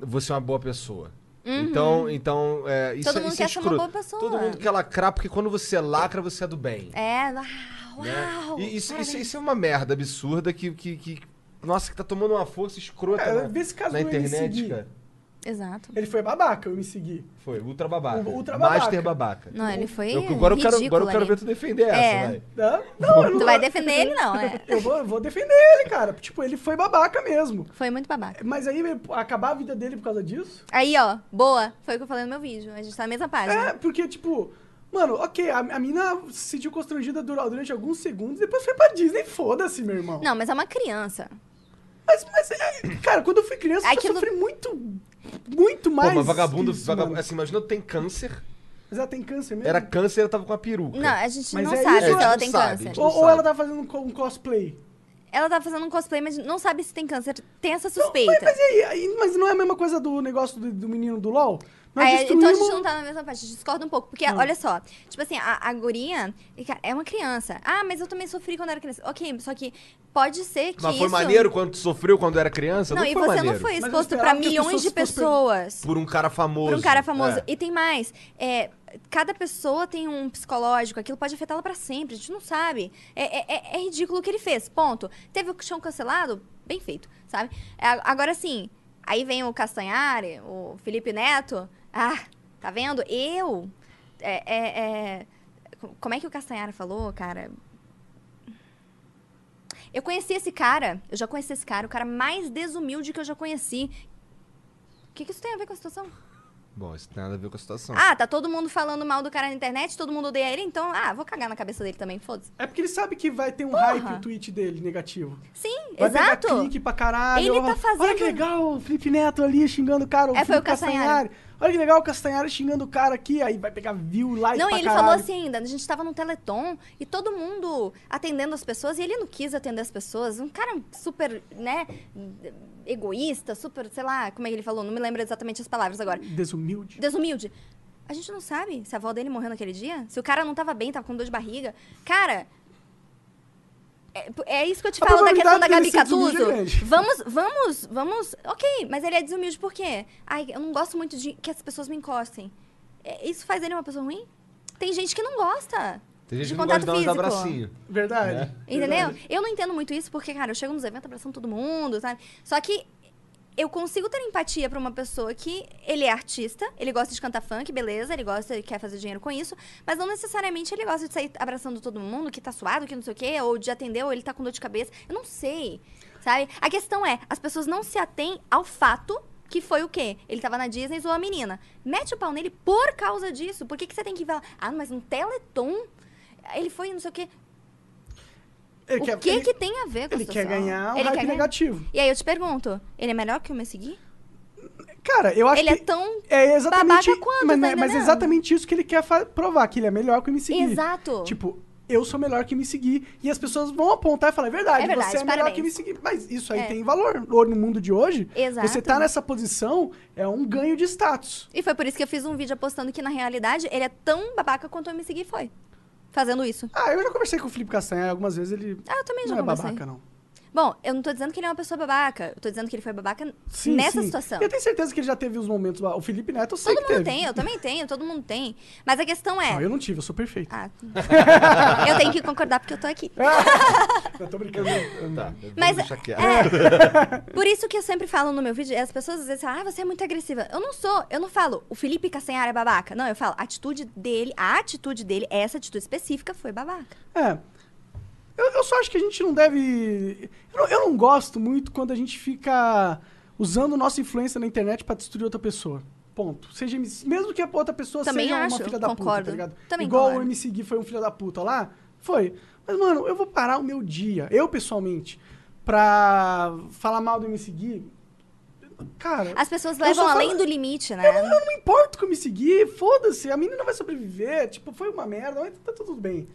Speaker 3: você é uma boa pessoa. Então, então é, isso,
Speaker 4: Uhum. Todo mundo
Speaker 3: isso é
Speaker 4: quer ser uma
Speaker 3: escroto.
Speaker 4: boa pessoa.
Speaker 3: Todo mundo quer lacrar, porque quando você lacra, você é do bem.
Speaker 4: isso? É, uau,
Speaker 3: né?
Speaker 4: uau.
Speaker 3: E isso, isso,
Speaker 4: parabéns.
Speaker 3: isso é uma merda absurda que, que, que- Nossa, que tá tomando uma força escrota
Speaker 2: É,
Speaker 3: né?
Speaker 2: vê esse caso
Speaker 3: na
Speaker 2: do
Speaker 3: internet,
Speaker 2: MC.
Speaker 3: cara.
Speaker 4: Exato.
Speaker 2: Ele foi babaca, eu me segui.
Speaker 3: Foi, ultra babaca.
Speaker 2: O- ultra
Speaker 3: Master babaca.
Speaker 4: Não, ele foi
Speaker 3: Eu- agora, eu quero, agora eu
Speaker 4: ridículo
Speaker 3: quero
Speaker 4: ali.
Speaker 3: ver tu defender essa,
Speaker 4: É.
Speaker 3: vai.
Speaker 2: Hã? Não, eu não
Speaker 4: Tu vai defender ele, não, é.
Speaker 2: Eu vou, eu vou defender ele, cara. Tipo, ele foi babaca mesmo.
Speaker 4: Foi muito babaca.
Speaker 2: Mas aí acabar a vida dele por causa disso?
Speaker 4: Aí, ó, boa. Foi o que eu falei no meu vídeo. A gente tá na mesma página.
Speaker 2: É, porque, tipo, Mano, ok, a, a mina se sentiu constrangida dura- durante alguns segundos, depois foi pra Disney, foda-se, meu irmão.
Speaker 4: Não, mas é uma criança.
Speaker 2: Mas, mas, é, cara, quando eu fui criança,
Speaker 4: Aquilo-
Speaker 2: eu sofri muito, muito mais.
Speaker 3: Pô, mas vagabundo,
Speaker 2: que isso,
Speaker 3: vagabundo
Speaker 2: mano.
Speaker 3: assim, imagina, tem câncer.
Speaker 2: Mas ela tem câncer mesmo?
Speaker 3: Era câncer, ela tava com a peruca.
Speaker 4: Não, a gente
Speaker 2: Mas
Speaker 4: não
Speaker 2: é
Speaker 4: sabe
Speaker 2: isso,
Speaker 4: se
Speaker 2: a gente
Speaker 4: ela
Speaker 3: não
Speaker 4: tem
Speaker 3: sabe, a
Speaker 4: câncer.
Speaker 3: gente não
Speaker 2: ou, ou
Speaker 3: sabe.
Speaker 2: ela tá fazendo um co- um cosplay.
Speaker 4: Ela tá fazendo um cosplay, mas não sabe se tem câncer. Tem essa
Speaker 2: Não,
Speaker 4: suspeita.
Speaker 2: Mas, mas e aí, aí? Mas não é a mesma coisa do negócio do, do menino do LOL? Nós
Speaker 4: Aí, então a
Speaker 2: destruímos-
Speaker 4: gente não tá na mesma parte, a gente discorda um pouco. Porque, olha só, tipo assim, a, a guria cara, é uma criança. Ah, mas eu também sofri quando era criança. Ok, só que pode ser que
Speaker 3: Mas foi
Speaker 4: isso...
Speaker 3: maneiro quando tu sofreu quando era criança?
Speaker 4: Não,
Speaker 3: Não,
Speaker 4: e
Speaker 3: foi
Speaker 4: você
Speaker 3: maneiro.
Speaker 4: não foi
Speaker 2: eu
Speaker 4: exposto
Speaker 2: esperava
Speaker 4: pra
Speaker 2: que as
Speaker 4: milhões de
Speaker 2: pessoas fossem-
Speaker 4: pessoas.
Speaker 3: Por um cara famoso.
Speaker 4: Pra um cara famoso.
Speaker 3: É.
Speaker 4: E tem mais. é, cada pessoa tem um psicológico, aquilo pode afetá-la pra sempre, a gente não sabe. É, é- é- é ridículo o que ele fez, ponto. Teve o chão cancelado? Bem feito, sabe? É, a- agora sim, aí vem o Castanhari, o Felipe Neto. Ah, tá vendo? Eu. é- é- é- co- como é que o Castanhari falou, cara? Eu conheci esse cara, eu já conheci esse cara, o cara mais desumilde que eu já conheci. O que que isso tem a ver com a situação?
Speaker 3: Bom, isso não tem nada a ver com a
Speaker 2: Hum.
Speaker 3: situação.
Speaker 4: Ah, tá todo mundo falando mal do cara na internet, todo mundo odeia ele, então, ah, vou cagar na cabeça dele também, foda-se.
Speaker 2: É porque ele sabe que vai ter um
Speaker 4: Porra.
Speaker 2: hype o tweet dele negativo.
Speaker 4: Sim,
Speaker 2: Vai
Speaker 4: exato.
Speaker 2: pegar clique pra caralho.
Speaker 4: Ele
Speaker 2: ó,
Speaker 4: tá fazendo-
Speaker 2: Olha que legal, o Felipe Neto ali xingando o cara. O
Speaker 4: É, foi
Speaker 2: Felipe
Speaker 4: o Castanhari.
Speaker 2: Olha que legal o Castanhari xingando o cara aqui. Aí vai pegar view, like
Speaker 4: Não, e
Speaker 2: pra
Speaker 4: ele
Speaker 2: caralho.
Speaker 4: falou assim ainda, a gente tava num Teleton e todo mundo atendendo as pessoas e ele não quis atender as pessoas. Um cara super, né, egoísta, super, sei lá, como é que ele falou? Não me lembro exatamente as palavras agora.
Speaker 2: Desumilde.
Speaker 4: Desumilde. A gente não sabe se a avó dele morreu naquele dia, se o cara não tava bem, tava com dor de barriga. Cara, é, é isso que eu te
Speaker 2: A
Speaker 4: falo da questão da
Speaker 2: probabilidade
Speaker 4: Gabi
Speaker 2: dele ser desumilde
Speaker 4: Catuso.
Speaker 2: é grande.
Speaker 4: Vamos, vamos, vamos. Ok, mas ele é desumilde por quê? Ai, eu não gosto muito de que as pessoas me encostem. É, isso faz ele uma pessoa ruim? Tem gente que não gosta.
Speaker 3: Tem gente
Speaker 4: de
Speaker 3: que não
Speaker 4: contato
Speaker 3: gosta de dar uns
Speaker 4: físico.
Speaker 3: abracinhos.
Speaker 2: Verdade.
Speaker 4: Entendeu?
Speaker 2: É Verdade.
Speaker 4: Eu não entendo muito isso, porque, cara, eu chego nos eventos abraçando todo mundo, sabe? Só que eu consigo ter empatia pra uma pessoa que ele é artista, ele gosta de cantar funk, beleza, ele gosta, ele quer fazer dinheiro com isso, mas não necessariamente ele gosta de sair abraçando todo mundo que tá suado, que não sei o quê, ou de atender, ou ele tá com dor de cabeça. Eu não sei, sabe? A questão é, as pessoas não se atêm ao fato que foi o quê? Ele tava na Disney e zoou a menina. Mete o pau nele por causa disso. Por que, que você tem que falar, ah, mas um teleton? Ele foi, não sei o quê
Speaker 2: Ele
Speaker 4: o
Speaker 2: quer,
Speaker 4: que
Speaker 2: ele,
Speaker 4: que tem a ver com
Speaker 2: ele
Speaker 4: a
Speaker 2: quer
Speaker 4: situação?
Speaker 2: ganhar um
Speaker 4: Ele
Speaker 2: hype
Speaker 4: quer ganhar.
Speaker 2: negativo.
Speaker 4: E aí eu te pergunto, ele é melhor que o Messi
Speaker 2: Cara, eu acho
Speaker 4: Ele é
Speaker 2: que...
Speaker 4: tão...
Speaker 2: É exatamente,
Speaker 4: babaca quanto,
Speaker 2: mas,
Speaker 4: tá
Speaker 2: né, mas é
Speaker 4: entendendo?
Speaker 2: exatamente isso que ele quer fa- provar, que ele é melhor que o MC Gui.
Speaker 4: Exato.
Speaker 2: Tipo, eu sou melhor que me seguir. E as pessoas vão apontar e falar, é verdade,
Speaker 4: É verdade,
Speaker 2: você é melhor
Speaker 4: parabéns.
Speaker 2: que me seguir. Mas isso aí
Speaker 4: É.
Speaker 2: tem valor. Hoje, No mundo de hoje,
Speaker 4: Exato.
Speaker 2: você tá nessa posição, é um ganho de status.
Speaker 4: E foi por isso que eu fiz um vídeo apostando que, na realidade, ele é tão babaca quanto o MC Gui foi. Fazendo isso.
Speaker 2: Ah, eu já conversei com o Felipe Castanha algumas vezes, ele
Speaker 4: Ah, eu também já
Speaker 2: não é
Speaker 4: conversei.
Speaker 2: babaca, não.
Speaker 4: Bom, eu não tô dizendo que ele é uma pessoa babaca. Eu tô dizendo que ele foi babaca
Speaker 2: Sim,
Speaker 4: nessa
Speaker 2: sim.
Speaker 4: situação.
Speaker 2: Eu tenho certeza que ele já teve os momentos... lá. O Felipe Neto eu sei
Speaker 4: Todo
Speaker 2: que
Speaker 4: mundo
Speaker 2: teve.
Speaker 4: tem, eu também tenho, todo mundo tem. Mas a questão é...
Speaker 2: Não, eu não tive, eu sou perfeito.
Speaker 4: Ah, eu tenho que concordar porque eu tô aqui.
Speaker 2: Eu tô brincando.
Speaker 3: Tá, vamos
Speaker 4: Mas
Speaker 3: deixar quieto.
Speaker 4: é, por isso que eu sempre falo no meu vídeo, as pessoas às vezes falam, ah, você é muito agressiva. Eu não sou, eu não falo, o Felipe Castanhari é babaca. Não, eu falo, a atitude dele, a atitude dele, essa atitude específica foi babaca.
Speaker 2: É. Eu, eu só acho que a gente não deve. Eu não, eu não gosto muito quando a gente fica usando nossa influência na internet pra destruir outra pessoa. Ponto. Seja MC, mesmo que a outra pessoa
Speaker 4: Também
Speaker 2: seja
Speaker 4: acho,
Speaker 2: uma filha da puta,
Speaker 4: concordo.
Speaker 2: tá ligado?
Speaker 4: Também
Speaker 2: Igual
Speaker 4: concordo.
Speaker 2: o MC Gui foi um filho da puta lá, foi. Mas, mano, eu vou parar o meu dia, eu pessoalmente, pra falar mal do MC Gui. Cara,
Speaker 4: As pessoas
Speaker 2: Eu
Speaker 4: levam
Speaker 2: só falo-
Speaker 4: além do limite, né?
Speaker 2: eu não me importo com o MC Gui, foda-se, a menina vai sobreviver. Tipo, foi uma merda, mas tá tudo bem.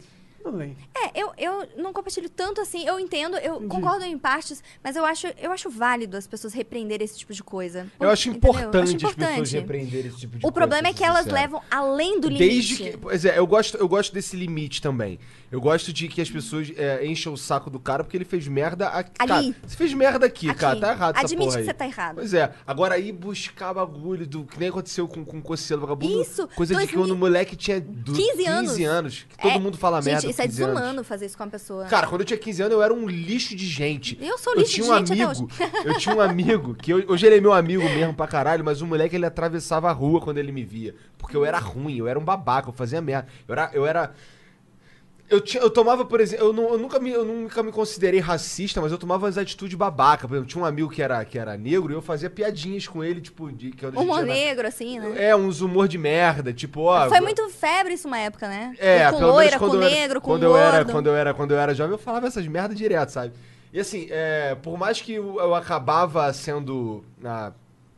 Speaker 2: Tudo bem.
Speaker 4: É, eu, eu não compartilho tanto assim, eu entendo, eu
Speaker 3: Uhum.
Speaker 4: concordo em partes, mas eu acho, eu acho válido as pessoas repreenderem esse tipo de coisa.
Speaker 3: Eu acho
Speaker 4: Entendeu?
Speaker 3: importante,
Speaker 4: Eu acho
Speaker 3: as pessoas
Speaker 4: importante.
Speaker 3: repreenderem esse tipo de
Speaker 4: O
Speaker 3: coisa.
Speaker 4: problema
Speaker 3: pra
Speaker 4: é
Speaker 3: ser
Speaker 4: que elas
Speaker 3: sincero.
Speaker 4: levam além do limite.
Speaker 3: Desde que. Pois é, eu gosto, eu gosto desse limite também. Eu gosto de que as pessoas é, enchem o saco do cara porque ele fez merda aqui.
Speaker 4: Ali.
Speaker 3: Cara, você fez merda aqui,
Speaker 4: Aqui.
Speaker 3: cara. Tá errado essa
Speaker 4: Admite
Speaker 3: porra
Speaker 4: que
Speaker 3: aí.
Speaker 4: você tá errado.
Speaker 3: Pois é. Agora aí buscar bagulho do que nem aconteceu com, com o Coceiro Vagabundo.
Speaker 4: Isso,
Speaker 3: Coisa de
Speaker 4: 2000
Speaker 3: quando o moleque tinha do,
Speaker 4: 15 anos.
Speaker 3: anos, Que todo
Speaker 4: É,
Speaker 3: mundo fala merda.
Speaker 4: Gente, isso
Speaker 3: com
Speaker 4: é
Speaker 3: 15 anos.
Speaker 4: desumano fazer isso com uma pessoa.
Speaker 3: Cara, quando eu tinha 15 anos, eu era um lixo de gente.
Speaker 4: Eu sou lixo
Speaker 3: tinha
Speaker 4: de
Speaker 3: um
Speaker 4: gente até
Speaker 3: amigo, Eu tinha um amigo, que eu- hoje ele é meu amigo mesmo pra caralho, mas o moleque ele atravessava a rua quando ele me via. Porque eu era ruim, eu era um babaca, eu fazia merda. Eu era. Eu era Eu, tinha, eu tomava, por exemplo, eu, não- eu nunca me, eu nunca me considerei racista, mas eu tomava umas atitudes babaca. Por exemplo, tinha um amigo que era, que era negro e eu fazia piadinhas com ele, tipo, de que eu
Speaker 4: Humor
Speaker 3: tinha-
Speaker 4: negro, assim, né?
Speaker 3: É, uns humor de merda, tipo, ó.
Speaker 4: Foi muito febre isso uma época, né?
Speaker 3: É,
Speaker 4: com
Speaker 3: pelo
Speaker 4: loira,
Speaker 3: menos quando
Speaker 4: com
Speaker 3: eu era-
Speaker 4: negro, com
Speaker 3: quando
Speaker 4: gordo.
Speaker 3: eu era, quando eu era, quando eu era jovem, eu falava essas merdas direto, sabe? E assim, é, por mais que eu, eu acabava sendo ah,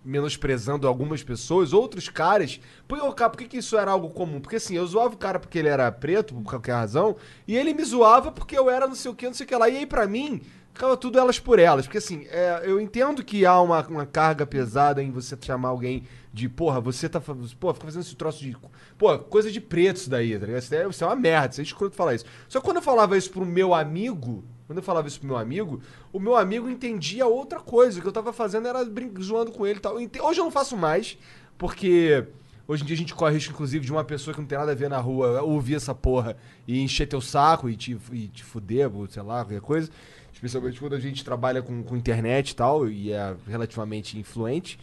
Speaker 3: menosprezando algumas pessoas, outros caras, por, eu, por que, que isso era algo comum? Porque assim, eu zoava o cara porque ele era preto, por qualquer razão, e ele me zoava porque eu era não sei o que, não sei o que lá. E aí, pra mim, ficava tudo elas por elas. Porque assim, é, eu entendo que há uma, uma carga pesada em você chamar alguém de, porra, você tá fa- pô, fica fazendo esse troço de. Pô, coisa de preto isso daí, tá ligado? Isso, daí é- isso é uma merda, isso é escroto falar isso. Só que quando eu falava isso pro meu amigo. Quando eu falava isso pro meu amigo, o meu amigo entendia outra coisa. O que eu tava fazendo era brin- zoando com ele e tal. Ente- Hoje eu não faço mais, porque Hoje em dia a gente corre risco, inclusive, de uma pessoa que não tem nada a ver na rua ouvir essa porra e encher teu saco e te, e te fuder, ou sei lá, qualquer coisa. Especialmente quando a gente trabalha com, com internet e tal, e é relativamente influente.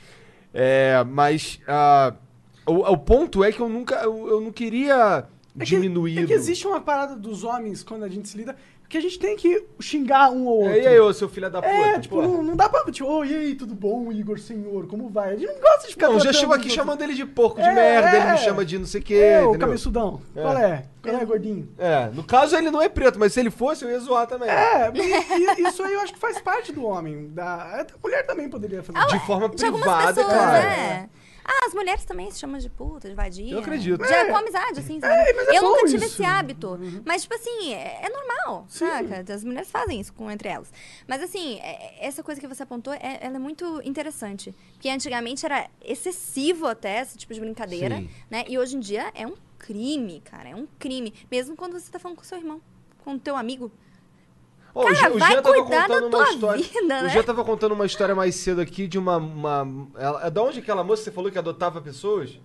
Speaker 3: É, mas ah, o, o ponto é que eu nunca. Eu, eu não queria
Speaker 2: É que-
Speaker 3: diminuir.
Speaker 2: É que existe uma parada dos homens quando a gente se lida, que a gente tem que xingar um ou
Speaker 3: o...
Speaker 2: outro.
Speaker 3: É, E aí, ô, seu filho da puta?
Speaker 2: É, tipo,
Speaker 3: porra.
Speaker 2: não, não dá pra. Tipo, oh, e aí, tudo bom, Igor, senhor, como vai? A gente não gosta de ficar
Speaker 3: Não, já
Speaker 2: tratando
Speaker 3: chego aqui
Speaker 2: os outros.
Speaker 3: chamando ele de porco de
Speaker 2: É,
Speaker 3: merda, ele
Speaker 2: é.
Speaker 3: me chama de não sei o quê.
Speaker 2: É, ô,
Speaker 3: entendeu?
Speaker 2: cabeçudão.
Speaker 3: É.
Speaker 2: Qual é? Qual é, gordinho?
Speaker 3: É, no caso ele não é preto, mas se ele fosse, eu ia zoar também.
Speaker 2: É, mas i- i- isso aí eu acho que faz parte do homem. Da... até A mulher também poderia fazer.
Speaker 4: Ah,
Speaker 3: De forma
Speaker 4: De algumas
Speaker 3: privada,
Speaker 4: pessoas,
Speaker 3: claro.
Speaker 4: né? Ah, as mulheres também se chamam de puta, de vadia.
Speaker 3: Eu acredito.
Speaker 4: Já
Speaker 2: É.
Speaker 4: com amizade, assim, sabe?
Speaker 2: mas é
Speaker 4: eu nunca
Speaker 2: bom
Speaker 4: tive
Speaker 2: isso.
Speaker 4: esse hábito.
Speaker 3: Uhum.
Speaker 4: Mas, tipo assim, é, é normal, saca? As mulheres fazem isso com, entre elas. Mas, assim, é- essa coisa que você apontou, é, ela é muito interessante. Porque antigamente era excessivo até esse tipo de brincadeira,
Speaker 3: Sim.
Speaker 4: né? E hoje em dia é um crime, cara. É um crime. Mesmo quando você tá falando com seu irmão, com o teu amigo.
Speaker 3: Ô,
Speaker 4: Cara,
Speaker 3: o Jean, o
Speaker 4: vai
Speaker 3: Jean tava
Speaker 4: cuidar da
Speaker 3: contando uma
Speaker 4: tua
Speaker 3: história.
Speaker 4: vida,
Speaker 3: O
Speaker 4: né?
Speaker 3: Jean tava contando uma história mais cedo aqui de uma. uma ela, é da onde aquela moça que você falou que adotava pessoas?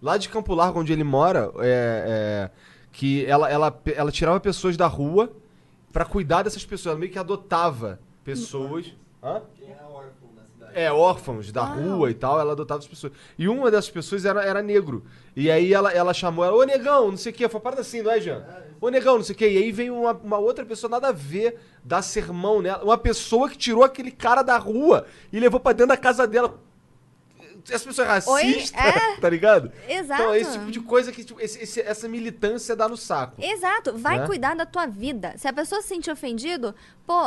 Speaker 3: Lá de Campo Largo, onde ele mora, é, é, que ela, ela, ela tirava pessoas da rua pra cuidar dessas pessoas. Ela meio que adotava pessoas. Hã? É, órfãos da rua e tal, ela adotava as pessoas. E uma dessas pessoas era, era negro. E aí ela, ela chamou ela, ô negão, não sei o que, foi uma parada assim, não é, Jean? Ô negão, não sei o que. E aí veio uma, uma outra pessoa, nada a ver, dar sermão nela. Uma pessoa que tirou aquele cara da rua e levou pra dentro da casa dela. Essa pessoa é
Speaker 4: Oi?
Speaker 3: racista,
Speaker 4: É.
Speaker 3: tá ligado?
Speaker 4: Exato.
Speaker 3: Então é esse tipo de coisa que tipo, esse- esse- essa militância dá no saco.
Speaker 4: Exato, vai
Speaker 3: Né?
Speaker 4: cuidar da tua vida. Se a pessoa se sentir ofendido, pô,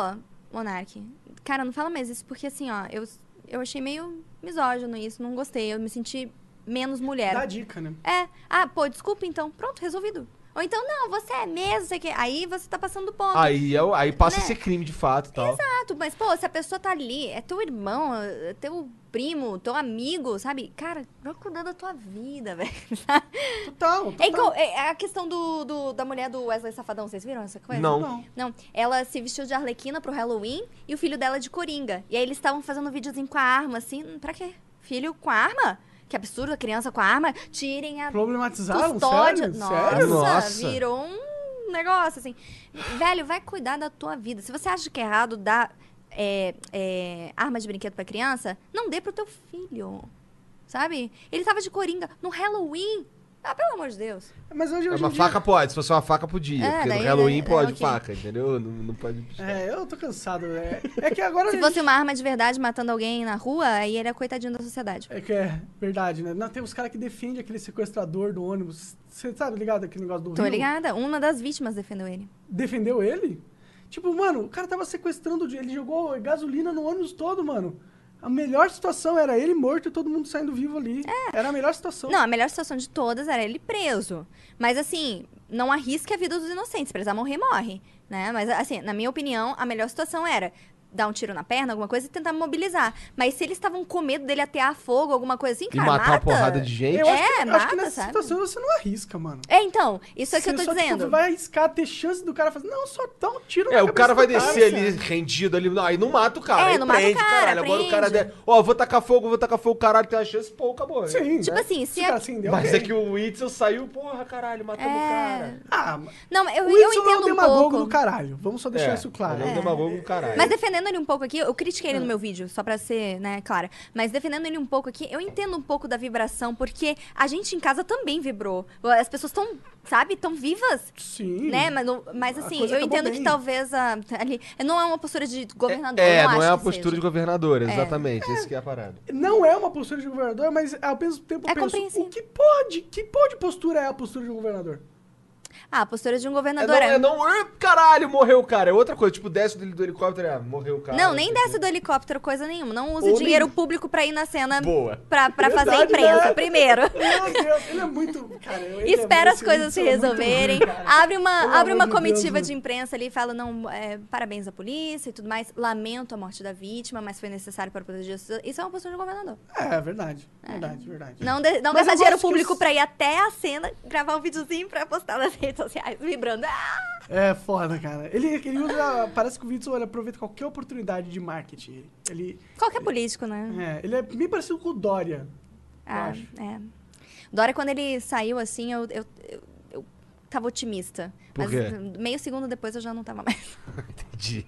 Speaker 4: Monark, cara, não fala mais isso, porque assim, ó, eu, eu achei meio misógino isso, não gostei, eu me senti menos mulher.
Speaker 2: Dá dica, né?
Speaker 4: É, ah, pô, desculpa então, pronto, resolvido. Ou então, não, você é mesmo, sei que. Aí você tá passando do ponto.
Speaker 3: Aí, é o- aí passa
Speaker 4: Né?
Speaker 3: a ser crime de fato e tal.
Speaker 4: Exato, mas pô, se a pessoa tá ali, é teu irmão, é teu primo, teu amigo, sabe? Cara, vai cuidar da tua vida, velho.
Speaker 2: Total.
Speaker 3: Então
Speaker 2: total.
Speaker 4: É igual
Speaker 3: tá.
Speaker 4: é, a questão do, do- da mulher do Wesley Safadão, vocês viram essa coisa?
Speaker 3: Não.
Speaker 2: Não.
Speaker 4: Não, ela se vestiu de arlequina pro Halloween e o filho dela de coringa. E aí eles estavam fazendo um videozinho com a arma, assim, hum, pra quê? Filho com a arma? Que absurdo, a criança com a arma. Tirem a
Speaker 2: Problematizaram?
Speaker 4: custódia.
Speaker 2: Sério?
Speaker 4: Nossa,
Speaker 2: Sério?
Speaker 3: Nossa.
Speaker 4: virou um negócio, assim. Velho, vai cuidar da tua vida. Se você acha que é errado dar é, é, arma de brinquedo pra criança, não dê pro teu filho, sabe? Ele tava de coringa no Halloween. Ah, pelo amor de Deus.
Speaker 2: Mas hoje,
Speaker 3: É,
Speaker 2: hoje
Speaker 3: uma
Speaker 2: em dia-
Speaker 3: faca pode, se fosse uma faca podia.
Speaker 4: É,
Speaker 3: porque
Speaker 4: daí,
Speaker 3: no Halloween
Speaker 4: né,
Speaker 3: pode
Speaker 4: ok.
Speaker 3: faca, entendeu? Não, não pode.
Speaker 2: É, eu tô cansado. É, é que agora. a
Speaker 4: Se
Speaker 2: gente-
Speaker 4: fosse uma arma de verdade matando alguém na rua, aí ele é coitadinho da sociedade.
Speaker 2: É que é verdade, né? Não, tem uns caras que defendem aquele sequestrador do ônibus. Você sabe ligado aquele negócio do
Speaker 4: Tô
Speaker 2: Rio?
Speaker 4: ligada? Uma das vítimas defendeu ele.
Speaker 2: Defendeu ele? Tipo, mano, o cara tava sequestrando, ele jogou gasolina no ônibus todo, mano. A melhor situação era ele morto e todo mundo saindo vivo ali. Era a melhor situação.
Speaker 4: É. Não, a melhor situação de todas era ele preso. Mas assim, não arrisque a vida dos inocentes. Se precisar morrer, morre. Né? Mas assim, na minha opinião, a melhor situação era dar um tiro na perna, alguma coisa, e tentar mobilizar. Mas se eles estavam com medo dele atear fogo, alguma coisa assim,
Speaker 3: E
Speaker 4: cara,
Speaker 3: matar uma
Speaker 4: mata.
Speaker 3: porrada de gente.
Speaker 2: Eu acho, que,
Speaker 4: É,
Speaker 2: acho que
Speaker 4: mata,
Speaker 2: nessa
Speaker 4: sabe?
Speaker 2: situação você não arrisca, mano.
Speaker 4: É, então, isso é que eu tô
Speaker 2: Você só, tipo,
Speaker 4: dizendo.
Speaker 2: vai arriscar ter chance do cara fazer. Não, só dá um tiro
Speaker 3: É,
Speaker 2: na
Speaker 3: o cara vai
Speaker 2: cabeça do
Speaker 3: descer
Speaker 4: Nossa.
Speaker 3: ali rendido ali. Não, aí não mata o cara.
Speaker 4: assim, É,
Speaker 3: aí
Speaker 4: não mata o
Speaker 3: prende,
Speaker 4: cara,
Speaker 3: caralho. Agora o cara
Speaker 4: prende.
Speaker 3: der. Ó, vou tacar fogo, vou tacar fogo, caralho, tem uma chance, pô, acabou.
Speaker 2: Sim.
Speaker 4: Tipo
Speaker 2: né?
Speaker 4: assim, se
Speaker 2: o
Speaker 4: a-
Speaker 2: cara acendeu,
Speaker 3: Mas
Speaker 2: ok.
Speaker 3: é que o Witzel saiu, porra, caralho, matamos
Speaker 4: É.
Speaker 3: o cara.
Speaker 2: Ah, mas-
Speaker 4: Não, eu,
Speaker 2: o
Speaker 4: eu
Speaker 2: Wilson é um
Speaker 4: entendo um
Speaker 2: demagogo
Speaker 4: pouco.
Speaker 2: do caralho. Vamos só deixar isso claro.
Speaker 3: Ele é um demagogo do caralho.
Speaker 4: Mas defender defendendo ele um pouco aqui, eu critiquei ele no meu vídeo, só pra ser, né, clara. Mas defendendo ele um pouco aqui, eu entendo um pouco da vibração, porque a gente em casa também vibrou. As pessoas estão, sabe, estão vivas.
Speaker 2: Sim.
Speaker 4: Né? Mas, não- mas
Speaker 2: A
Speaker 4: assim,
Speaker 2: coisa
Speaker 4: eu
Speaker 2: acabou
Speaker 4: entendo que
Speaker 2: bem.
Speaker 4: talvez a, ali. Não é uma postura de governador.
Speaker 3: é,
Speaker 4: eu
Speaker 3: não,
Speaker 4: acho
Speaker 3: é uma
Speaker 4: que
Speaker 3: postura de
Speaker 4: seja.
Speaker 3: governador, exatamente. Esse que é a parada.
Speaker 2: Não é uma postura de governador, mas ao mesmo tempo eu
Speaker 4: É
Speaker 2: penso,
Speaker 4: compreensível.
Speaker 2: o que pode? Que pode postura é a postura de um governador?
Speaker 4: Ah, a postura de um
Speaker 3: É
Speaker 4: governador
Speaker 3: não,
Speaker 4: é.
Speaker 3: é não, "Ah, caralho, morreu o cara. É outra coisa, tipo, desce do, do helicóptero, ah, morreu o cara.
Speaker 4: Não, nem
Speaker 3: sei
Speaker 4: desce
Speaker 3: o
Speaker 4: do helicóptero, coisa nenhuma. Não use
Speaker 3: Ou
Speaker 4: dinheiro
Speaker 3: nem-
Speaker 4: público pra ir na cena
Speaker 3: quê. Boa.
Speaker 4: pra, pra fazer
Speaker 2: Verdade,
Speaker 4: imprensa,
Speaker 2: né?
Speaker 4: primeiro.
Speaker 2: Meu Deus, ele é muito. Cara, ele
Speaker 4: Espera
Speaker 2: é
Speaker 4: as coisas se
Speaker 2: muito- muito ruim,
Speaker 4: resolverem.
Speaker 2: cara.
Speaker 4: abre
Speaker 2: Pelo
Speaker 4: uma, abre
Speaker 2: amor
Speaker 4: uma
Speaker 2: de Deus,
Speaker 4: comitiva
Speaker 2: né?
Speaker 4: de imprensa ali e fala: não, é, parabéns à polícia e tudo mais. Lamento a morte da vítima, mas foi necessário para proteger. as pessoas." Isso é uma postura de governador.
Speaker 2: É, verdade. Verdade, verdade.
Speaker 4: Não, de, não
Speaker 2: Mas eu
Speaker 4: gastar dinheiro
Speaker 2: gosto que
Speaker 4: público
Speaker 2: os-
Speaker 4: pra ir até a cena, gravar um videozinho pra postar nas redes sociais, vibrando. Ah!
Speaker 2: É foda, cara. Ele, ele usa. Parece que o Witzel ele aproveita qualquer oportunidade de marketing. Ele,
Speaker 4: Qualquer político, né?
Speaker 2: é, ele é bem parecido com o Dória.
Speaker 4: Ah,
Speaker 2: acho.
Speaker 4: é. Dória, quando ele saiu assim, eu, eu, eu, eu tava otimista.
Speaker 3: Por
Speaker 4: mas
Speaker 3: quê?
Speaker 4: meio segundo depois eu já não tava mais.
Speaker 3: Entendi.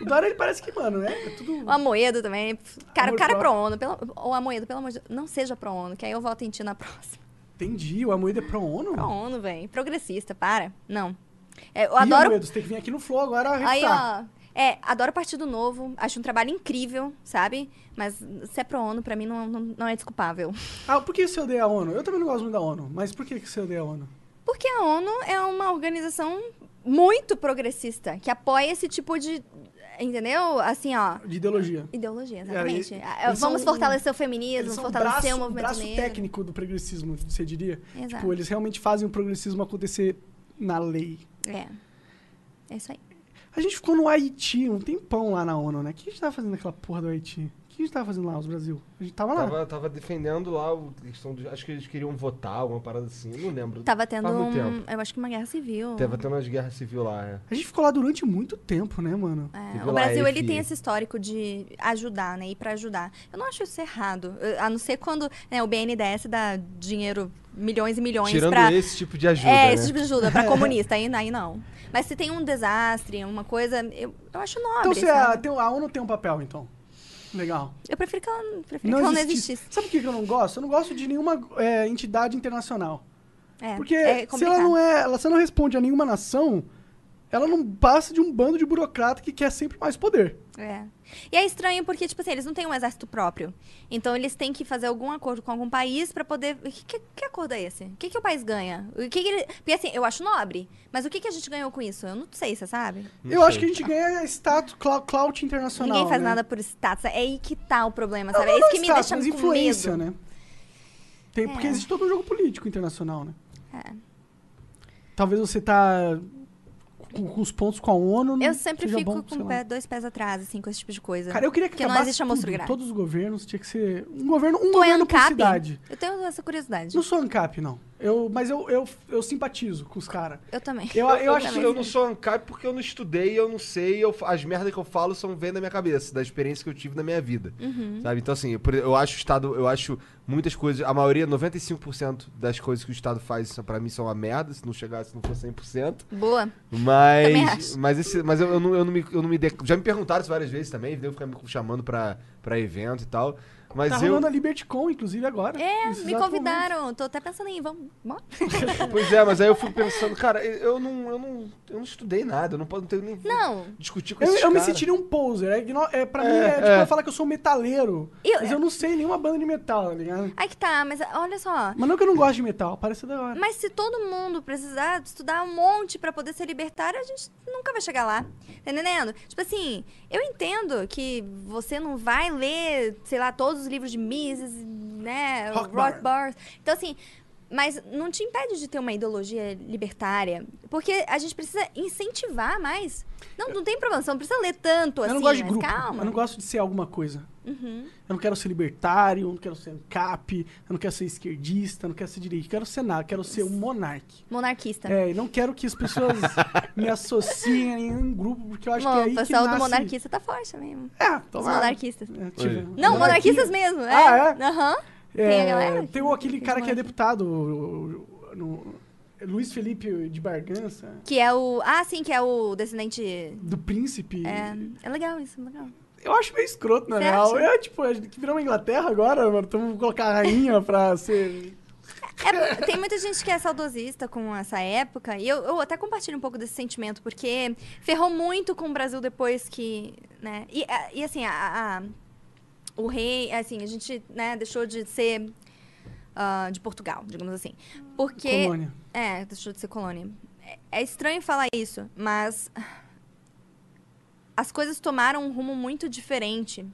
Speaker 2: O Dória ele parece que, mano, é, é tudo.
Speaker 4: O Amoedo também. Cara,
Speaker 2: Amor
Speaker 4: o cara é
Speaker 2: próprio.
Speaker 4: pro ONU. Pelo, o Amoedo, pelo amor de Deus, não seja pro ONU, que aí eu voto em ti na próxima.
Speaker 2: Entendi. O Amoedo é pro ONU?
Speaker 4: Pro ONU, velho. Progressista, para. Não. É, eu
Speaker 2: Ih,
Speaker 4: adoro
Speaker 2: Amoedo, você tem que tá? vir aqui no Flow agora
Speaker 4: Aí,
Speaker 2: arrebentar.
Speaker 4: ó. É, adoro Partido Novo, acho um trabalho incrível, sabe? Mas se é pro ONU, pra mim não, não, não é desculpável.
Speaker 2: Ah, por que você odeia a ONU? Eu também não gosto muito da ONU, mas por que que você odeia a ONU?
Speaker 4: Porque a ONU é uma organização muito progressista, que apoia esse tipo de. Entendeu? Assim, ó.
Speaker 2: De ideologia.
Speaker 4: Ideologia,
Speaker 2: É,
Speaker 4: exatamente.
Speaker 2: e-
Speaker 4: Ah,
Speaker 2: eles
Speaker 4: Vamos
Speaker 2: são um-
Speaker 4: fortalecer o
Speaker 2: Eles
Speaker 4: feminismo,
Speaker 2: são um
Speaker 4: fortalecer
Speaker 2: braço,
Speaker 4: o
Speaker 2: um
Speaker 4: movimento
Speaker 2: braço
Speaker 4: negro.
Speaker 2: técnico do progressismo, você diria?
Speaker 4: Exato.
Speaker 2: Tipo, eles realmente fazem o progressismo acontecer na lei.
Speaker 4: É. É isso aí.
Speaker 2: A gente ficou no Haiti um tempão lá na ONU, né? O que a gente tava fazendo naquela porra do Haiti? O que a gente tava fazendo lá, os Brasil? A gente tava lá.
Speaker 3: Tava, tava defendendo lá o questão do. Acho que eles queriam votar, alguma parada assim, eu não lembro.
Speaker 4: Tava tendo
Speaker 3: Faz muito
Speaker 4: um. Eu acho que uma guerra civil.
Speaker 3: Tava tendo umas guerras civil lá, é.
Speaker 2: A gente ficou lá durante muito tempo, né, mano?
Speaker 4: É,
Speaker 3: Teve
Speaker 4: o
Speaker 3: lá
Speaker 4: Brasil ele
Speaker 3: esse-
Speaker 4: tem esse histórico de ajudar, né? Ir pra ajudar. Eu não acho isso errado. Eu- A não ser quando né, o BNDES dá dinheiro, milhões e milhões
Speaker 3: Tirando
Speaker 4: pra.
Speaker 3: esse tipo de ajuda.
Speaker 4: é,
Speaker 3: né?
Speaker 4: esse tipo de ajuda pra comunista, aí, aí não. Mas se tem um desastre, uma coisa, eu, eu acho nobre.
Speaker 2: Então você, a,
Speaker 4: sabe?
Speaker 2: tem, a ONU tem um papel, então. Legal.
Speaker 4: Eu prefiro que ela, prefiro É que ela não existisse.
Speaker 2: Sabe o que que eu não gosto? Eu não gosto de nenhuma é, entidade internacional.
Speaker 4: É,
Speaker 2: Porque
Speaker 4: é
Speaker 2: se ela não
Speaker 4: complicado.
Speaker 2: é. Ela, se ela não responde a nenhuma nação, ela não passa de um bando de burocrata que quer sempre mais poder.
Speaker 4: É. E é estranho porque, tipo assim, eles não têm um exército próprio. Então eles têm que fazer algum acordo com algum país pra poder. Que, que, que acordo é esse? O que, que o país ganha? O que que ele... Porque assim, eu acho nobre, mas o que, que a gente ganhou com isso? Eu não sei, você sabe?
Speaker 3: Não
Speaker 2: eu
Speaker 3: sei.
Speaker 2: acho que a gente ganha status, clou- clout internacional.
Speaker 4: Ninguém faz
Speaker 2: né?
Speaker 4: nada por status. É aí que tá o problema,
Speaker 2: Não,
Speaker 4: sabe?
Speaker 2: não,
Speaker 4: é isso
Speaker 2: não
Speaker 4: que me
Speaker 2: status,
Speaker 4: deixa
Speaker 2: mas
Speaker 4: com
Speaker 2: influência,
Speaker 4: medo.
Speaker 2: né? Tem, Porque
Speaker 4: É.
Speaker 2: existe todo um jogo político internacional, né?
Speaker 4: É.
Speaker 2: Talvez você tá com, com os pontos com a ONU. não
Speaker 4: Eu sempre
Speaker 2: né? seja
Speaker 4: fico
Speaker 2: bom,
Speaker 4: com
Speaker 2: sei
Speaker 4: o
Speaker 2: lá.
Speaker 4: pé- dois pés atrás, assim, com esse tipo de coisa.
Speaker 2: Cara, eu queria que
Speaker 4: Porque não
Speaker 2: acabasse
Speaker 4: existe amostra
Speaker 2: tudo.
Speaker 4: grátis.
Speaker 2: Todos os governos tinha que ser um governo, um
Speaker 4: Tu é
Speaker 2: governo por
Speaker 4: ANCAP?
Speaker 2: cidade.
Speaker 4: Eu tenho essa curiosidade.
Speaker 2: Não sou ANCAP, não. Eu, mas eu, eu, eu simpatizo com os caras.
Speaker 4: Eu também.
Speaker 2: Eu,
Speaker 3: Eu,
Speaker 2: eu acho
Speaker 3: acho
Speaker 2: que
Speaker 3: eu não sou ANCAP porque eu não estudei, eu não sei, eu, as merdas que eu falo são vêm da minha cabeça, da experiência que eu tive na minha vida.
Speaker 4: Uhum.
Speaker 3: Sabe? Então, assim, por- eu acho o Estado, eu acho muitas coisas, a maioria, 95% das coisas que o Estado faz, são- pra mim, são uma merda, se não chegasse, não for 100%.
Speaker 4: Boa. Também
Speaker 3: Mas.
Speaker 4: acho.
Speaker 3: Mas, esse, mas eu, eu não, eu não me. Eu não me de- já me perguntaram isso várias vezes também, devo ficar me chamando pra, pra evento e tal. Mas
Speaker 2: Tá
Speaker 3: eu.
Speaker 2: rolando a LibertyCon, inclusive, agora.
Speaker 4: É,
Speaker 2: nesse
Speaker 4: me
Speaker 2: exato
Speaker 4: convidaram. Tô até pensando em ir. Vamos. bora?
Speaker 3: Pois é, mas aí eu fico pensando, cara, eu não, eu não, eu não estudei nada, eu não posso não tenho nem
Speaker 4: Não.
Speaker 3: discutir com
Speaker 2: momento.
Speaker 3: esses
Speaker 2: Eu, eu me
Speaker 3: cara.
Speaker 2: sentiria um poser. É, igno- é, pra
Speaker 3: É,
Speaker 2: mim, é, tipo,
Speaker 3: é.
Speaker 2: eu falar que eu sou metaleiro.
Speaker 4: Eu-
Speaker 2: mas eu não sei nenhuma banda de metal, tá ligado?
Speaker 4: Aí que tá, mas olha só.
Speaker 2: Mas não que eu não gosto de metal, parece da hora.
Speaker 4: Mas se todo mundo precisar estudar um monte pra poder ser libertário, a gente nunca vai chegar lá. Tá entendendo? Tipo assim, eu entendo que você não vai ler, sei lá, todos os livros de Mises, né?
Speaker 2: Rothbard.
Speaker 4: Rothbard. Então, assim. Mas não te impede de ter uma ideologia libertária. Porque a gente precisa incentivar mais. Não, não tem problema, você não precisa ler tanto assim.
Speaker 2: eu não gosto de
Speaker 4: mas
Speaker 2: grupo.
Speaker 4: calma.
Speaker 2: Eu não gosto de ser alguma coisa.
Speaker 4: Uhum.
Speaker 2: Eu não quero ser libertário, eu não quero ser ANCAP, eu não quero ser esquerdista, eu não quero ser direito, eu quero ser nada, eu quero ser um monarque.
Speaker 4: Monarquista.
Speaker 2: É, e não quero que as pessoas me associem em um grupo, porque eu acho que é
Speaker 4: Bom,
Speaker 2: aí
Speaker 4: o
Speaker 2: que
Speaker 4: pessoal do
Speaker 2: nasce-
Speaker 4: monarquista tá forte mesmo.
Speaker 2: É,
Speaker 4: Os
Speaker 2: toma.
Speaker 4: monarquistas.
Speaker 2: É, tipo,
Speaker 3: Oi.
Speaker 4: Não,
Speaker 2: monarquia.
Speaker 4: monarquistas mesmo. É.
Speaker 2: Ah, é?
Speaker 4: Aham.
Speaker 2: É,
Speaker 4: Tem a galera
Speaker 2: tem um
Speaker 4: que-
Speaker 2: aquele
Speaker 4: que
Speaker 2: cara que é
Speaker 4: monarquia.
Speaker 2: deputado o- o- o- no- Luiz Felipe de Bargança,
Speaker 4: Que é o. Ah, sim, que é o descendente.
Speaker 2: do príncipe.
Speaker 4: É, é legal isso, é legal.
Speaker 2: Eu acho meio escroto, na
Speaker 4: Você
Speaker 2: real.
Speaker 4: acha?
Speaker 2: É, tipo, a gente que virou uma Inglaterra agora, mano. Então vamos colocar a rainha pra ser.
Speaker 4: É, tem muita gente que é saudosista com essa época, e eu, eu até compartilho um pouco desse sentimento, porque ferrou muito com o Brasil depois que, né, e, a- e assim, a- a- o rei, assim, a gente, né, deixou de ser ah, de Portugal, digamos assim, porque...
Speaker 2: Colônia.
Speaker 4: É, deixou de ser colônia. É, é estranho falar isso, mas as coisas tomaram um rumo muito diferente.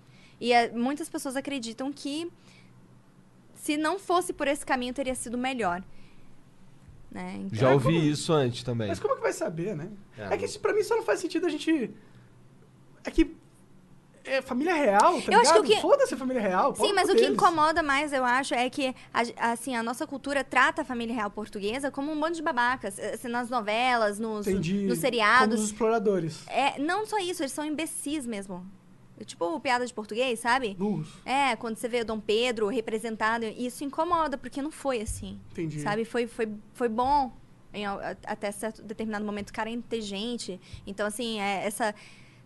Speaker 4: E eh, muitas pessoas acreditam que se não fosse por esse caminho, teria sido melhor. Né? Então,
Speaker 3: Já ouvi isso antes também.
Speaker 2: Mas como é que vai saber, né?
Speaker 3: É.
Speaker 2: É, que isso pra mim só não faz sentido a gente. É que. É família real, tá
Speaker 4: Eu acho
Speaker 2: ligado?
Speaker 4: que o que-
Speaker 2: Foda-se a família real. pau
Speaker 4: Sim,
Speaker 2: no
Speaker 4: mas
Speaker 2: cu
Speaker 4: o que
Speaker 2: deles.
Speaker 4: incomoda mais, eu acho, é que a, ge- assim, a nossa cultura trata a família real portuguesa como um bando de babacas. Eh, assim, nas novelas, nos,
Speaker 2: Entendi.
Speaker 4: nos
Speaker 2: Como
Speaker 4: seriados.
Speaker 2: os exploradores.
Speaker 4: É, não só isso, eles são imbecis mesmo. Tipo piada de português, sabe?
Speaker 2: Burros.
Speaker 4: É, quando você vê o Dom Pedro representado, isso incomoda, porque não foi assim.
Speaker 2: Entendi.
Speaker 4: Sabe? Foi, foi, foi bom em al- a- até certo determinado momento, cara é inteligente. Então, assim, é, essa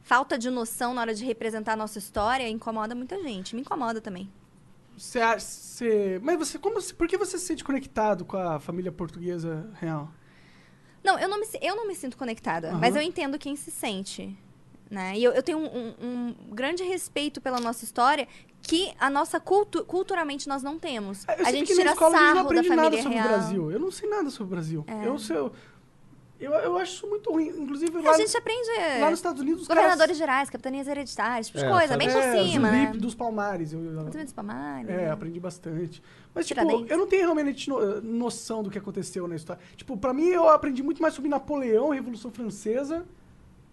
Speaker 4: falta de noção na hora de representar a nossa história incomoda muita gente. Me incomoda também.
Speaker 2: Você acha. você- Mas você. Como, por que você se sente conectado com a família portuguesa real?
Speaker 4: Não, eu não me, si- eu não me sinto conectada,
Speaker 2: Aham.
Speaker 4: mas eu entendo quem se sente. Né? E eu, eu tenho um, um- um grande respeito pela nossa história que a nossa cultu culturalmente nós não temos.
Speaker 2: É, Eu
Speaker 4: a
Speaker 2: sinto
Speaker 4: gente
Speaker 2: que na
Speaker 4: tira
Speaker 2: escola a gente não
Speaker 4: sarro da
Speaker 2: aprende nada
Speaker 4: família
Speaker 2: sobre
Speaker 4: real. É.
Speaker 2: o Brasil. Eu não sei nada sobre o Brasil. Eu, sei- eu, eu, eu acho isso muito ruim. Inclusive, lá,
Speaker 4: A gente aprende. é,
Speaker 2: lá nos Estados Unidos, os
Speaker 4: governadores gerais, capitanias hereditárias, tipo de
Speaker 3: É,
Speaker 4: coisa,
Speaker 3: sabe?
Speaker 4: bem
Speaker 2: caras...
Speaker 4: por
Speaker 2: é,
Speaker 4: cima,
Speaker 2: Zumbi
Speaker 4: né?
Speaker 2: dos Palmares. Eu, eu-
Speaker 4: Muito bem despamado,
Speaker 2: é,
Speaker 4: né?
Speaker 2: aprendi bastante. Mas, tipo,
Speaker 4: Tiradentes.
Speaker 2: eu não tenho realmente no- eh, noção do que aconteceu na história. Tipo, pra mim, eu aprendi muito mais sobre Napoleão, Revolução Francesa,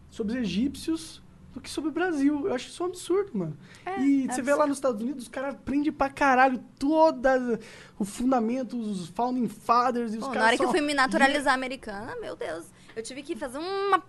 Speaker 2: sobre os egípcios, do que sobre o Brasil. Eu acho isso um absurdo, mano.
Speaker 4: É,
Speaker 2: e você vê lá nos Estados Unidos, os caras aprendem pra caralho toda o fundamento, os founding fathers e os
Speaker 4: Pô,
Speaker 2: caras
Speaker 4: na hora que
Speaker 2: são-
Speaker 4: eu fui me naturalizar americana, meu Deus, eu tive que fazer uma-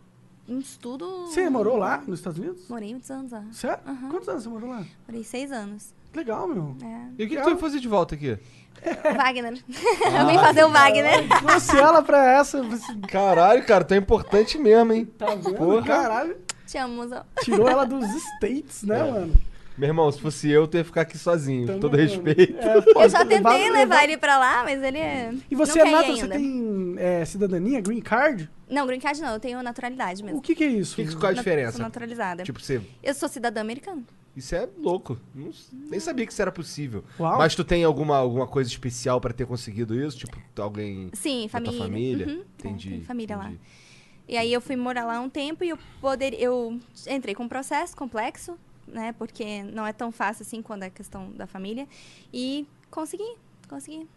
Speaker 4: um estudo.
Speaker 2: Você morou lá, nos Estados Unidos?
Speaker 4: Morei muitos anos lá.
Speaker 2: Sério?
Speaker 4: Aham.
Speaker 2: Quantos anos você morou lá?
Speaker 4: Morei seis anos.
Speaker 2: Legal, meu.
Speaker 4: É.
Speaker 3: E o que, que tu vai fazer de volta aqui?
Speaker 2: É.
Speaker 4: Wagner.
Speaker 2: Ah,
Speaker 4: eu vim fazer o Wagner.
Speaker 2: Trouxe ela pra essa. você
Speaker 3: Caralho, cara, tu é importante mesmo, hein?
Speaker 2: Tá vendo?
Speaker 3: Porra.
Speaker 2: Caralho.
Speaker 4: Te amo, mozão.
Speaker 2: Tirou ela dos States, né, mano?
Speaker 3: Meu irmão, se fosse eu, tu ia ficar aqui sozinho,
Speaker 2: Então,
Speaker 3: com todo
Speaker 2: mano,
Speaker 3: respeito.
Speaker 2: é,
Speaker 4: Eu
Speaker 2: pode
Speaker 4: já tentei levar,
Speaker 2: levar-
Speaker 4: ele pra lá, mas ele é.
Speaker 2: E você
Speaker 4: não
Speaker 2: é
Speaker 4: quer ir
Speaker 2: nato, você
Speaker 4: ainda.
Speaker 2: tem é, cidadania, green card?
Speaker 4: Não, green card não, eu tenho naturalidade mesmo.
Speaker 2: O que que é isso?
Speaker 3: Que que- qual é a
Speaker 4: Na- Sou
Speaker 3: diferença?
Speaker 4: naturalizada.
Speaker 3: Tipo, você.
Speaker 4: Eu sou cidadã americana.
Speaker 3: Isso é louco. Não s- nem sabia que isso era possível.
Speaker 2: Uau.
Speaker 3: Mas tu tem alguma, alguma coisa especial pra ter conseguido isso? Tipo, alguém.
Speaker 2: É
Speaker 4: Sim,
Speaker 3: da tua
Speaker 4: família.
Speaker 3: família?
Speaker 4: Uhum, é,
Speaker 3: Entendi.
Speaker 4: tem família lá.
Speaker 3: entendi.
Speaker 4: E aí eu fui morar lá um tempo e eu poder eu entrei com um processo complexo, né? Porque não é tão fácil assim quando é questão da família e consegui, consegui.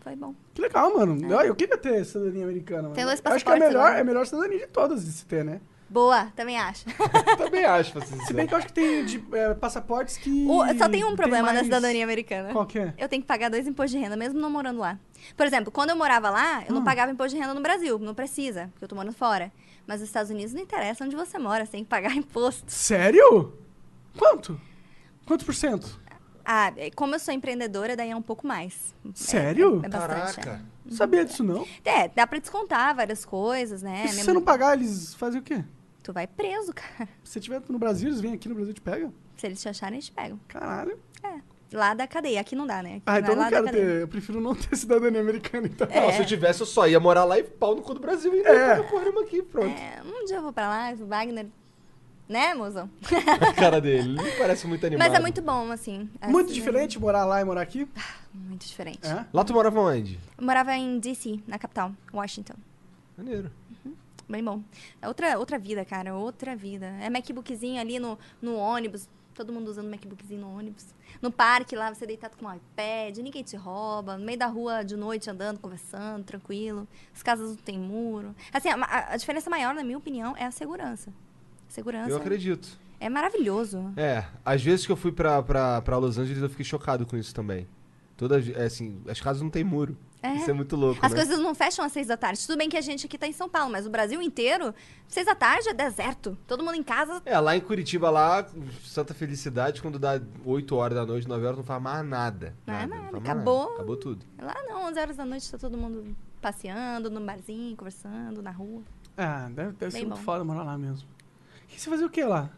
Speaker 4: Foi bom.
Speaker 2: Que legal, mano. Eu, eu queria ter cidadania americana, mano.
Speaker 4: É. Tem dois
Speaker 2: Eu Acho que é a
Speaker 4: passaportes
Speaker 2: melhor,
Speaker 4: agora.
Speaker 2: é a melhor cidadania de todas de se ter, né?
Speaker 4: Boa, também acho.
Speaker 3: Também acho, pra ser
Speaker 2: Se bem
Speaker 3: sincero.
Speaker 2: que eu acho que tem de, é, passaportes que.
Speaker 4: O- só tem um problema
Speaker 2: mais-
Speaker 4: na cidadania americana.
Speaker 2: Qual que é?
Speaker 4: Eu tenho que pagar dois impostos de renda, mesmo não morando lá. Por exemplo, quando eu morava lá,
Speaker 2: Ah.
Speaker 4: eu não pagava imposto de renda no Brasil. Não precisa, porque eu tô morando fora. Mas nos Estados Unidos não interessa onde você mora, você tem que pagar imposto.
Speaker 2: Sério? Quanto? Quantos por cento?
Speaker 4: Ah, é, como eu sou empreendedora, daí é um pouco mais. É-
Speaker 2: Sério?
Speaker 4: É, é bastante.
Speaker 3: Caraca.
Speaker 2: Não sabia disso, não.
Speaker 4: É. É, dá pra descontar várias coisas, né?
Speaker 2: e se
Speaker 4: Minha
Speaker 2: você não
Speaker 4: mãe-
Speaker 2: pagar, eles fazem o quê?
Speaker 4: Tu vai preso, cara.
Speaker 2: Se você estiver no Brasil, eles vêm aqui no Brasil e te pegam?
Speaker 4: Se eles te acharem, eles te pegam.
Speaker 2: Caralho.
Speaker 4: Lá da cadeia. Aqui não dá, né? Aqui
Speaker 2: Ah, então eu não
Speaker 4: vai lá da
Speaker 2: quero
Speaker 4: cadeia.
Speaker 2: ter. Eu prefiro não ter cidadania americana, então.
Speaker 4: é.
Speaker 3: Não, se eu tivesse, eu só ia morar lá e pau no cu do Brasil. E não
Speaker 2: É.
Speaker 3: ia porra nenhuma aqui, pronto.
Speaker 4: É, um dia eu vou pra lá, o Wagner. Né, mozão?
Speaker 3: A cara dele. Ele parece muito animado.
Speaker 4: Mas é muito bom, assim.
Speaker 2: Muito
Speaker 4: assim,
Speaker 2: diferente morar lá e morar aqui.
Speaker 4: Muito diferente.
Speaker 2: É.
Speaker 3: Lá tu morava onde?
Speaker 4: Eu morava em D.C., na capital, Washington.
Speaker 3: Maneiro.
Speaker 4: Bem bom. É outra, outra vida, cara. Outra vida. É MacBookzinho ali no, no ônibus. Todo mundo usando MacBookzinho no ônibus. No parque lá, você deitado com um iPad, ninguém te rouba. No meio da rua, de noite, andando, conversando, tranquilo. As casas não tem muro. Assim, a, ma- a- a diferença maior, na minha opinião, é a segurança. Segurança
Speaker 3: Eu acredito.
Speaker 4: é maravilhoso.
Speaker 3: É, às vezes que eu fui pra, pra, pra Los Angeles, eu fiquei chocado com isso também. Toda, é, assim, as casas não têm muro.
Speaker 4: É.
Speaker 3: Isso é muito louco,
Speaker 4: As
Speaker 3: né?
Speaker 4: coisas não fecham às seis da tarde. Tudo bem que a gente aqui tá em São Paulo, mas o Brasil inteiro, seis da tarde é deserto. Todo mundo em casa.
Speaker 3: É, lá em Curitiba, lá, Santa Felicidade, quando dá 8 horas da noite, 9 horas, não faz mais nada.
Speaker 4: Não é nada,
Speaker 3: faz mais
Speaker 4: acabou.
Speaker 3: Acabou tudo.
Speaker 4: Lá não, 11 horas da noite tá todo mundo passeando, num barzinho, conversando, na rua.
Speaker 2: Ah, deve, deve ser
Speaker 4: Bem
Speaker 2: muito
Speaker 4: bom.
Speaker 2: foda morar lá mesmo. E você fazia o que lá?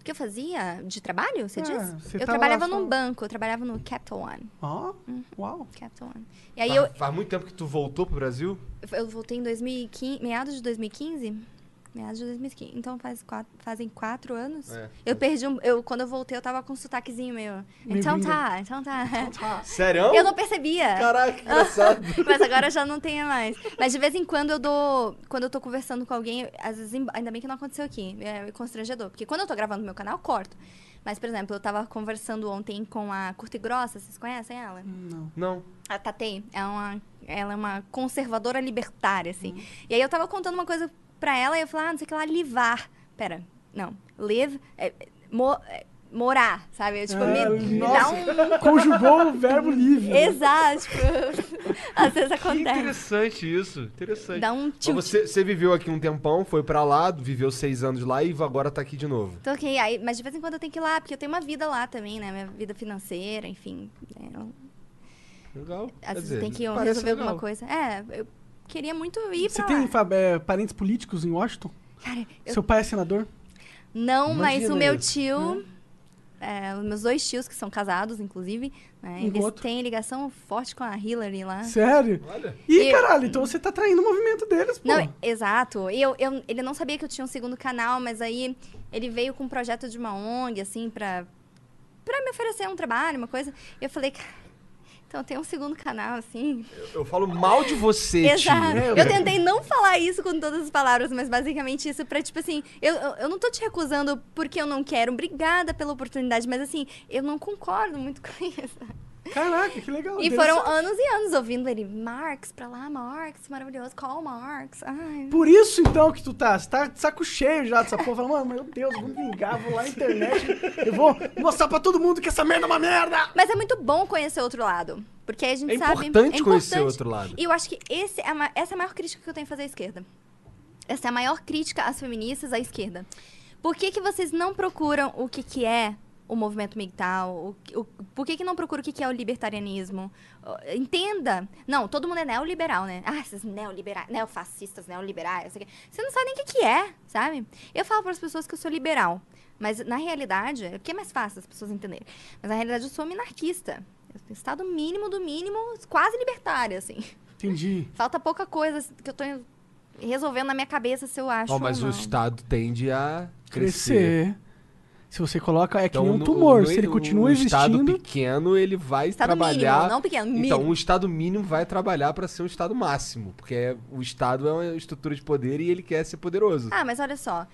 Speaker 4: O que eu fazia de trabalho, você
Speaker 2: É,
Speaker 4: diz?
Speaker 2: você
Speaker 4: eu
Speaker 2: tava
Speaker 4: trabalhava
Speaker 2: lá só-
Speaker 4: num banco, eu trabalhava no Capital One.
Speaker 2: Ó,
Speaker 4: Uhum.
Speaker 2: uau.
Speaker 4: Capital One. E aí
Speaker 2: Tá.
Speaker 3: faz,
Speaker 4: eu,
Speaker 3: faz muito tempo que tu voltou pro Brasil?
Speaker 4: eu voltei em 2015, meados de 2015? Meados de 2015. Então faz quatro- fazem quatro anos.
Speaker 3: É.
Speaker 4: Eu perdi um. Eu, quando eu voltei, eu tava com um sotaquezinho meio.
Speaker 2: Meio
Speaker 4: Então
Speaker 2: gringo."
Speaker 4: tá, então tá.
Speaker 3: Sério?
Speaker 4: Eu não percebia.
Speaker 3: Caraca, que engraçado.
Speaker 4: Mas agora já não tenho mais. Mas de vez em quando eu dou. Quando eu tô conversando com alguém, eu- às vezes. em- Ainda bem que não aconteceu aqui. É constrangedor. Porque quando eu tô gravando no meu canal, eu corto. Mas, por exemplo, eu tava conversando ontem com a Curta e Grossa, vocês conhecem ela?
Speaker 2: Não.
Speaker 3: não.
Speaker 4: A Tatei. É uma, ela é uma conservadora libertária, assim. E aí eu tava contando uma coisa pra ela e eu falei, ah, não sei o que lá, livar. Pera, não. Live. É, é, mo- é, morar, sabe? Eu, tipo,
Speaker 2: Ah,
Speaker 4: me, me dá
Speaker 2: nossa.
Speaker 4: um.
Speaker 2: Conjugou o verbo livre.
Speaker 4: Exato. tipo, às vezes
Speaker 3: Que
Speaker 4: acontece.
Speaker 3: interessante isso. Interessante.
Speaker 4: Dá um
Speaker 3: Então
Speaker 4: tilt.
Speaker 3: você, você viveu aqui um tempão, foi pra lá, viveu seis anos lá e agora tá aqui de novo.
Speaker 4: Então, ok, aí, mas de vez em quando eu tenho que ir lá, porque eu tenho uma vida lá também, né? Minha vida financeira, enfim. né, eu-
Speaker 3: Legal. Quer
Speaker 4: às vezes
Speaker 3: dizer,
Speaker 4: eu tenho que ir
Speaker 3: parece
Speaker 4: resolver
Speaker 3: legal.
Speaker 4: alguma coisa. É, eu queria muito ir
Speaker 2: Você
Speaker 4: pra
Speaker 2: tem
Speaker 4: lá.
Speaker 2: fa- é, parentes políticos em Washington?
Speaker 4: Cara, eu-
Speaker 2: Seu pai é senador?
Speaker 4: não, mas
Speaker 3: Imagina
Speaker 4: o meu
Speaker 3: isso.
Speaker 4: tio... é, os meus dois tios, que são casados, inclusive, né?
Speaker 2: Um
Speaker 4: eles
Speaker 2: outro.
Speaker 4: têm ligação forte com a Hillary lá.
Speaker 2: Sério?
Speaker 3: Olha.
Speaker 2: Ih,
Speaker 4: E-
Speaker 2: caralho, então você tá traindo o movimento deles, pô.
Speaker 4: Não, exato. E Eu, eu, ele não sabia que eu tinha um segundo canal, mas aí ele veio com um projeto de uma ONG, assim, pra, pra me oferecer um trabalho, uma coisa. E eu falei, cara, então tem um segundo canal, assim.
Speaker 3: Eu, eu falo mal de você,
Speaker 4: Exato.
Speaker 3: tio. Né?
Speaker 4: Eu tentei não falar isso com todas as palavras, mas basicamente isso pra, tipo assim, eu, eu eu não tô te recusando porque eu não quero. Obrigada pela oportunidade, mas assim, eu não concordo muito com isso.
Speaker 2: Caraca, que legal.
Speaker 4: E
Speaker 2: Deve
Speaker 4: foram
Speaker 2: ser-
Speaker 4: anos e anos ouvindo ele, Marx pra lá, Marx, maravilhoso, call Marx. Ai,
Speaker 2: Por isso, então, que tu tá, você tá de saco cheio já dessa porra. Falando, mano, meu Deus, vou vingar, vou lá na internet. Eu vou mostrar pra todo mundo que essa merda é uma merda.
Speaker 4: Mas é muito bom conhecer o outro lado. Porque a gente
Speaker 3: É
Speaker 4: sabe.
Speaker 3: importante conhecer o outro lado.
Speaker 4: E eu acho que esse é a ma- essa é a maior crítica que eu tenho que fazer à esquerda. Essa é a maior crítica às feministas, à esquerda. Por que, que vocês não procuram o que, que é o movimento migtal? O, que- o- por que, que não procuram o que, que é o libertarianismo? Ó, Entenda. Não, todo mundo é neoliberal, né? Ah, esses neoliberais, neofascistas, neoliberais, não sei o quê. Você não sabe nem o que, que é, sabe? Eu falo para as pessoas que eu sou liberal. Mas na realidade, é porque é mais fácil as pessoas entenderem. Mas na realidade eu sou minarquista. Eu tenho estado mínimo do mínimo, quase libertária, assim.
Speaker 2: Entendi.
Speaker 4: Falta pouca coisa que eu tô resolvendo na minha cabeça se eu acho.
Speaker 3: Ó, mas
Speaker 4: ou
Speaker 3: o
Speaker 4: não.
Speaker 3: Estado tende a crescer.
Speaker 2: Crescer. Se você coloca, é que nem um
Speaker 3: Então, no-
Speaker 2: tumor.
Speaker 3: no-
Speaker 2: Se ele
Speaker 3: o-
Speaker 2: continua
Speaker 3: o Estado
Speaker 2: existindo.
Speaker 3: pequeno, ele vai
Speaker 4: Estado
Speaker 3: trabalhar...
Speaker 4: mínimo, não pequeno, mínimo.
Speaker 3: Então, um Estado mínimo vai trabalhar para ser um Estado máximo, porque é- o Estado é uma estrutura de poder e ele quer ser poderoso.
Speaker 4: Ah, mas olha só.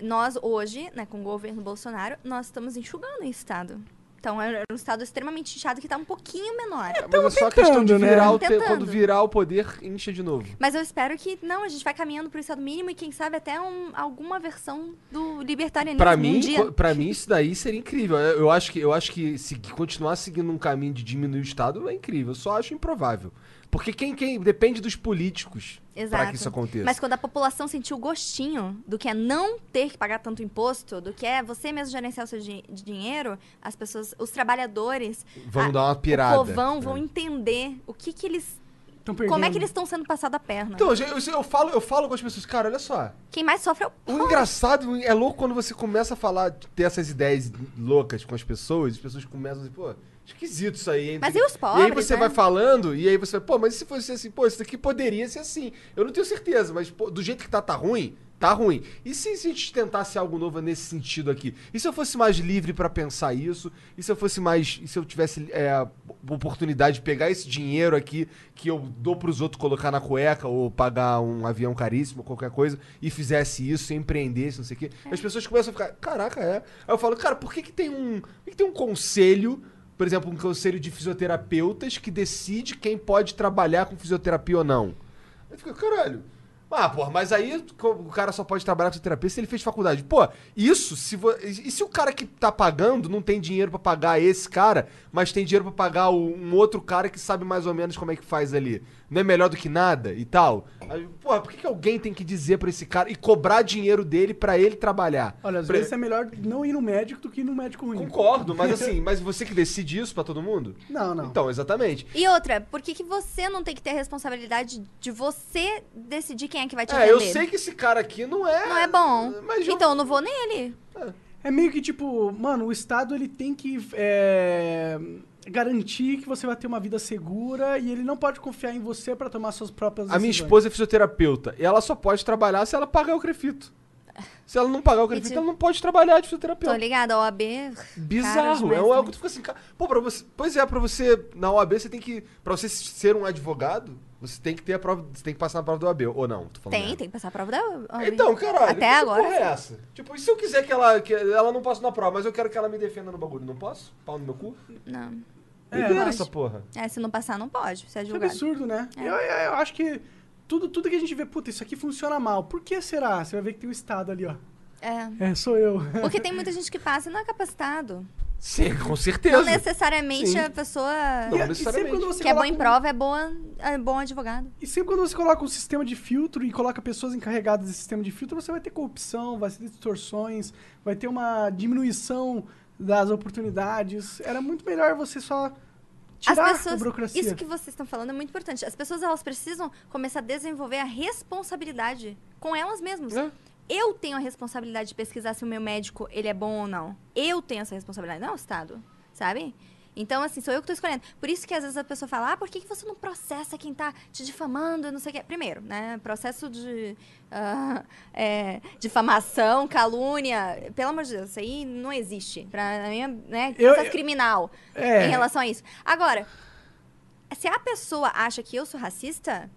Speaker 4: Nós hoje, né, com o governo Bolsonaro, nós estamos enxugando o Estado. Então é um Estado extremamente inchado que tá um pouquinho menor.
Speaker 3: Mas é
Speaker 2: tentando,
Speaker 3: só questão de
Speaker 2: né?
Speaker 3: virar o te-
Speaker 4: Tentando.
Speaker 3: quando virar o poder, incha de novo.
Speaker 4: Mas eu espero que, não, a gente vai caminhando pro Estado mínimo e quem sabe até um- alguma versão do libertarianismo
Speaker 3: Pra
Speaker 4: um
Speaker 3: mim,
Speaker 4: dia.
Speaker 3: co- pra mim, isso daí seria incrível. Eu, eu acho que, eu acho que seguir- continuar seguindo um caminho de diminuir o Estado é incrível. Eu só acho improvável. Porque quem, quem depende dos políticos para
Speaker 4: Exato.
Speaker 3: que isso aconteça.
Speaker 4: Mas quando a população sentir o gostinho do que é não ter que pagar tanto imposto, do que é você mesmo gerenciar o seu din- dinheiro, as pessoas, os trabalhadores,
Speaker 3: Vão
Speaker 4: a-
Speaker 3: dar uma pirada.
Speaker 4: o povão vão
Speaker 3: É.
Speaker 4: entender o que que eles,
Speaker 2: Tão perdendo.
Speaker 4: como é que eles estão sendo passados a perna.
Speaker 3: Então, eu, eu- eu falo, eu falo com as pessoas, cara, olha só.
Speaker 4: Quem mais sofre é o
Speaker 3: O engraçado é louco quando você começa a falar, ter essas ideias loucas com as pessoas, as pessoas começam a dizer, pô, esquisito isso aí, hein?
Speaker 4: Mas e os
Speaker 3: E aí
Speaker 4: pobres,
Speaker 3: você
Speaker 4: né?
Speaker 3: vai falando, e aí você vai, pô, mas e se fosse assim, pô, isso daqui poderia ser assim. Eu não tenho certeza, mas pô, do jeito que tá, tá ruim, tá ruim. E se, se a gente tentasse algo novo nesse sentido aqui? E se eu fosse mais livre pra pensar isso? E se eu fosse mais. E se eu tivesse é, oportunidade de pegar esse dinheiro aqui que eu dou pros outros colocar na cueca ou pagar um avião caríssimo, qualquer coisa, e fizesse isso, e empreendesse, não sei o quê?
Speaker 4: É.
Speaker 3: As pessoas começam a ficar, caraca, é. Aí eu falo, cara, por que, que tem um. Por que, que tem um conselho? Por exemplo, um conselho de fisioterapeutas que decide quem pode trabalhar com fisioterapia ou não. Aí fica, caralho. Ah, porra, mas aí co- o cara só pode trabalhar com terapeuta se ele fez faculdade. Pô, isso, se vo... e se o cara que tá pagando não tem dinheiro pra pagar esse cara, mas tem dinheiro pra pagar o- um outro cara que sabe mais ou menos como é que faz ali? Não é melhor do que nada e tal? Aí, Porra, por que, que alguém tem que dizer pra esse cara e cobrar dinheiro dele pra ele trabalhar?
Speaker 2: Olha, às
Speaker 3: Pra-
Speaker 2: vezes é melhor não ir no médico do que ir no médico ruim.
Speaker 3: Concordo, mas assim, mas você que decide isso pra todo mundo?
Speaker 2: Não, não.
Speaker 3: Então, exatamente.
Speaker 4: E outra, por que, que você não tem que ter a responsabilidade de você decidir quem é que vai te
Speaker 3: É,
Speaker 4: atender?
Speaker 3: eu sei que esse cara aqui não é.
Speaker 4: Não é bom.
Speaker 3: Mas um eu-
Speaker 4: Então eu não vou nele.
Speaker 2: É meio que tipo, mano, o Estado ele tem que é, garantir que você vai ter uma vida segura e ele não pode confiar em você pra tomar suas próprias
Speaker 3: A minha
Speaker 2: decisões.
Speaker 3: esposa é fisioterapeuta e ela só pode trabalhar se ela pagar o crefito. Se ela não pagar o crefito,
Speaker 4: Entendi.
Speaker 3: ela não pode trabalhar de
Speaker 4: Tô
Speaker 3: fisioterapeuta.
Speaker 4: ligada, a OAB. cara
Speaker 3: Bizarro.
Speaker 4: demais
Speaker 3: É algo
Speaker 4: também.
Speaker 3: que tu fica assim, cara. Pô, pra você. Pois é, pra você. Na OAB, você tem que. Pra você ser um advogado, você tem que ter a prova. Você tem que passar na prova da OAB. Ou não, tô falando.
Speaker 4: Tem,
Speaker 3: merda.
Speaker 4: tem que passar a prova da OAB.
Speaker 3: né? Então, caralho.
Speaker 4: Até
Speaker 3: que
Speaker 4: agora,
Speaker 3: Porra é essa? Tipo, e se eu quiser que ela, que ela não passe na prova, mas eu quero que ela me defenda no bagulho, não posso? Pau no meu cu?
Speaker 4: Não.
Speaker 2: É,
Speaker 3: Libera
Speaker 4: mas-
Speaker 3: essa porra.
Speaker 4: É, se não passar, não pode. Você é
Speaker 2: Que
Speaker 4: julgado.
Speaker 2: absurdo, né?
Speaker 4: É.
Speaker 2: Eu, eu- eu acho que tudo, tudo que a gente vê, puta, isso aqui funciona mal. Por que será? Você vai ver que tem um Estado ali, ó.
Speaker 4: É.
Speaker 2: É, sou eu.
Speaker 4: Porque tem muita gente que passa e não é capacitado.
Speaker 3: Sim, com certeza.
Speaker 4: Não necessariamente
Speaker 3: Sim.
Speaker 4: a pessoa
Speaker 3: Não,
Speaker 2: E- e
Speaker 3: necessariamente.
Speaker 2: sempre quando você
Speaker 4: que é boa em
Speaker 2: coloca um-
Speaker 4: prova é boa, é bom advogado.
Speaker 2: E sempre quando você coloca um sistema de filtro e coloca pessoas encarregadas desse sistema de filtro, você vai ter corrupção, vai ter distorções, vai ter uma diminuição das oportunidades. Era muito melhor você só tirar
Speaker 4: As pessoas,
Speaker 2: a burocracia.
Speaker 4: isso que vocês estão falando é muito importante. As pessoas elas precisam começar a desenvolver a responsabilidade com elas mesmas.
Speaker 3: É.
Speaker 4: Eu tenho a responsabilidade de pesquisar se o meu médico ele é bom ou não. Eu tenho essa responsabilidade, não é o Estado, sabe? Então, assim, sou eu que tô escolhendo. Por isso que às vezes a pessoa fala, ah, por que, que você não processa quem tá te difamando, não sei o quê. Primeiro, né, processo de ah, é, difamação, calúnia, pelo amor de Deus, isso aí não existe. Pra, na minha, né,
Speaker 2: Eu-
Speaker 4: processo
Speaker 2: eu-
Speaker 4: criminal
Speaker 2: É.
Speaker 4: em relação a isso. Agora, se a pessoa acha que eu sou racista,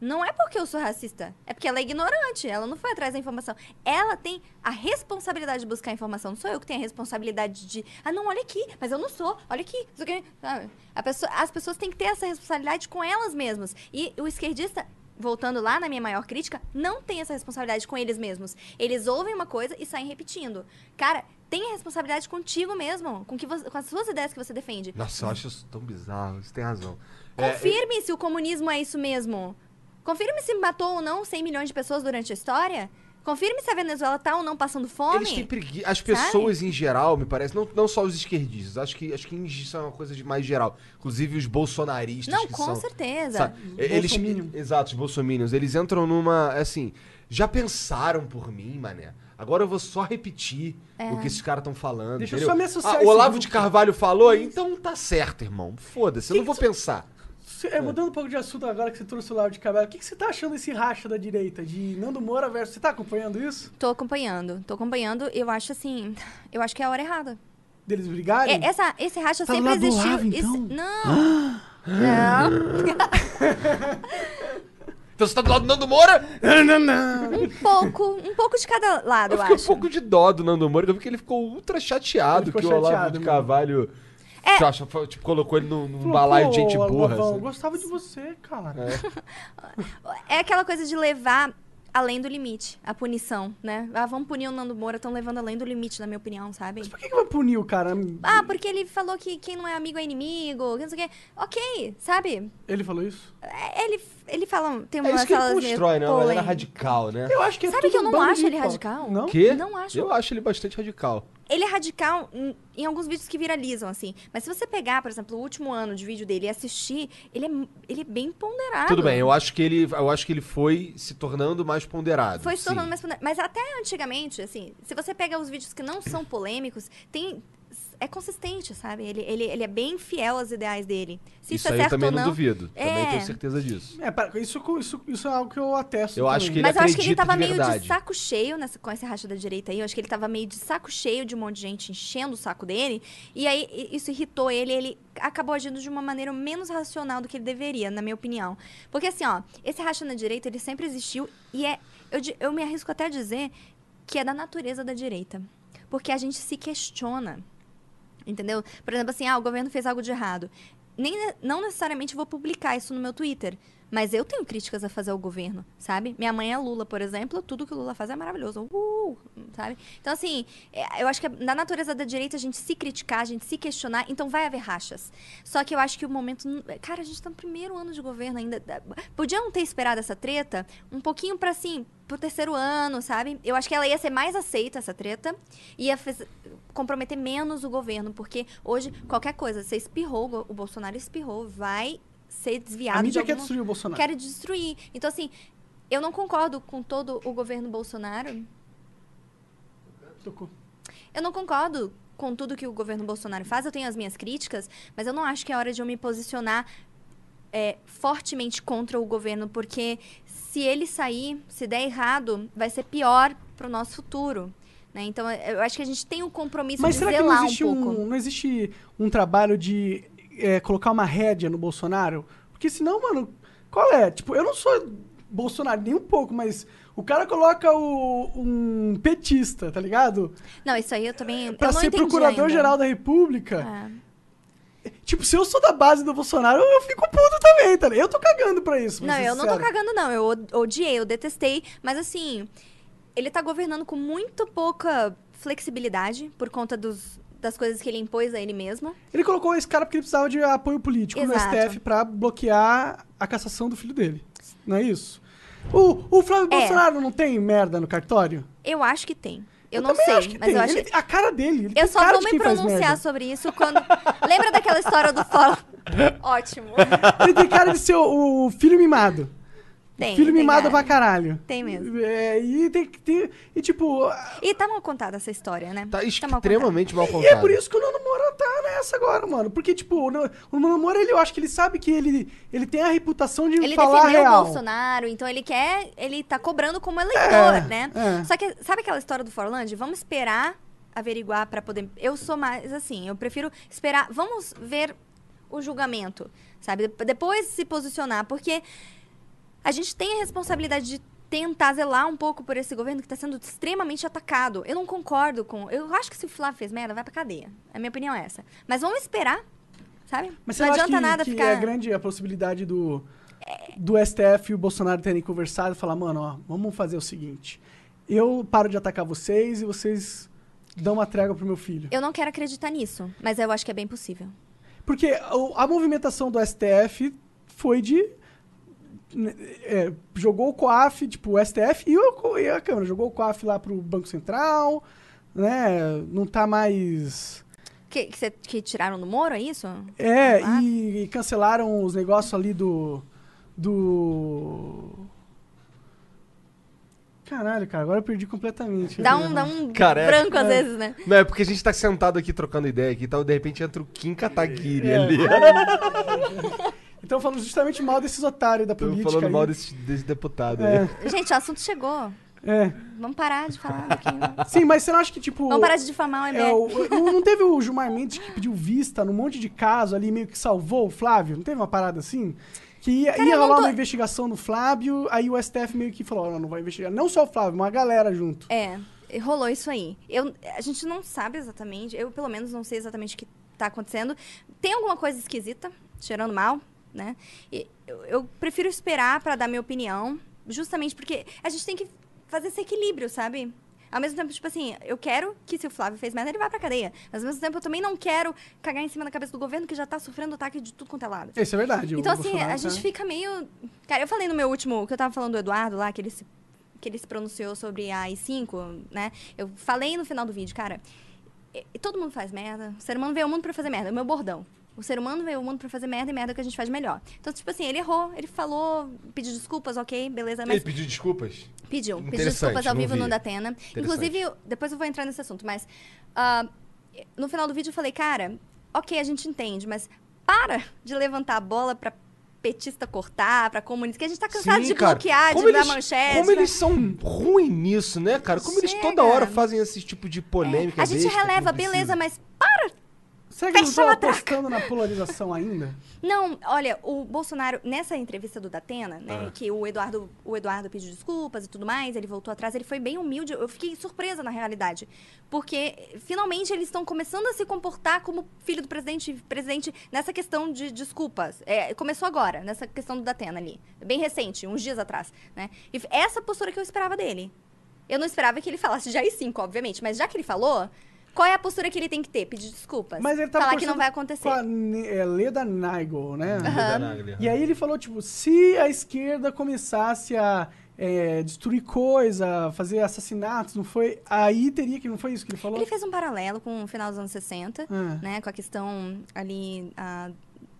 Speaker 4: não é porque eu sou racista, é porque ela é ignorante, ela não foi atrás da informação. Ela tem a responsabilidade de buscar a informação, não sou eu que tenho a responsabilidade de, ah, não, olha aqui, mas eu não sou, olha aqui. isso aqui", sabe? A pessoa- as pessoas têm que ter essa responsabilidade com elas mesmas. E o esquerdista, voltando lá na minha maior crítica, não tem essa responsabilidade com eles mesmos. Eles ouvem uma coisa e saem repetindo. Cara, tenha responsabilidade contigo mesmo, com, que vo- com as suas ideias que você defende.
Speaker 3: Nossa, eu acho isso tão bizarro. Você tem razão. É,
Speaker 4: Confirme se o comunismo é isso mesmo. Confirme se matou ou não 100 milhões de pessoas durante a história. Confirme se a Venezuela tá ou não passando
Speaker 3: Eles têm
Speaker 4: fome.
Speaker 3: preguiça. As pessoas em geral, me parece, não, não só os esquerdistas, acho que, acho que isso é uma coisa de mais geral. Inclusive os bolsonaristas.
Speaker 4: Não,
Speaker 3: que
Speaker 4: com
Speaker 3: são,
Speaker 4: certeza.
Speaker 3: sabe? Eles,
Speaker 2: Bolsominion.
Speaker 3: exato, os bolsominions. Eles entram numa. Assim, já pensaram por mim, mané? Agora eu vou só repetir
Speaker 4: É.
Speaker 3: o que esses caras estão falando.
Speaker 2: Deixa eu
Speaker 3: entendeu?
Speaker 2: só me associar
Speaker 3: Ah,
Speaker 2: a esse
Speaker 3: Olavo
Speaker 2: grupo.
Speaker 3: de Carvalho falou, então tá certo, irmão. Foda-se, eu
Speaker 2: Que
Speaker 3: não vou
Speaker 2: que
Speaker 3: pensar.
Speaker 2: Cê- é, mudando um pouco de assunto agora que você trouxe o Lauro de Cabelo, o que, que você tá achando desse racha da direita? De Nando Moura versus. Você tá acompanhando isso?
Speaker 4: Tô acompanhando, tô acompanhando. Eu acho assim, eu acho que é a hora errada.
Speaker 2: Deles
Speaker 4: É,
Speaker 2: brigarem?
Speaker 4: essa, esse racha
Speaker 2: Tá do
Speaker 4: sempre
Speaker 2: lado do
Speaker 4: existiu.
Speaker 2: Olavo,
Speaker 4: Isso-
Speaker 2: então?
Speaker 4: não! não!
Speaker 3: Então você tá do lado do Nando Moura?
Speaker 4: Um pouco, um pouco de cada lado,
Speaker 3: Eu
Speaker 4: eu
Speaker 3: fiquei um
Speaker 4: acho.
Speaker 3: pouco de dó do Nando Moura, que eu vi que ele ficou ultra chateado
Speaker 2: Ele ficou
Speaker 3: que o Olavo
Speaker 2: chateado,
Speaker 3: de
Speaker 2: mano.
Speaker 3: Carvalho
Speaker 4: É.
Speaker 3: que eu acho, foi, tipo, colocou ele num, num balaio de gente
Speaker 2: Pô,
Speaker 3: burra. assim.
Speaker 2: Lavão,
Speaker 3: sabe?
Speaker 2: gostava de você, cara.
Speaker 4: É aquela coisa de levar além do limite a punição, né? Ah, vamos punir o Nando Moura, estão levando além do limite, na minha opinião, sabe?
Speaker 2: Mas por que, que vai punir o cara?
Speaker 4: Ah, porque ele falou que quem não é amigo é inimigo, que não sei o quê. Ok, sabe?
Speaker 2: Ele falou isso?
Speaker 4: É, Ele, ele fala, tem
Speaker 3: É
Speaker 4: uma
Speaker 3: isso que ele constrói, né? Uma galera radical, né?
Speaker 2: Eu acho que é
Speaker 4: Sabe
Speaker 2: tudo
Speaker 4: que eu
Speaker 2: um
Speaker 4: não
Speaker 2: bando
Speaker 4: acho
Speaker 2: de
Speaker 4: ele
Speaker 2: hipó-
Speaker 4: radical?
Speaker 2: Não?
Speaker 3: Que?
Speaker 4: Não acho.
Speaker 3: Eu acho ele bastante radical.
Speaker 4: Ele é radical em, em alguns vídeos que viralizam, assim. Mas se você pegar, por exemplo, o último ano de vídeo dele e assistir, ele é, mu- ele é bem ponderado.
Speaker 3: Tudo bem, eu acho que ele, eu acho que ele foi se tornando mais ponderado.
Speaker 4: Foi se tornando
Speaker 3: sim.
Speaker 4: mais ponderado. Mas até antigamente, assim, se você pega os vídeos que não são polêmicos, tem... É consistente, sabe? Ele, ele, ele é bem fiel aos ideais dele. Se
Speaker 3: Isso
Speaker 4: isso é
Speaker 3: aí eu
Speaker 4: certo
Speaker 3: também
Speaker 4: ou
Speaker 3: não
Speaker 4: não,
Speaker 3: duvido. Também
Speaker 4: É.
Speaker 3: tenho certeza disso.
Speaker 2: É, pera, isso, isso, isso é algo que eu atesto.
Speaker 3: Eu acho
Speaker 2: também.
Speaker 3: que ele é
Speaker 4: Mas eu acho que ele
Speaker 3: acredita
Speaker 4: tava
Speaker 3: de
Speaker 4: meio
Speaker 3: verdade.
Speaker 4: de saco cheio nessa, com esse racha da direita aí. Eu acho que ele tava meio de saco cheio de um monte de gente enchendo o saco dele. E aí i- isso irritou ele. Ele acabou agindo de uma maneira menos racional do que ele deveria, na minha opinião. Porque assim, ó, esse racha na direita, ele sempre existiu. E é. Eu, di- eu me arrisco até a dizer que é da natureza da direita. Porque a gente se questiona. Entendeu? Por exemplo, assim, ah, o governo fez algo de errado. Nem, ne- não necessariamente vou publicar isso no meu Twitter. Mas eu tenho críticas a fazer ao governo, sabe? Minha mãe é Lula, por exemplo, tudo que o Lula faz é maravilhoso. Uh, sabe? Então, assim, é, eu acho que na natureza da direita a gente se criticar, a gente se questionar, então vai haver rachas. Só que eu acho que o momento. não- Cara, a gente tá no primeiro ano de governo ainda. da- Podiam ter esperado essa treta um pouquinho pra assim, pro terceiro ano, sabe? Eu acho que ela ia ser mais aceita, essa treta, ia fez- comprometer menos o governo, porque hoje qualquer coisa, você espirrou, o go- o Bolsonaro espirrou, vai ser desviado
Speaker 2: A mídia
Speaker 4: de
Speaker 2: quer
Speaker 4: alguma...
Speaker 2: destruir né? o Bolsonaro.
Speaker 4: quer destruir. Então, assim, eu não concordo com todo o governo Bolsonaro.
Speaker 2: Tocou.
Speaker 4: Eu não concordo com tudo que o governo Bolsonaro faz, eu tenho as minhas críticas, mas eu não acho que é hora de eu me posicionar é, fortemente contra o governo, porque se ele sair, se der errado, vai ser pior para o nosso futuro. né? Então, eu eu acho que a gente tem um compromisso
Speaker 2: Mas
Speaker 4: de
Speaker 2: será que
Speaker 4: zelar
Speaker 2: não existe
Speaker 4: um pouco.
Speaker 2: um, não existe um trabalho de é, colocar uma rédea no Bolsonaro? Porque senão, mano, qual é? Tipo, eu não sou Bolsonaro nem um pouco, mas o cara coloca o- um petista, tá ligado?
Speaker 4: Não, isso aí eu também.
Speaker 2: Pra
Speaker 4: eu não
Speaker 2: ser
Speaker 4: entendi
Speaker 2: procurador-geral
Speaker 4: ainda.
Speaker 2: da República.
Speaker 4: É.
Speaker 2: Tipo, se eu sou da base do Bolsonaro, eu fico puto também, tá ligado? Eu tô cagando pra isso. pra
Speaker 4: Não,
Speaker 2: ser
Speaker 4: eu não tô
Speaker 2: sincero.
Speaker 4: cagando, não. Eu od- odiei, eu detestei. Mas assim, ele tá governando com muito pouca flexibilidade por conta dos, das coisas que ele impôs a ele mesmo.
Speaker 2: Ele colocou esse cara porque ele precisava de apoio político
Speaker 4: Exato.
Speaker 2: no STF pra bloquear a cassação do filho dele. Não é isso? O, o Flávio
Speaker 4: É.
Speaker 2: Bolsonaro não tem merda no cartório?
Speaker 4: Eu eu acho que tem. Eu, não
Speaker 2: também
Speaker 4: sei,
Speaker 2: acho que
Speaker 4: mas
Speaker 2: tem.
Speaker 4: eu acho
Speaker 2: Ele-
Speaker 4: que.
Speaker 2: A cara dele. ele tem
Speaker 4: Eu só
Speaker 2: cara
Speaker 4: vou
Speaker 2: de
Speaker 4: me
Speaker 2: quem faz
Speaker 4: pronunciar
Speaker 2: merda.
Speaker 4: sobre isso quando. Lembra daquela história do fórum? Ótimo.
Speaker 2: Ele tem cara de ser o, o filho mimado.
Speaker 4: Tem.
Speaker 2: filho
Speaker 4: tem
Speaker 2: mimado pra
Speaker 4: cara.
Speaker 2: caralho.
Speaker 4: Tem mesmo.
Speaker 2: É, e tem que ter. E tipo.
Speaker 4: E tá mal contada essa história, né?
Speaker 3: Tá
Speaker 4: mal contada.
Speaker 3: extremamente mal
Speaker 2: E é
Speaker 3: contado.
Speaker 2: por isso que o Nando Moura tá nessa agora, mano. Porque, tipo, o Nando o Nando Moura, ele, eu acho que ele sabe que ele, ele tem a reputação de
Speaker 4: Ele
Speaker 2: falar
Speaker 4: defendeu
Speaker 2: real.
Speaker 4: o Bolsonaro, então ele quer. Ele tá cobrando como eleitor,
Speaker 2: É,
Speaker 4: né?
Speaker 2: é.
Speaker 4: Só que, sabe aquela história do Forland? Vamos esperar averiguar pra poder. Eu sou mais assim, eu prefiro esperar. Vamos ver o julgamento, sabe? Dep- Depois se posicionar, porque a gente tem a responsabilidade de tentar zelar um pouco por esse governo que está sendo extremamente atacado. Eu não concordo com. Eu acho que se o Flávio fez merda, vai pra cadeia. A minha opinião é essa. Mas vamos esperar, sabe?
Speaker 2: Mas você
Speaker 4: não
Speaker 2: não acha
Speaker 4: adianta
Speaker 2: que,
Speaker 4: nada
Speaker 2: que
Speaker 4: ficar.
Speaker 2: é grande a possibilidade do, do STF e o Bolsonaro terem conversado e falar, mano, ó, vamos fazer o seguinte. Eu paro de atacar vocês e vocês dão uma trégua pro meu filho.
Speaker 4: Eu não quero acreditar nisso, mas eu acho que é bem possível.
Speaker 2: Porque o- a movimentação do STF foi de... né, é, jogou o COAF, tipo, o STF e, o- e a Câmara. Jogou o COAF lá pro Banco Central, né? Não tá mais...
Speaker 4: Que, que, cê- que tiraram do Moro, é isso?
Speaker 2: É,
Speaker 4: Ah.
Speaker 2: e, e cancelaram os negócios ali do. Do. Caralho, cara, agora eu perdi completamente.
Speaker 4: Dá um, dá um
Speaker 3: Cara, é-
Speaker 4: branco
Speaker 2: é.
Speaker 4: às vezes, né?
Speaker 3: Não, é porque a gente tá sentado aqui trocando ideia aqui e tal, de repente entra o Kim Kataguiri
Speaker 2: É.
Speaker 3: ali.
Speaker 2: Então falando justamente mal desses otários da
Speaker 3: Tô
Speaker 2: política.
Speaker 3: falando
Speaker 2: aí.
Speaker 3: mal desse, desse deputado
Speaker 2: É.
Speaker 3: aí.
Speaker 4: Gente, o assunto chegou.
Speaker 2: É.
Speaker 4: Vamos parar de falar. Daqui, né?
Speaker 2: Sim, mas você não acha que, tipo.
Speaker 4: Vamos parar de difamar o
Speaker 2: é,
Speaker 4: MBL.
Speaker 2: o- não, não teve o Gilmar Mendes que pediu vista num monte de caso ali, meio que salvou o Flávio? Não teve uma parada assim? Que ia,
Speaker 4: Cara,
Speaker 2: ia
Speaker 4: eu não
Speaker 2: rolar
Speaker 4: tô-
Speaker 2: uma investigação do Flávio, aí o STF meio que falou: "Ó, não, não vai investigar. Não só o Flávio, uma galera junto.
Speaker 4: É, rolou isso aí. Eu, a gente não sabe exatamente, eu pelo menos não sei exatamente o que tá acontecendo. Tem alguma coisa esquisita, cheirando mal, né? E eu, eu prefiro esperar para dar minha opinião, justamente porque a gente tem que fazer esse equilíbrio, sabe? Ao mesmo tempo, tipo assim, eu quero que se o Flávio fez merda, ele vá pra cadeia. Mas ao mesmo tempo, eu também não quero cagar em cima da cabeça do governo que já tá sofrendo ataque de tudo quanto é lado.
Speaker 2: Isso é verdade. o
Speaker 4: Então, assim,
Speaker 2: Bolsonaro
Speaker 4: a
Speaker 2: tá-
Speaker 4: gente fica meio. Cara, eu falei no meu último, que eu tava falando do Eduardo lá, que ele se, que ele se pronunciou sobre a I5, né? Eu falei no final do vídeo, cara. e- e todo mundo faz merda. O ser humano veio ao mundo pra fazer merda. É o meu bordão. O ser humano veio ao mundo pra fazer merda e merda é o que a gente faz melhor. Então, tipo assim, ele errou, ele falou, pediu desculpas, ok, beleza, Ah, mas.
Speaker 3: Ele pediu desculpas?
Speaker 4: Pediu. Pediu
Speaker 3: Interessante,
Speaker 4: desculpas ao
Speaker 3: não
Speaker 4: vivo
Speaker 3: vi.
Speaker 4: no Datena. Inclusive, eu- depois eu vou entrar nesse assunto, mas ah, no final do vídeo eu falei, cara, ok, a gente entende, mas para de levantar a bola pra petista cortar, pra comunista, que a gente tá cansado
Speaker 3: Sim,
Speaker 4: de
Speaker 3: cara.
Speaker 4: bloquear,
Speaker 3: Como
Speaker 4: de dar
Speaker 3: eles-
Speaker 4: manchete. né?"
Speaker 3: Como
Speaker 4: pra-
Speaker 3: eles são ruins nisso, né, cara? Como eles toda
Speaker 4: Chega.
Speaker 3: hora fazem esse tipo de polêmica.
Speaker 4: A gente
Speaker 3: besta que não
Speaker 4: releva,
Speaker 3: precisa.
Speaker 4: beleza, mas para!
Speaker 2: Será que eles
Speaker 4: Fecha
Speaker 2: não
Speaker 4: a
Speaker 2: estão
Speaker 4: matraca.
Speaker 2: apostando na polarização ainda?
Speaker 4: Não, olha, o Bolsonaro, nessa entrevista do Datena, né,
Speaker 2: Ah.
Speaker 4: que o Eduardo, o Eduardo pediu desculpas e tudo mais, ele voltou atrás, ele foi bem humilde, eu fiquei surpresa na realidade. Porque finalmente eles estão começando a se comportar como filho do presidente, presidente nessa questão de desculpas. É, começou agora, nessa questão do Datena ali. Bem recente, uns dias atrás, né? E f- essa postura que eu esperava dele. Eu não esperava que ele falasse já e cinco, obviamente, mas já que ele falou, qual é a postura que ele tem que ter? Pedir desculpas.
Speaker 2: Mas ele tava
Speaker 4: falar que não
Speaker 2: conversando
Speaker 4: vai acontecer.
Speaker 2: Com a Ne- é, Leda Nagel, né?
Speaker 3: Danaglia.
Speaker 2: E aí ele falou, tipo, se a esquerda começasse a é, destruir coisa, fazer assassinatos, não foi... Aí teria que... Não foi isso que ele falou?
Speaker 4: Ele fez um paralelo com o final dos anos 60,
Speaker 2: Ah.
Speaker 4: né? Com a questão ali ah,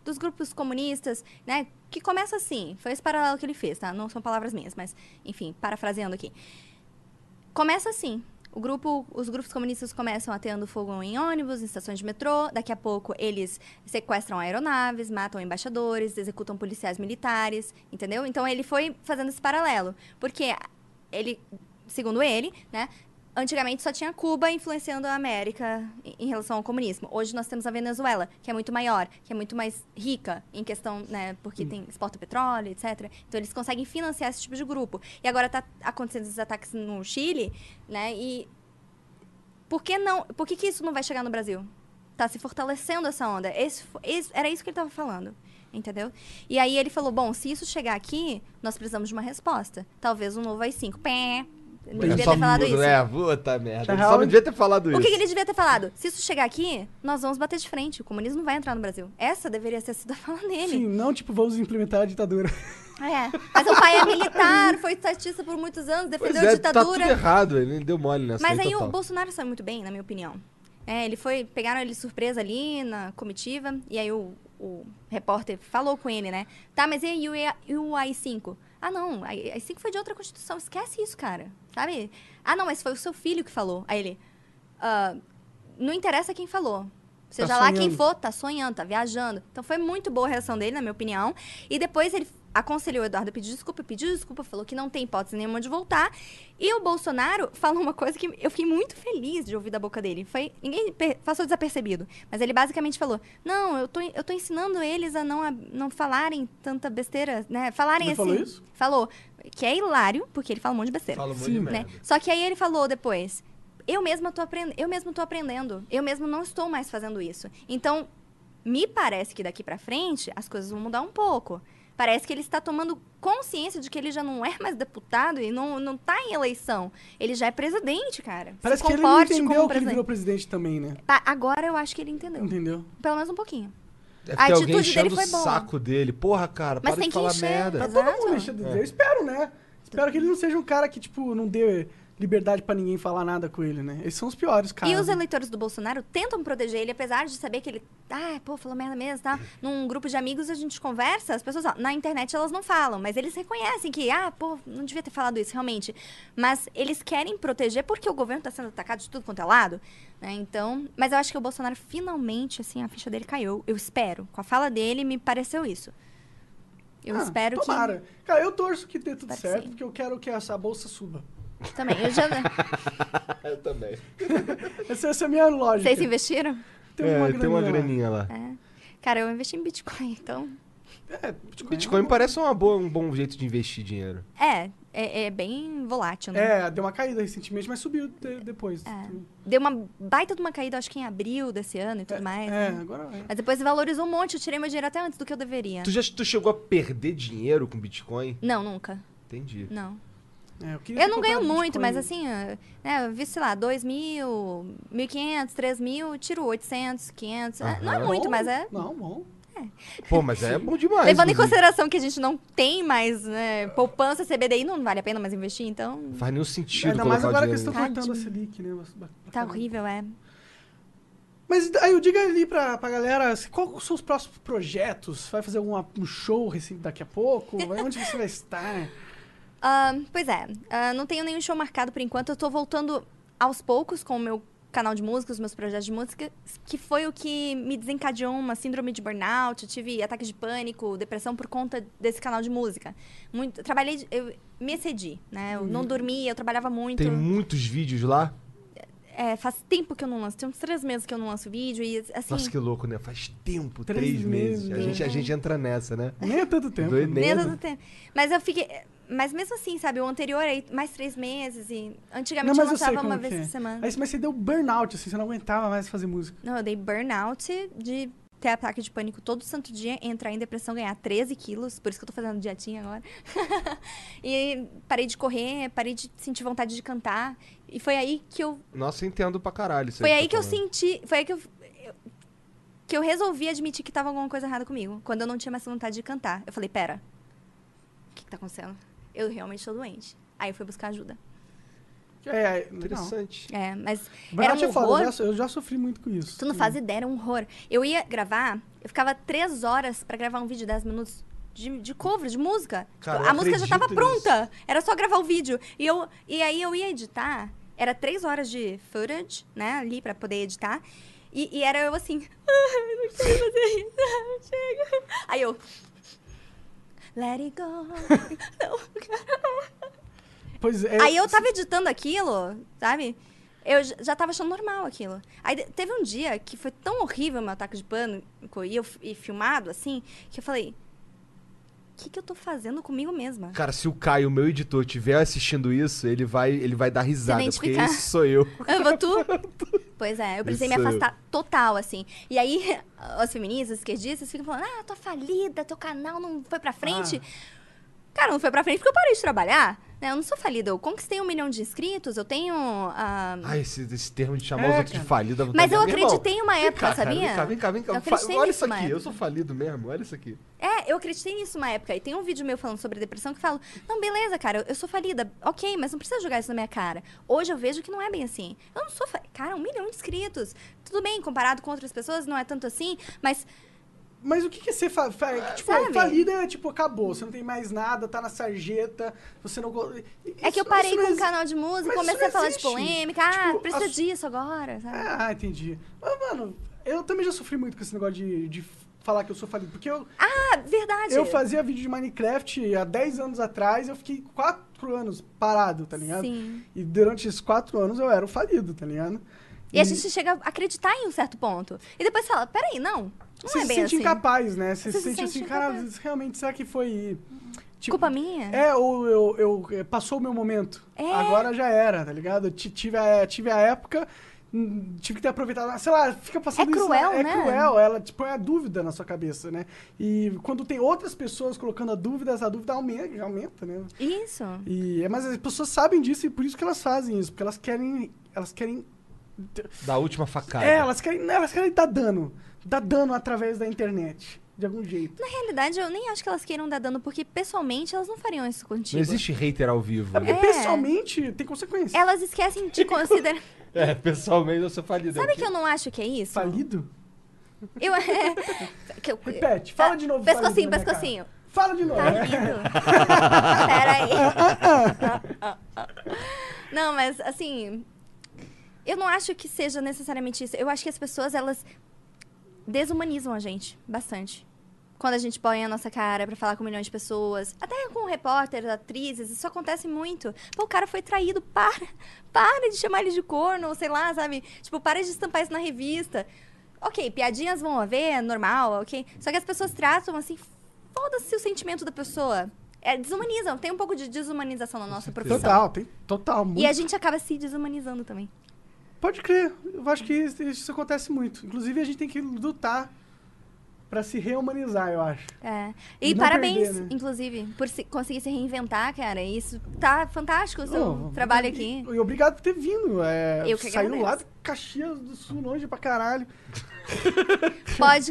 Speaker 4: dos grupos comunistas, né? Que começa assim. Foi esse paralelo que ele fez, tá? Não são palavras minhas, mas, enfim, parafraseando aqui. Começa assim. O grupo, os grupos comunistas começam ateando fogo em ônibus, em estações de metrô. Daqui a pouco, eles sequestram aeronaves, matam embaixadores, executam policiais militares, entendeu? Então, ele foi fazendo esse paralelo. Porque ele, segundo ele, né, antigamente só tinha Cuba influenciando a América em- em relação ao comunismo. Hoje nós temos a Venezuela, que é muito maior, que é muito mais rica em questão, né, porque tem exporta petróleo, etc. Então eles conseguem financiar esse tipo de grupo. E agora tá acontecendo esses ataques no Chile, né? E por que não, por que, que isso não vai chegar no Brasil? Tá se fortalecendo essa onda. Esse fo- esse- era isso que ele estava falando. Entendeu? E aí ele falou: bom, se isso chegar aqui, nós precisamos de uma resposta. Talvez um novo AI-5. Pé. Ele
Speaker 3: É
Speaker 4: devia
Speaker 3: só
Speaker 4: ter falado
Speaker 3: mudo,
Speaker 4: isso.
Speaker 3: né? Puta merda. Ele
Speaker 2: Real-
Speaker 3: só não devia ter falado
Speaker 4: O que, que
Speaker 3: isso.
Speaker 4: ele devia ter falado? Se isso chegar aqui, nós vamos bater de frente. O comunismo não vai entrar no Brasil. Essa deveria ter sido a fala dele.
Speaker 2: Sim, não, tipo, vamos implementar a ditadura.
Speaker 4: É. Mas o pai é militar, foi estatista por muitos anos,
Speaker 3: Pois
Speaker 4: defendeu a
Speaker 3: é, tá tudo
Speaker 4: ditadura.
Speaker 3: errado. Ele deu mole nessa
Speaker 2: então
Speaker 4: Mas aí
Speaker 2: tá.
Speaker 3: total.
Speaker 4: o Bolsonaro saiu muito bem, na minha opinião. É, ele foi, pegaram ele de surpresa ali na comitiva, e aí o, o repórter falou com ele, né? Tá, mas e aí o, E- e o AI-5? Ah, não, aí- AI-5 foi de outra constituição, esquece isso, cara, sabe? Ah, não, mas foi o seu filho que falou. Aí ele, ah, não interessa quem falou. Seja
Speaker 2: Tá
Speaker 4: lá quem
Speaker 2: sonhando.
Speaker 4: for, tá sonhando, tá viajando. Então foi muito boa a reação dele, na minha opinião. E depois ele aconselhou o Eduardo a pedir desculpa, pediu desculpa, falou que não tem hipótese nenhuma de voltar. E o Bolsonaro falou uma coisa que eu fiquei muito feliz de ouvir da boca dele. Foi, ninguém per- passou desapercebido. Mas ele basicamente falou: Não, eu tô, eu tô ensinando eles a não, a não falarem tanta besteira, né? Falarem
Speaker 2: Ele
Speaker 4: assim.
Speaker 2: falou isso?
Speaker 4: Falou. Que é hilário, porque ele fala um monte de besteira.
Speaker 3: Fala um monte
Speaker 2: Sim,
Speaker 3: de
Speaker 4: né?
Speaker 3: merda.
Speaker 4: Só que aí ele falou depois: eu mesma tô aprendendo, eu mesmo tô aprendendo, eu mesmo não estou mais fazendo isso. Então, me parece que daqui pra frente as coisas vão mudar um pouco. Parece que ele está tomando consciência de que ele já não é mais deputado e não, não tá em eleição. Ele já é presidente, cara.
Speaker 2: Parece
Speaker 4: Se
Speaker 2: que ele não
Speaker 4: comporte
Speaker 2: entendeu
Speaker 4: como
Speaker 2: que ele
Speaker 4: presidente.
Speaker 2: virou presidente também, né?
Speaker 4: Pa- Agora eu acho que ele entendeu.
Speaker 2: Entendeu?
Speaker 4: Pelo menos um pouquinho.
Speaker 3: Deve
Speaker 4: A
Speaker 3: ter É
Speaker 4: atitude
Speaker 3: alguém
Speaker 4: dele
Speaker 3: enchendo o
Speaker 4: foi boa.
Speaker 3: saco dele. Porra, cara,
Speaker 4: Mas
Speaker 3: para
Speaker 4: tem
Speaker 3: de
Speaker 4: que
Speaker 3: falar
Speaker 4: encher. né?
Speaker 3: merda.
Speaker 2: Tá todo
Speaker 4: Exato.
Speaker 2: mundo mexendo. Eu espero, né? Espero que ele não seja um cara que, tipo, não dê liberdade pra ninguém falar nada com ele, né? Esses são os piores, cara.
Speaker 4: E os eleitores do Bolsonaro tentam proteger ele, apesar de saber que ele. Ah, pô, falou merda mesmo,
Speaker 2: Uhum.
Speaker 4: tá? Num grupo de amigos a gente conversa, as pessoas. ó, na internet elas não falam, mas eles reconhecem que, ah, pô, não devia ter falado isso, realmente. Mas eles querem proteger porque o governo tá sendo atacado de tudo quanto é lado, né? Então. Mas eu acho que o Bolsonaro finalmente, assim, a ficha dele caiu. Eu espero. Com a fala dele, me pareceu isso. Eu
Speaker 2: Ah,
Speaker 4: espero
Speaker 2: tomara. Cara, eu torço que dê tudo
Speaker 4: Espero que
Speaker 2: certo,
Speaker 4: sim.
Speaker 2: porque eu quero que essa bolsa suba.
Speaker 4: que. Também. Eu já. né?
Speaker 3: Eu também.
Speaker 2: Essa, essa é a minha lógica.
Speaker 4: Vocês investiram?
Speaker 2: Tem
Speaker 3: é,
Speaker 2: uma
Speaker 3: tem uma
Speaker 2: graninha
Speaker 3: graninha lá.
Speaker 4: É. Cara, eu investi em Bitcoin, então.
Speaker 2: É, Bitcoin.
Speaker 3: Bitcoin parece uma boa, um bom jeito de investir dinheiro.
Speaker 4: É, é, é bem volátil, né?
Speaker 2: É, deu uma caída recentemente, mas subiu de- depois.
Speaker 4: É, Deu uma baita de uma caída, acho que em abril desse ano e tudo mais.
Speaker 2: É,
Speaker 4: né?
Speaker 2: agora vai.
Speaker 4: Mas depois valorizou um monte, eu tirei meu dinheiro até antes do que eu deveria.
Speaker 3: Tu já tu chegou a perder dinheiro com Bitcoin?
Speaker 4: Não, nunca.
Speaker 3: Entendi.
Speaker 4: Não.
Speaker 2: É, queria
Speaker 4: Eu
Speaker 2: ter
Speaker 4: não ganho
Speaker 2: comprado
Speaker 4: muito,
Speaker 2: Bitcoin.
Speaker 4: mas assim, eh, né, eu vi, sei lá, 2 mil, 1.500, 3 mil, tiro 800, 500. eh, Não é
Speaker 3: Aham.
Speaker 4: muito,
Speaker 2: Bom,
Speaker 4: mas é.
Speaker 2: Não, bom.
Speaker 3: Pô, mas é bom demais.
Speaker 4: Levando em
Speaker 3: inclusive.
Speaker 4: consideração que a gente não tem mais né, poupança, CBDI, não vale a pena mais investir, então.
Speaker 3: Faz nenhum sentido
Speaker 2: Ainda mais
Speaker 3: colocar
Speaker 2: agora
Speaker 3: o
Speaker 2: que eles
Speaker 3: dinheiro.
Speaker 2: estão
Speaker 4: Tadinho.
Speaker 2: cortando a Selic, né?
Speaker 4: Tá
Speaker 3: Uhum.
Speaker 4: horrível, é.
Speaker 2: Mas aí eu diga ali pra, pra galera, se- qual são os próximos projetos? Vai fazer alguma, um show recente daqui a pouco? Vai, onde você vai estar?
Speaker 4: Ah, pois é, Ah, não tenho nenhum show marcado por enquanto. Eu tô voltando aos poucos com o meu canal de música, os meus projetos de música, que foi o que me desencadeou uma síndrome de burnout. Eu tive ataque de pânico, depressão por conta desse canal de música. Muito,
Speaker 2: Uhum.
Speaker 4: trabalhei, eu me excedi, né? Eu não dormia, eu trabalhava muito.
Speaker 3: Tem muitos vídeos lá.
Speaker 4: é, faz tempo que eu não lanço, tem uns três meses que eu não lanço vídeo e assim.
Speaker 3: Nossa, que louco, né? Faz tempo,
Speaker 2: Três
Speaker 3: três, meses.
Speaker 2: meses.
Speaker 3: A, gente, a gente entra nessa, né?
Speaker 2: Nem é tanto tempo.
Speaker 3: Doido,
Speaker 2: né?
Speaker 3: né?
Speaker 4: nem
Speaker 3: medo.
Speaker 4: tanto tempo. Mas eu fiquei. Mas mesmo assim, sabe? O anterior aí, mais três meses e.
Speaker 2: Não,
Speaker 4: Antigamente
Speaker 2: mas
Speaker 4: eu
Speaker 2: eu sei
Speaker 4: lançava
Speaker 2: como
Speaker 4: uma
Speaker 2: que
Speaker 4: vez
Speaker 2: é.
Speaker 4: por semana.
Speaker 2: Aí, mas você deu burnout, assim, você não aguentava mais fazer música.
Speaker 4: Não, eu dei burnout de ter ataque de pânico todo santo dia, entrar em depressão, ganhar 13 quilos, por isso que eu tô fazendo dietinha agora. e parei de correr, parei de sentir vontade de cantar. E foi aí que eu.
Speaker 3: Nossa, eu entendo pra caralho. isso
Speaker 4: Foi aí
Speaker 3: tá
Speaker 4: que eu
Speaker 3: falando.
Speaker 4: senti. Foi aí que eu. eu- Que eu resolvi admitir que tava alguma coisa errada comigo. Quando eu não tinha mais vontade de cantar. Eu falei, pera. O que, que tá acontecendo? Eu realmente tô doente. Aí eu fui buscar ajuda.
Speaker 2: É, interessante.
Speaker 3: Interessante.
Speaker 4: É, mas. era
Speaker 2: Burnout
Speaker 4: um
Speaker 2: é foda,
Speaker 4: horror.
Speaker 2: eu já, eu já sofri muito com isso.
Speaker 4: Tu não
Speaker 3: Hum.
Speaker 4: faz ideia, era um horror. Eu ia gravar, eu ficava três horas pra gravar um vídeo de 10 minutos de, de cover, de música.
Speaker 3: Cara,
Speaker 4: Tipo,
Speaker 3: eu
Speaker 4: a música já tava
Speaker 3: acredito nisso.
Speaker 4: pronta. Era só gravar o vídeo. E, eu, e aí eu ia editar. Era três horas de footage, né? Ali pra poder editar. E, e era eu assim. Ah, eu não sei fazer isso. Ah, Chega. Aí eu. Let it go. Não,
Speaker 2: Pois é.
Speaker 4: Aí eu tava editando aquilo, sabe? Eu j- já tava achando normal aquilo. Aí de- teve um dia que foi tão horrível meu ataque de pânico e, eu, f- e filmado assim, que eu falei: o que, que eu tô fazendo comigo mesma?
Speaker 3: Cara, se o Caio, meu editor, estiver assistindo isso, ele vai, ele vai dar risada, porque
Speaker 4: identificar.
Speaker 3: isso sou eu.
Speaker 4: Eu vou tu? Pois é, eu precisei
Speaker 3: Isso.
Speaker 4: me afastar total, assim. E aí, as feministas, esquerdistas, ficam falando: ah, tô falida, teu canal não foi pra frente. Cara, não foi pra frente porque eu parei de trabalhar. Né? Eu não sou falida, eu conquistei um milhão de inscritos, eu tenho. ah,
Speaker 3: Ai, esse, esse termo de chamar
Speaker 2: É,
Speaker 3: os outros
Speaker 2: cara.
Speaker 3: de falido. dá
Speaker 4: Mas
Speaker 3: vontade-
Speaker 4: eu
Speaker 3: Meu irmão,
Speaker 4: acreditei em uma
Speaker 3: vem
Speaker 4: época,
Speaker 3: cá, cara,
Speaker 4: sabia?
Speaker 3: vem cá, vem cá, vem cá.
Speaker 4: Eu
Speaker 3: Fa-
Speaker 4: acreditei
Speaker 3: Olha
Speaker 4: nisso
Speaker 3: isso
Speaker 4: uma
Speaker 3: aqui, eu
Speaker 4: época.
Speaker 3: sou falido mesmo, olha isso aqui.
Speaker 4: É, eu acreditei nisso uma época. E tem um vídeo meu falando sobre depressão que falo, não, beleza, cara, eu- eu sou falida. Ok, mas não precisa jogar isso na minha cara. Hoje eu vejo que não é bem assim. Eu não sou fa- Cara, um milhão de inscritos. Tudo bem, comparado com outras pessoas, não é tanto assim, mas
Speaker 2: Mas o que que é ser fa... fa- que, tipo,
Speaker 4: Sabe?
Speaker 2: falida é tipo, acabou, você não tem mais nada, tá na sarjeta, você não. go-
Speaker 4: é
Speaker 2: Isso-
Speaker 4: que eu parei
Speaker 2: isso não
Speaker 4: com o
Speaker 2: exi-
Speaker 4: canal de música,
Speaker 2: mas isso
Speaker 4: comecei
Speaker 2: não
Speaker 4: a falar de
Speaker 2: existe.
Speaker 4: polêmica. Ah,
Speaker 2: Tipo,
Speaker 4: precisa
Speaker 2: as-
Speaker 4: disso agora, sabe?
Speaker 2: Ah, entendi. Mas, mano, eu também já sofri muito com esse negócio de, de falar que eu sou falido. Porque eu,
Speaker 4: Ah, verdade.
Speaker 2: eu fazia vídeo de Minecraft há 10 anos atrás, eu fiquei 4 anos parado, tá ligado?
Speaker 4: Sim.
Speaker 2: E durante esses 4 anos eu era o falido, tá ligado?
Speaker 4: E a gente chega a acreditar em um certo ponto. E depois fala, peraí, não. Não
Speaker 2: Você
Speaker 4: é
Speaker 2: se
Speaker 4: bem
Speaker 2: sente
Speaker 4: assim.
Speaker 2: incapaz, né? Você,
Speaker 4: Você
Speaker 2: se
Speaker 4: se
Speaker 2: sente,
Speaker 4: sente
Speaker 2: assim, cara,
Speaker 4: incapaz.
Speaker 2: realmente, será que foi. Tipo,
Speaker 4: Culpa minha?
Speaker 2: É, ou eu, eu- eh, passou o meu momento.
Speaker 4: É.
Speaker 2: Agora já era, tá ligado? Eu ti- tive, a, tive a época, hum, tive que ter aproveitado. Sei lá, fica passando
Speaker 4: É
Speaker 2: isso.
Speaker 4: cruel,
Speaker 2: é
Speaker 4: né?
Speaker 2: cruel, ela te põe a dúvida na sua cabeça, né? E quando tem outras pessoas colocando a dúvida, essa dúvida aumenta, aumenta né?
Speaker 4: Isso.
Speaker 2: E, é, mas as pessoas sabem disso e por isso que elas fazem isso, porque elas querem. Elas querem.
Speaker 3: Da última facada.
Speaker 2: É, elas querem, elas querem dar dano. Dar dano através da internet. De algum jeito.
Speaker 4: Na realidade, eu nem acho que elas queiram dar dano, porque pessoalmente elas não fariam isso contigo.
Speaker 3: Não existe hater ao vivo.
Speaker 2: É porque
Speaker 3: né?
Speaker 4: É.
Speaker 2: pessoalmente tem consequência.
Speaker 4: Elas esquecem de considerar.
Speaker 3: É, pessoalmente eu sou falido.
Speaker 4: Sabe que eu não acho que é isso?
Speaker 2: Falido?
Speaker 4: Eu. é, que eu-
Speaker 2: Repete, fala de novo. falido
Speaker 4: É, Pescocinho,
Speaker 2: na minha
Speaker 4: pescocinho.
Speaker 2: cara. É. Fala de novo.
Speaker 4: Tá lindo. Pera aí. Não, mas assim. Eu não acho que seja necessariamente isso. Eu acho que as pessoas, elas desumanizam a gente bastante. Quando a gente põe a nossa cara pra falar com milhões de pessoas, até com repórteres, atrizes, isso acontece muito. Pô, o cara foi traído, para, para de chamar ele de corno, ou sei lá, sabe? Tipo, para de estampar isso na revista. Ok, piadinhas vão haver, é normal, ok? Só que as pessoas tratam assim, foda-se o sentimento da pessoa. É, desumanizam, tem um pouco de desumanização na nossa
Speaker 3: certeza.
Speaker 4: profissão.
Speaker 2: Total, tem total. Muito.
Speaker 4: E a gente acaba se desumanizando também.
Speaker 2: Pode crer, eu acho que isso, isso acontece muito. Inclusive, a gente tem que lutar pra se reumanizar, eu acho.
Speaker 4: É. E
Speaker 2: Não
Speaker 4: parabéns,
Speaker 2: perder, né?
Speaker 4: inclusive, por se- conseguir se reinventar, cara. Isso tá fantástico o seu
Speaker 2: Oh,
Speaker 4: trabalho
Speaker 2: e-
Speaker 4: aqui.
Speaker 2: E, obrigado por ter vindo. É,
Speaker 4: Eu que
Speaker 2: Saiu lá
Speaker 4: agradeço.
Speaker 2: do Caxias do Sul, longe pra caralho.
Speaker 4: Pode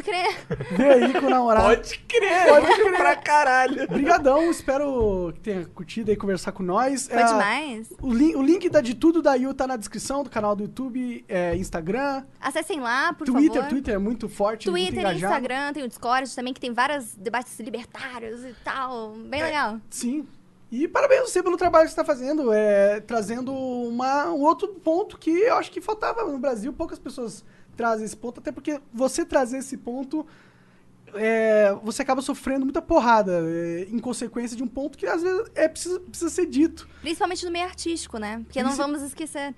Speaker 4: crer.
Speaker 2: Veio aí com o namorado.
Speaker 3: crer, pode crer pra caralho.
Speaker 2: Obrigadão, espero que tenha curtido e conversar com nós. É,
Speaker 4: Foi demais.
Speaker 2: O, lin- o link da De Tudo da Yu tá na descrição do canal do YouTube, é, Instagram,
Speaker 4: Acessem lá, por
Speaker 2: Twitter.
Speaker 4: favor.
Speaker 2: Twitter é muito forte, muito
Speaker 4: Twitter,
Speaker 2: engajado.
Speaker 4: Instagram, tem o Discord também, que tem vários debates libertários e tal.
Speaker 2: É.
Speaker 4: Bem legal.
Speaker 2: Sim. E parabéns a você pelo trabalho que você está fazendo, é, trazendo uma, um outro ponto que eu acho que faltava no Brasil. Poucas pessoas trazem esse ponto, até porque você trazer esse ponto, é, você acaba sofrendo muita porrada é, em consequência de um ponto que às vezes é preciso, precisa ser dito.
Speaker 4: Principalmente no meio artístico, né? Porque não
Speaker 2: Princi-
Speaker 4: vamos esquecer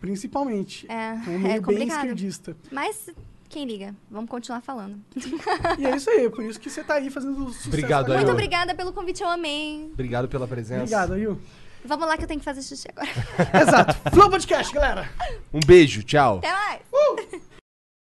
Speaker 2: principalmente. um
Speaker 4: É, é
Speaker 2: meio bem
Speaker 4: complicado.
Speaker 2: esquerdista.
Speaker 4: Mas quem liga? Vamos continuar falando.
Speaker 2: E é isso aí, por isso que você tá aí fazendo sucesso.
Speaker 3: Obrigado,
Speaker 2: pra
Speaker 3: Ayu.
Speaker 4: Muito
Speaker 2: caramba.
Speaker 4: obrigada pelo convite, eu amei.
Speaker 3: Obrigado pela presença.
Speaker 2: Obrigado, Ayu.
Speaker 4: Vamos lá que eu tenho que fazer xixi agora.
Speaker 2: Exato. Flow Podcast, galera!
Speaker 3: Um beijo, tchau.
Speaker 4: Até mais!
Speaker 2: Uh!